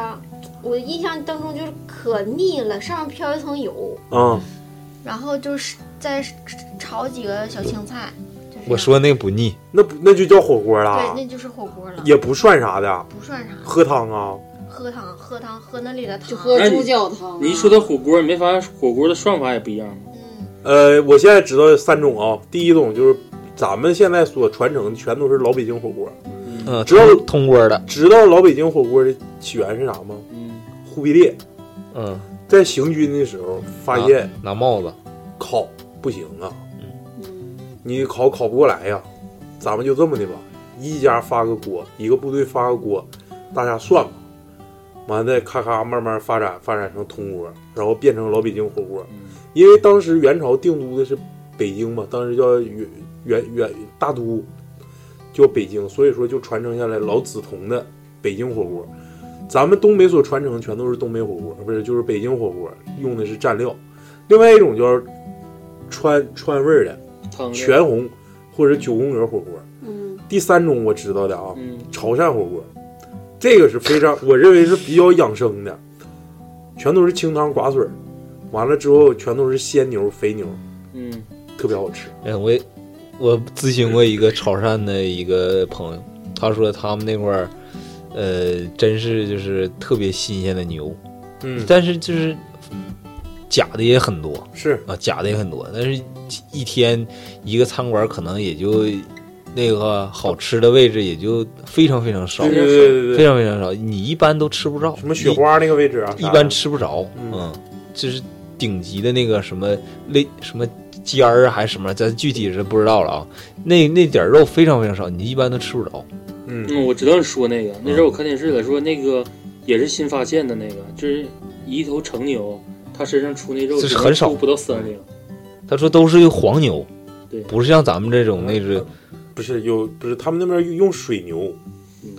Speaker 6: 我的印象当中就是可腻了，上面飘一层油，
Speaker 3: 啊，
Speaker 6: 然后就是再炒几个小青菜，
Speaker 8: 我说啊那不腻，
Speaker 3: 那不那就叫火锅啦，
Speaker 6: 对，那就是火锅了，
Speaker 3: 也不涮啥的，
Speaker 6: 不涮啥，
Speaker 3: 喝汤啊。
Speaker 6: 喝汤喝汤喝那里的汤，就
Speaker 10: 喝猪脚汤。
Speaker 4: 哎
Speaker 10: 啊
Speaker 4: 你一说到火锅，没法火锅的涮法也不一样。
Speaker 6: 嗯
Speaker 3: 呃，我现在知道三种啊，第一种就是咱们现在所传承的全都是老北京火锅，
Speaker 8: 嗯，
Speaker 3: 知道
Speaker 8: 通锅的，
Speaker 3: 知道老北京火锅的起源是啥吗？
Speaker 4: 嗯，
Speaker 3: 忽必烈
Speaker 8: 嗯，
Speaker 3: 在行军的时候
Speaker 8: 啊
Speaker 3: 发现
Speaker 8: 拿帽子
Speaker 3: 烤不行啊，你烤烤不过来呀、咱们就这么的吧，一家发个锅，一个部队发个锅，大家涮吧，完了再咔咔慢慢发展发展成铜锅，然后变成老北京火锅，因为当时元朝定都的是北京嘛，当时叫元元元大都叫北京，所以说就传承下来老梓潼的北京火锅。咱们东北所传承的全都是东北火锅，不是就是北京火锅，用的是蘸料。另外一种叫川川味儿的
Speaker 4: 汤料
Speaker 3: 全红或者九宫格火锅。
Speaker 10: 嗯，
Speaker 3: 第三种我知道的啊，
Speaker 4: 嗯
Speaker 3: 潮汕火锅，这个是非常我认为是比较养生的，全都是清汤寡水儿，完了之后全都是鲜牛肥牛，
Speaker 4: 嗯，
Speaker 3: 特别好吃。
Speaker 8: 哎，我也我咨询过一个潮汕的一个朋友，他说他们那块儿，呃，真是就是特别新鲜的牛，
Speaker 3: 嗯
Speaker 8: 但是就是假的也很多，
Speaker 3: 是
Speaker 8: 啊，假的也很多，但是一天一个餐馆可能也就那个好吃的位置也就非常非常少，
Speaker 3: 对对对对对
Speaker 8: 非常非常少，你一般都吃不着，什
Speaker 3: 什么雪花那个位置啊，
Speaker 8: 一般吃不着，嗯，就是顶级的那个什么类什么尖儿啊还是什么，咱具体是不知道了啊。那那点儿肉非常非常少，你一般都吃不着。
Speaker 4: 嗯，我知道你说那个，那时候我看电
Speaker 8: 嗯
Speaker 4: 视了，说那个也是新发现的那个，就是一头成牛，它身上出那肉
Speaker 8: 就是很少
Speaker 4: 只能出不到三两。
Speaker 8: 他说都是用黄牛
Speaker 4: 对，
Speaker 8: 不是像咱们这种那是
Speaker 3: 不是有不是他们那边用水牛，
Speaker 8: 嗯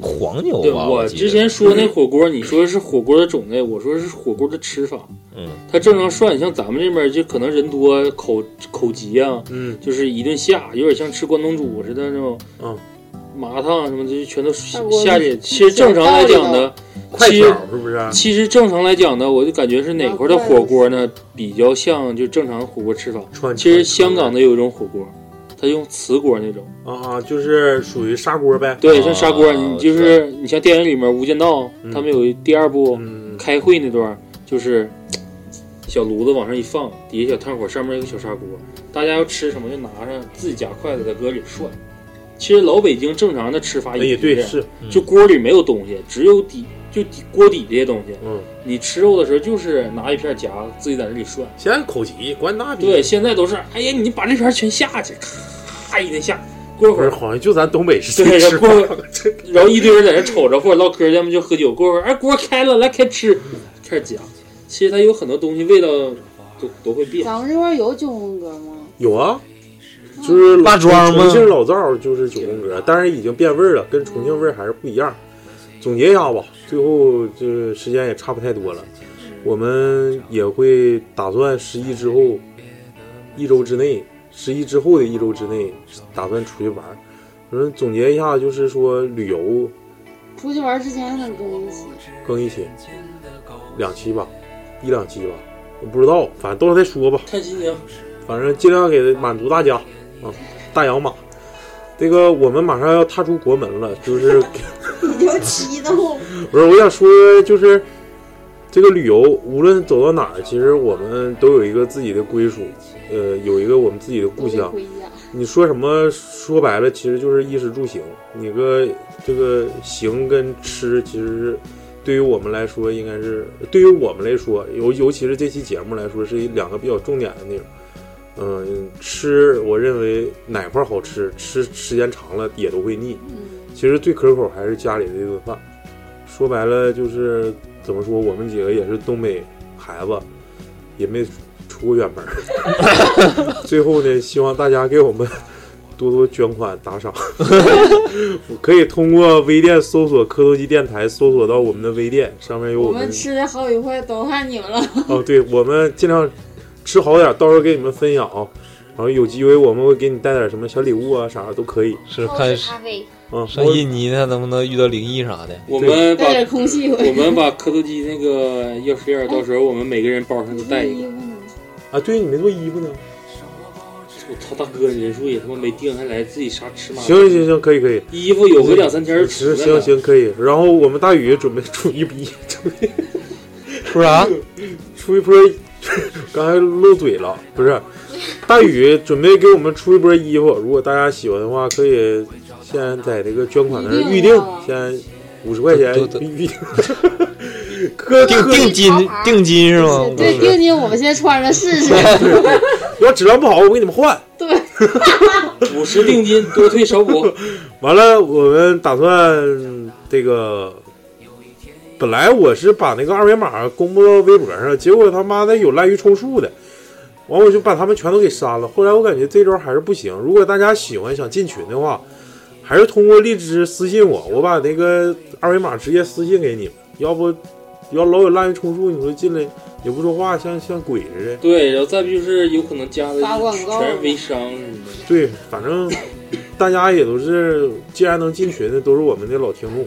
Speaker 8: 黄牛
Speaker 4: 嗯对，
Speaker 8: 吧？
Speaker 4: 我
Speaker 8: 哦记得嗯
Speaker 4: 之前说那火锅，你说是火锅的种类，我说是火锅的吃法。
Speaker 8: 嗯，
Speaker 4: 它正常涮，像咱们这边就可能人多，口口急啊，
Speaker 3: 嗯，
Speaker 4: 就是一顿下，有点像吃关东煮似的那种，
Speaker 3: 嗯，
Speaker 4: 麻辣烫什么的就全都
Speaker 3: 我
Speaker 4: 下去。其实正常来讲呢，
Speaker 3: 快
Speaker 4: 其
Speaker 3: 手
Speaker 4: 实
Speaker 3: 是不是？啊
Speaker 4: 其实正常来讲呢，我就感觉是哪块的火锅呢比较像就正常火锅吃法。其实香港的有一种火锅，它用瓷锅那种，
Speaker 3: 啊，就是属于砂锅呗。
Speaker 4: 对，像砂锅，你
Speaker 3: 哦
Speaker 4: 就是你像电影里面《无间道》，
Speaker 3: 嗯
Speaker 4: 他们有第二部开会那段儿，就是小炉子往上一放，底下小炭火，上面有个小砂锅，大家要吃什么就拿上自己夹筷子在搁里涮。其实老北京正常的吃法
Speaker 3: 哎
Speaker 4: 是
Speaker 3: 也对
Speaker 4: 这样
Speaker 3: 是
Speaker 4: 就锅里没有东西，只有底就底锅底这些东西。
Speaker 3: 嗯，
Speaker 4: 你吃肉的时候就是拿一片夹，自己在那里涮。
Speaker 3: 现在口急，管那逼
Speaker 4: 对，现在都是，哎呀，你把这片全下去，咔一顿下，过一会
Speaker 3: 不是
Speaker 4: 儿
Speaker 3: 好像就咱东北 是
Speaker 4: 对，
Speaker 3: 这
Speaker 4: 然
Speaker 3: 吃
Speaker 4: 后
Speaker 3: 法
Speaker 4: 过会儿，然后一堆人在那瞅着或者唠嗑，要么就喝酒。过会儿，哎，锅开了，来开吃，开始讲。其实它有很多东西味道都都会变。
Speaker 10: 咱们这块有九宫格吗？
Speaker 3: 有啊，就是
Speaker 8: 辣庄吗
Speaker 3: 重庆老灶就是九宫格，但是已经变味儿了，跟重庆味儿还是不一样。总结一下吧，最后这时间也差不太多了，我们也会打算十一之后，一周之内，十一之后的一周之内，打算出去玩儿。嗯，总结一下，就是说旅游
Speaker 10: 出去玩之前还能更一期，
Speaker 3: 更一期，两期吧，一两期吧，我不知道，反正到时候再说吧。
Speaker 4: 看心情，
Speaker 3: 反正尽量给满足大家啊，大洋马。这个我们马上要踏出国门了，就是
Speaker 10: 你就激动。
Speaker 3: 不是我想说，就是这个旅游，无论走到哪儿，其实我们都有一个自己的归属，呃，有一个我们自己的故乡。你说什么？说白了，其实就是衣食住行。你个这个行跟吃，其实是对于我们来说，应该是对于我们来说，尤尤其是这期节目来说，是两个比较重点的内容。嗯，吃，我认为哪块儿好吃，吃时间长了也都会腻。
Speaker 10: 嗯
Speaker 3: 其实最可口还是家里的这顿饭。说白了就是怎么说，我们几个也是东北孩子，也没出过远门儿。 最后呢，希望大家给我们多多捐款打赏， 可以通过微店搜索“磕头机电台”，搜索到我们的微店，上面有
Speaker 10: 我
Speaker 3: 我
Speaker 10: 们
Speaker 3: 们
Speaker 10: 吃的好与坏都看你们了。
Speaker 3: 哦，对，我们尽量吃好点儿，到时候给你们分享啊。然后有机会我们会给你带点什么小礼物啊，啥的都可以。
Speaker 8: 是看
Speaker 6: 咖啡，
Speaker 3: 嗯，
Speaker 8: 上印尼他能不能遇到灵异啥的？
Speaker 4: 我们把
Speaker 10: 空气回来
Speaker 4: 我们把磕头机那个钥匙链，到时候我们每个人包上都带
Speaker 10: 嗯
Speaker 4: 一个。
Speaker 3: 啊，对你没做衣服呢。
Speaker 4: 我操，大哥，人数也他妈没定，还来自己啥吃嘛？
Speaker 3: 行行行，可以可以。
Speaker 4: 衣服有个两三天儿
Speaker 3: 行
Speaker 4: 吃
Speaker 3: 行行，可以。然后我们大宇准备出一逼，出一
Speaker 8: 出啥？
Speaker 3: 出一波， 刚才漏嘴了，不是。大宇准备给我们出一波衣服，如果大家喜欢的话，可以先在这个捐款那儿预定，
Speaker 4: 啊
Speaker 3: 先五十块钱预定。 哥
Speaker 8: 定定金定金是吗？
Speaker 10: 对，定金我们先穿着试试。
Speaker 3: 要质量不好，我给你们换。
Speaker 10: 对，
Speaker 4: 五十定金多退少补。
Speaker 3: 完了，我们打算这个，本来我是把那个二维码公布到微博上，结果他妈的有滥竽充数的，完我就把他们全都给删了。后来我感觉这招还是不行，如果大家喜欢想进群的话，还是通过荔枝私信我，我把那个二维码直接私信给你们，要不要老有滥竽充数，你说进来也不说话，像像鬼似的。
Speaker 4: 对，然后再不就是有可能加的
Speaker 10: 发广告
Speaker 4: 全是微商什么的。
Speaker 3: 对，反正大家也都是，既然能进群的，都是我们的老听众，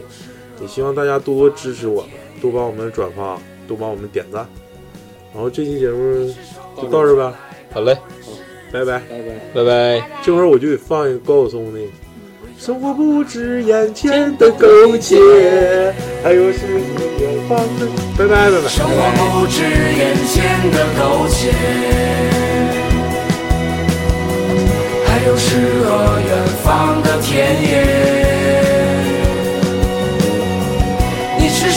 Speaker 3: 也希望大家多多支持我们，多帮我们转发，多帮我们点赞。然后这期节目就到这儿呗。
Speaker 8: 好嘞，
Speaker 3: 拜拜，
Speaker 4: 拜拜，
Speaker 8: 拜拜。
Speaker 3: 这会儿我就得放一个高晓松的。生活不止眼前的苟且，还有诗和远方的。拜拜拜拜。
Speaker 9: 生活不止眼前的苟且，还有诗和远方的田野。你赤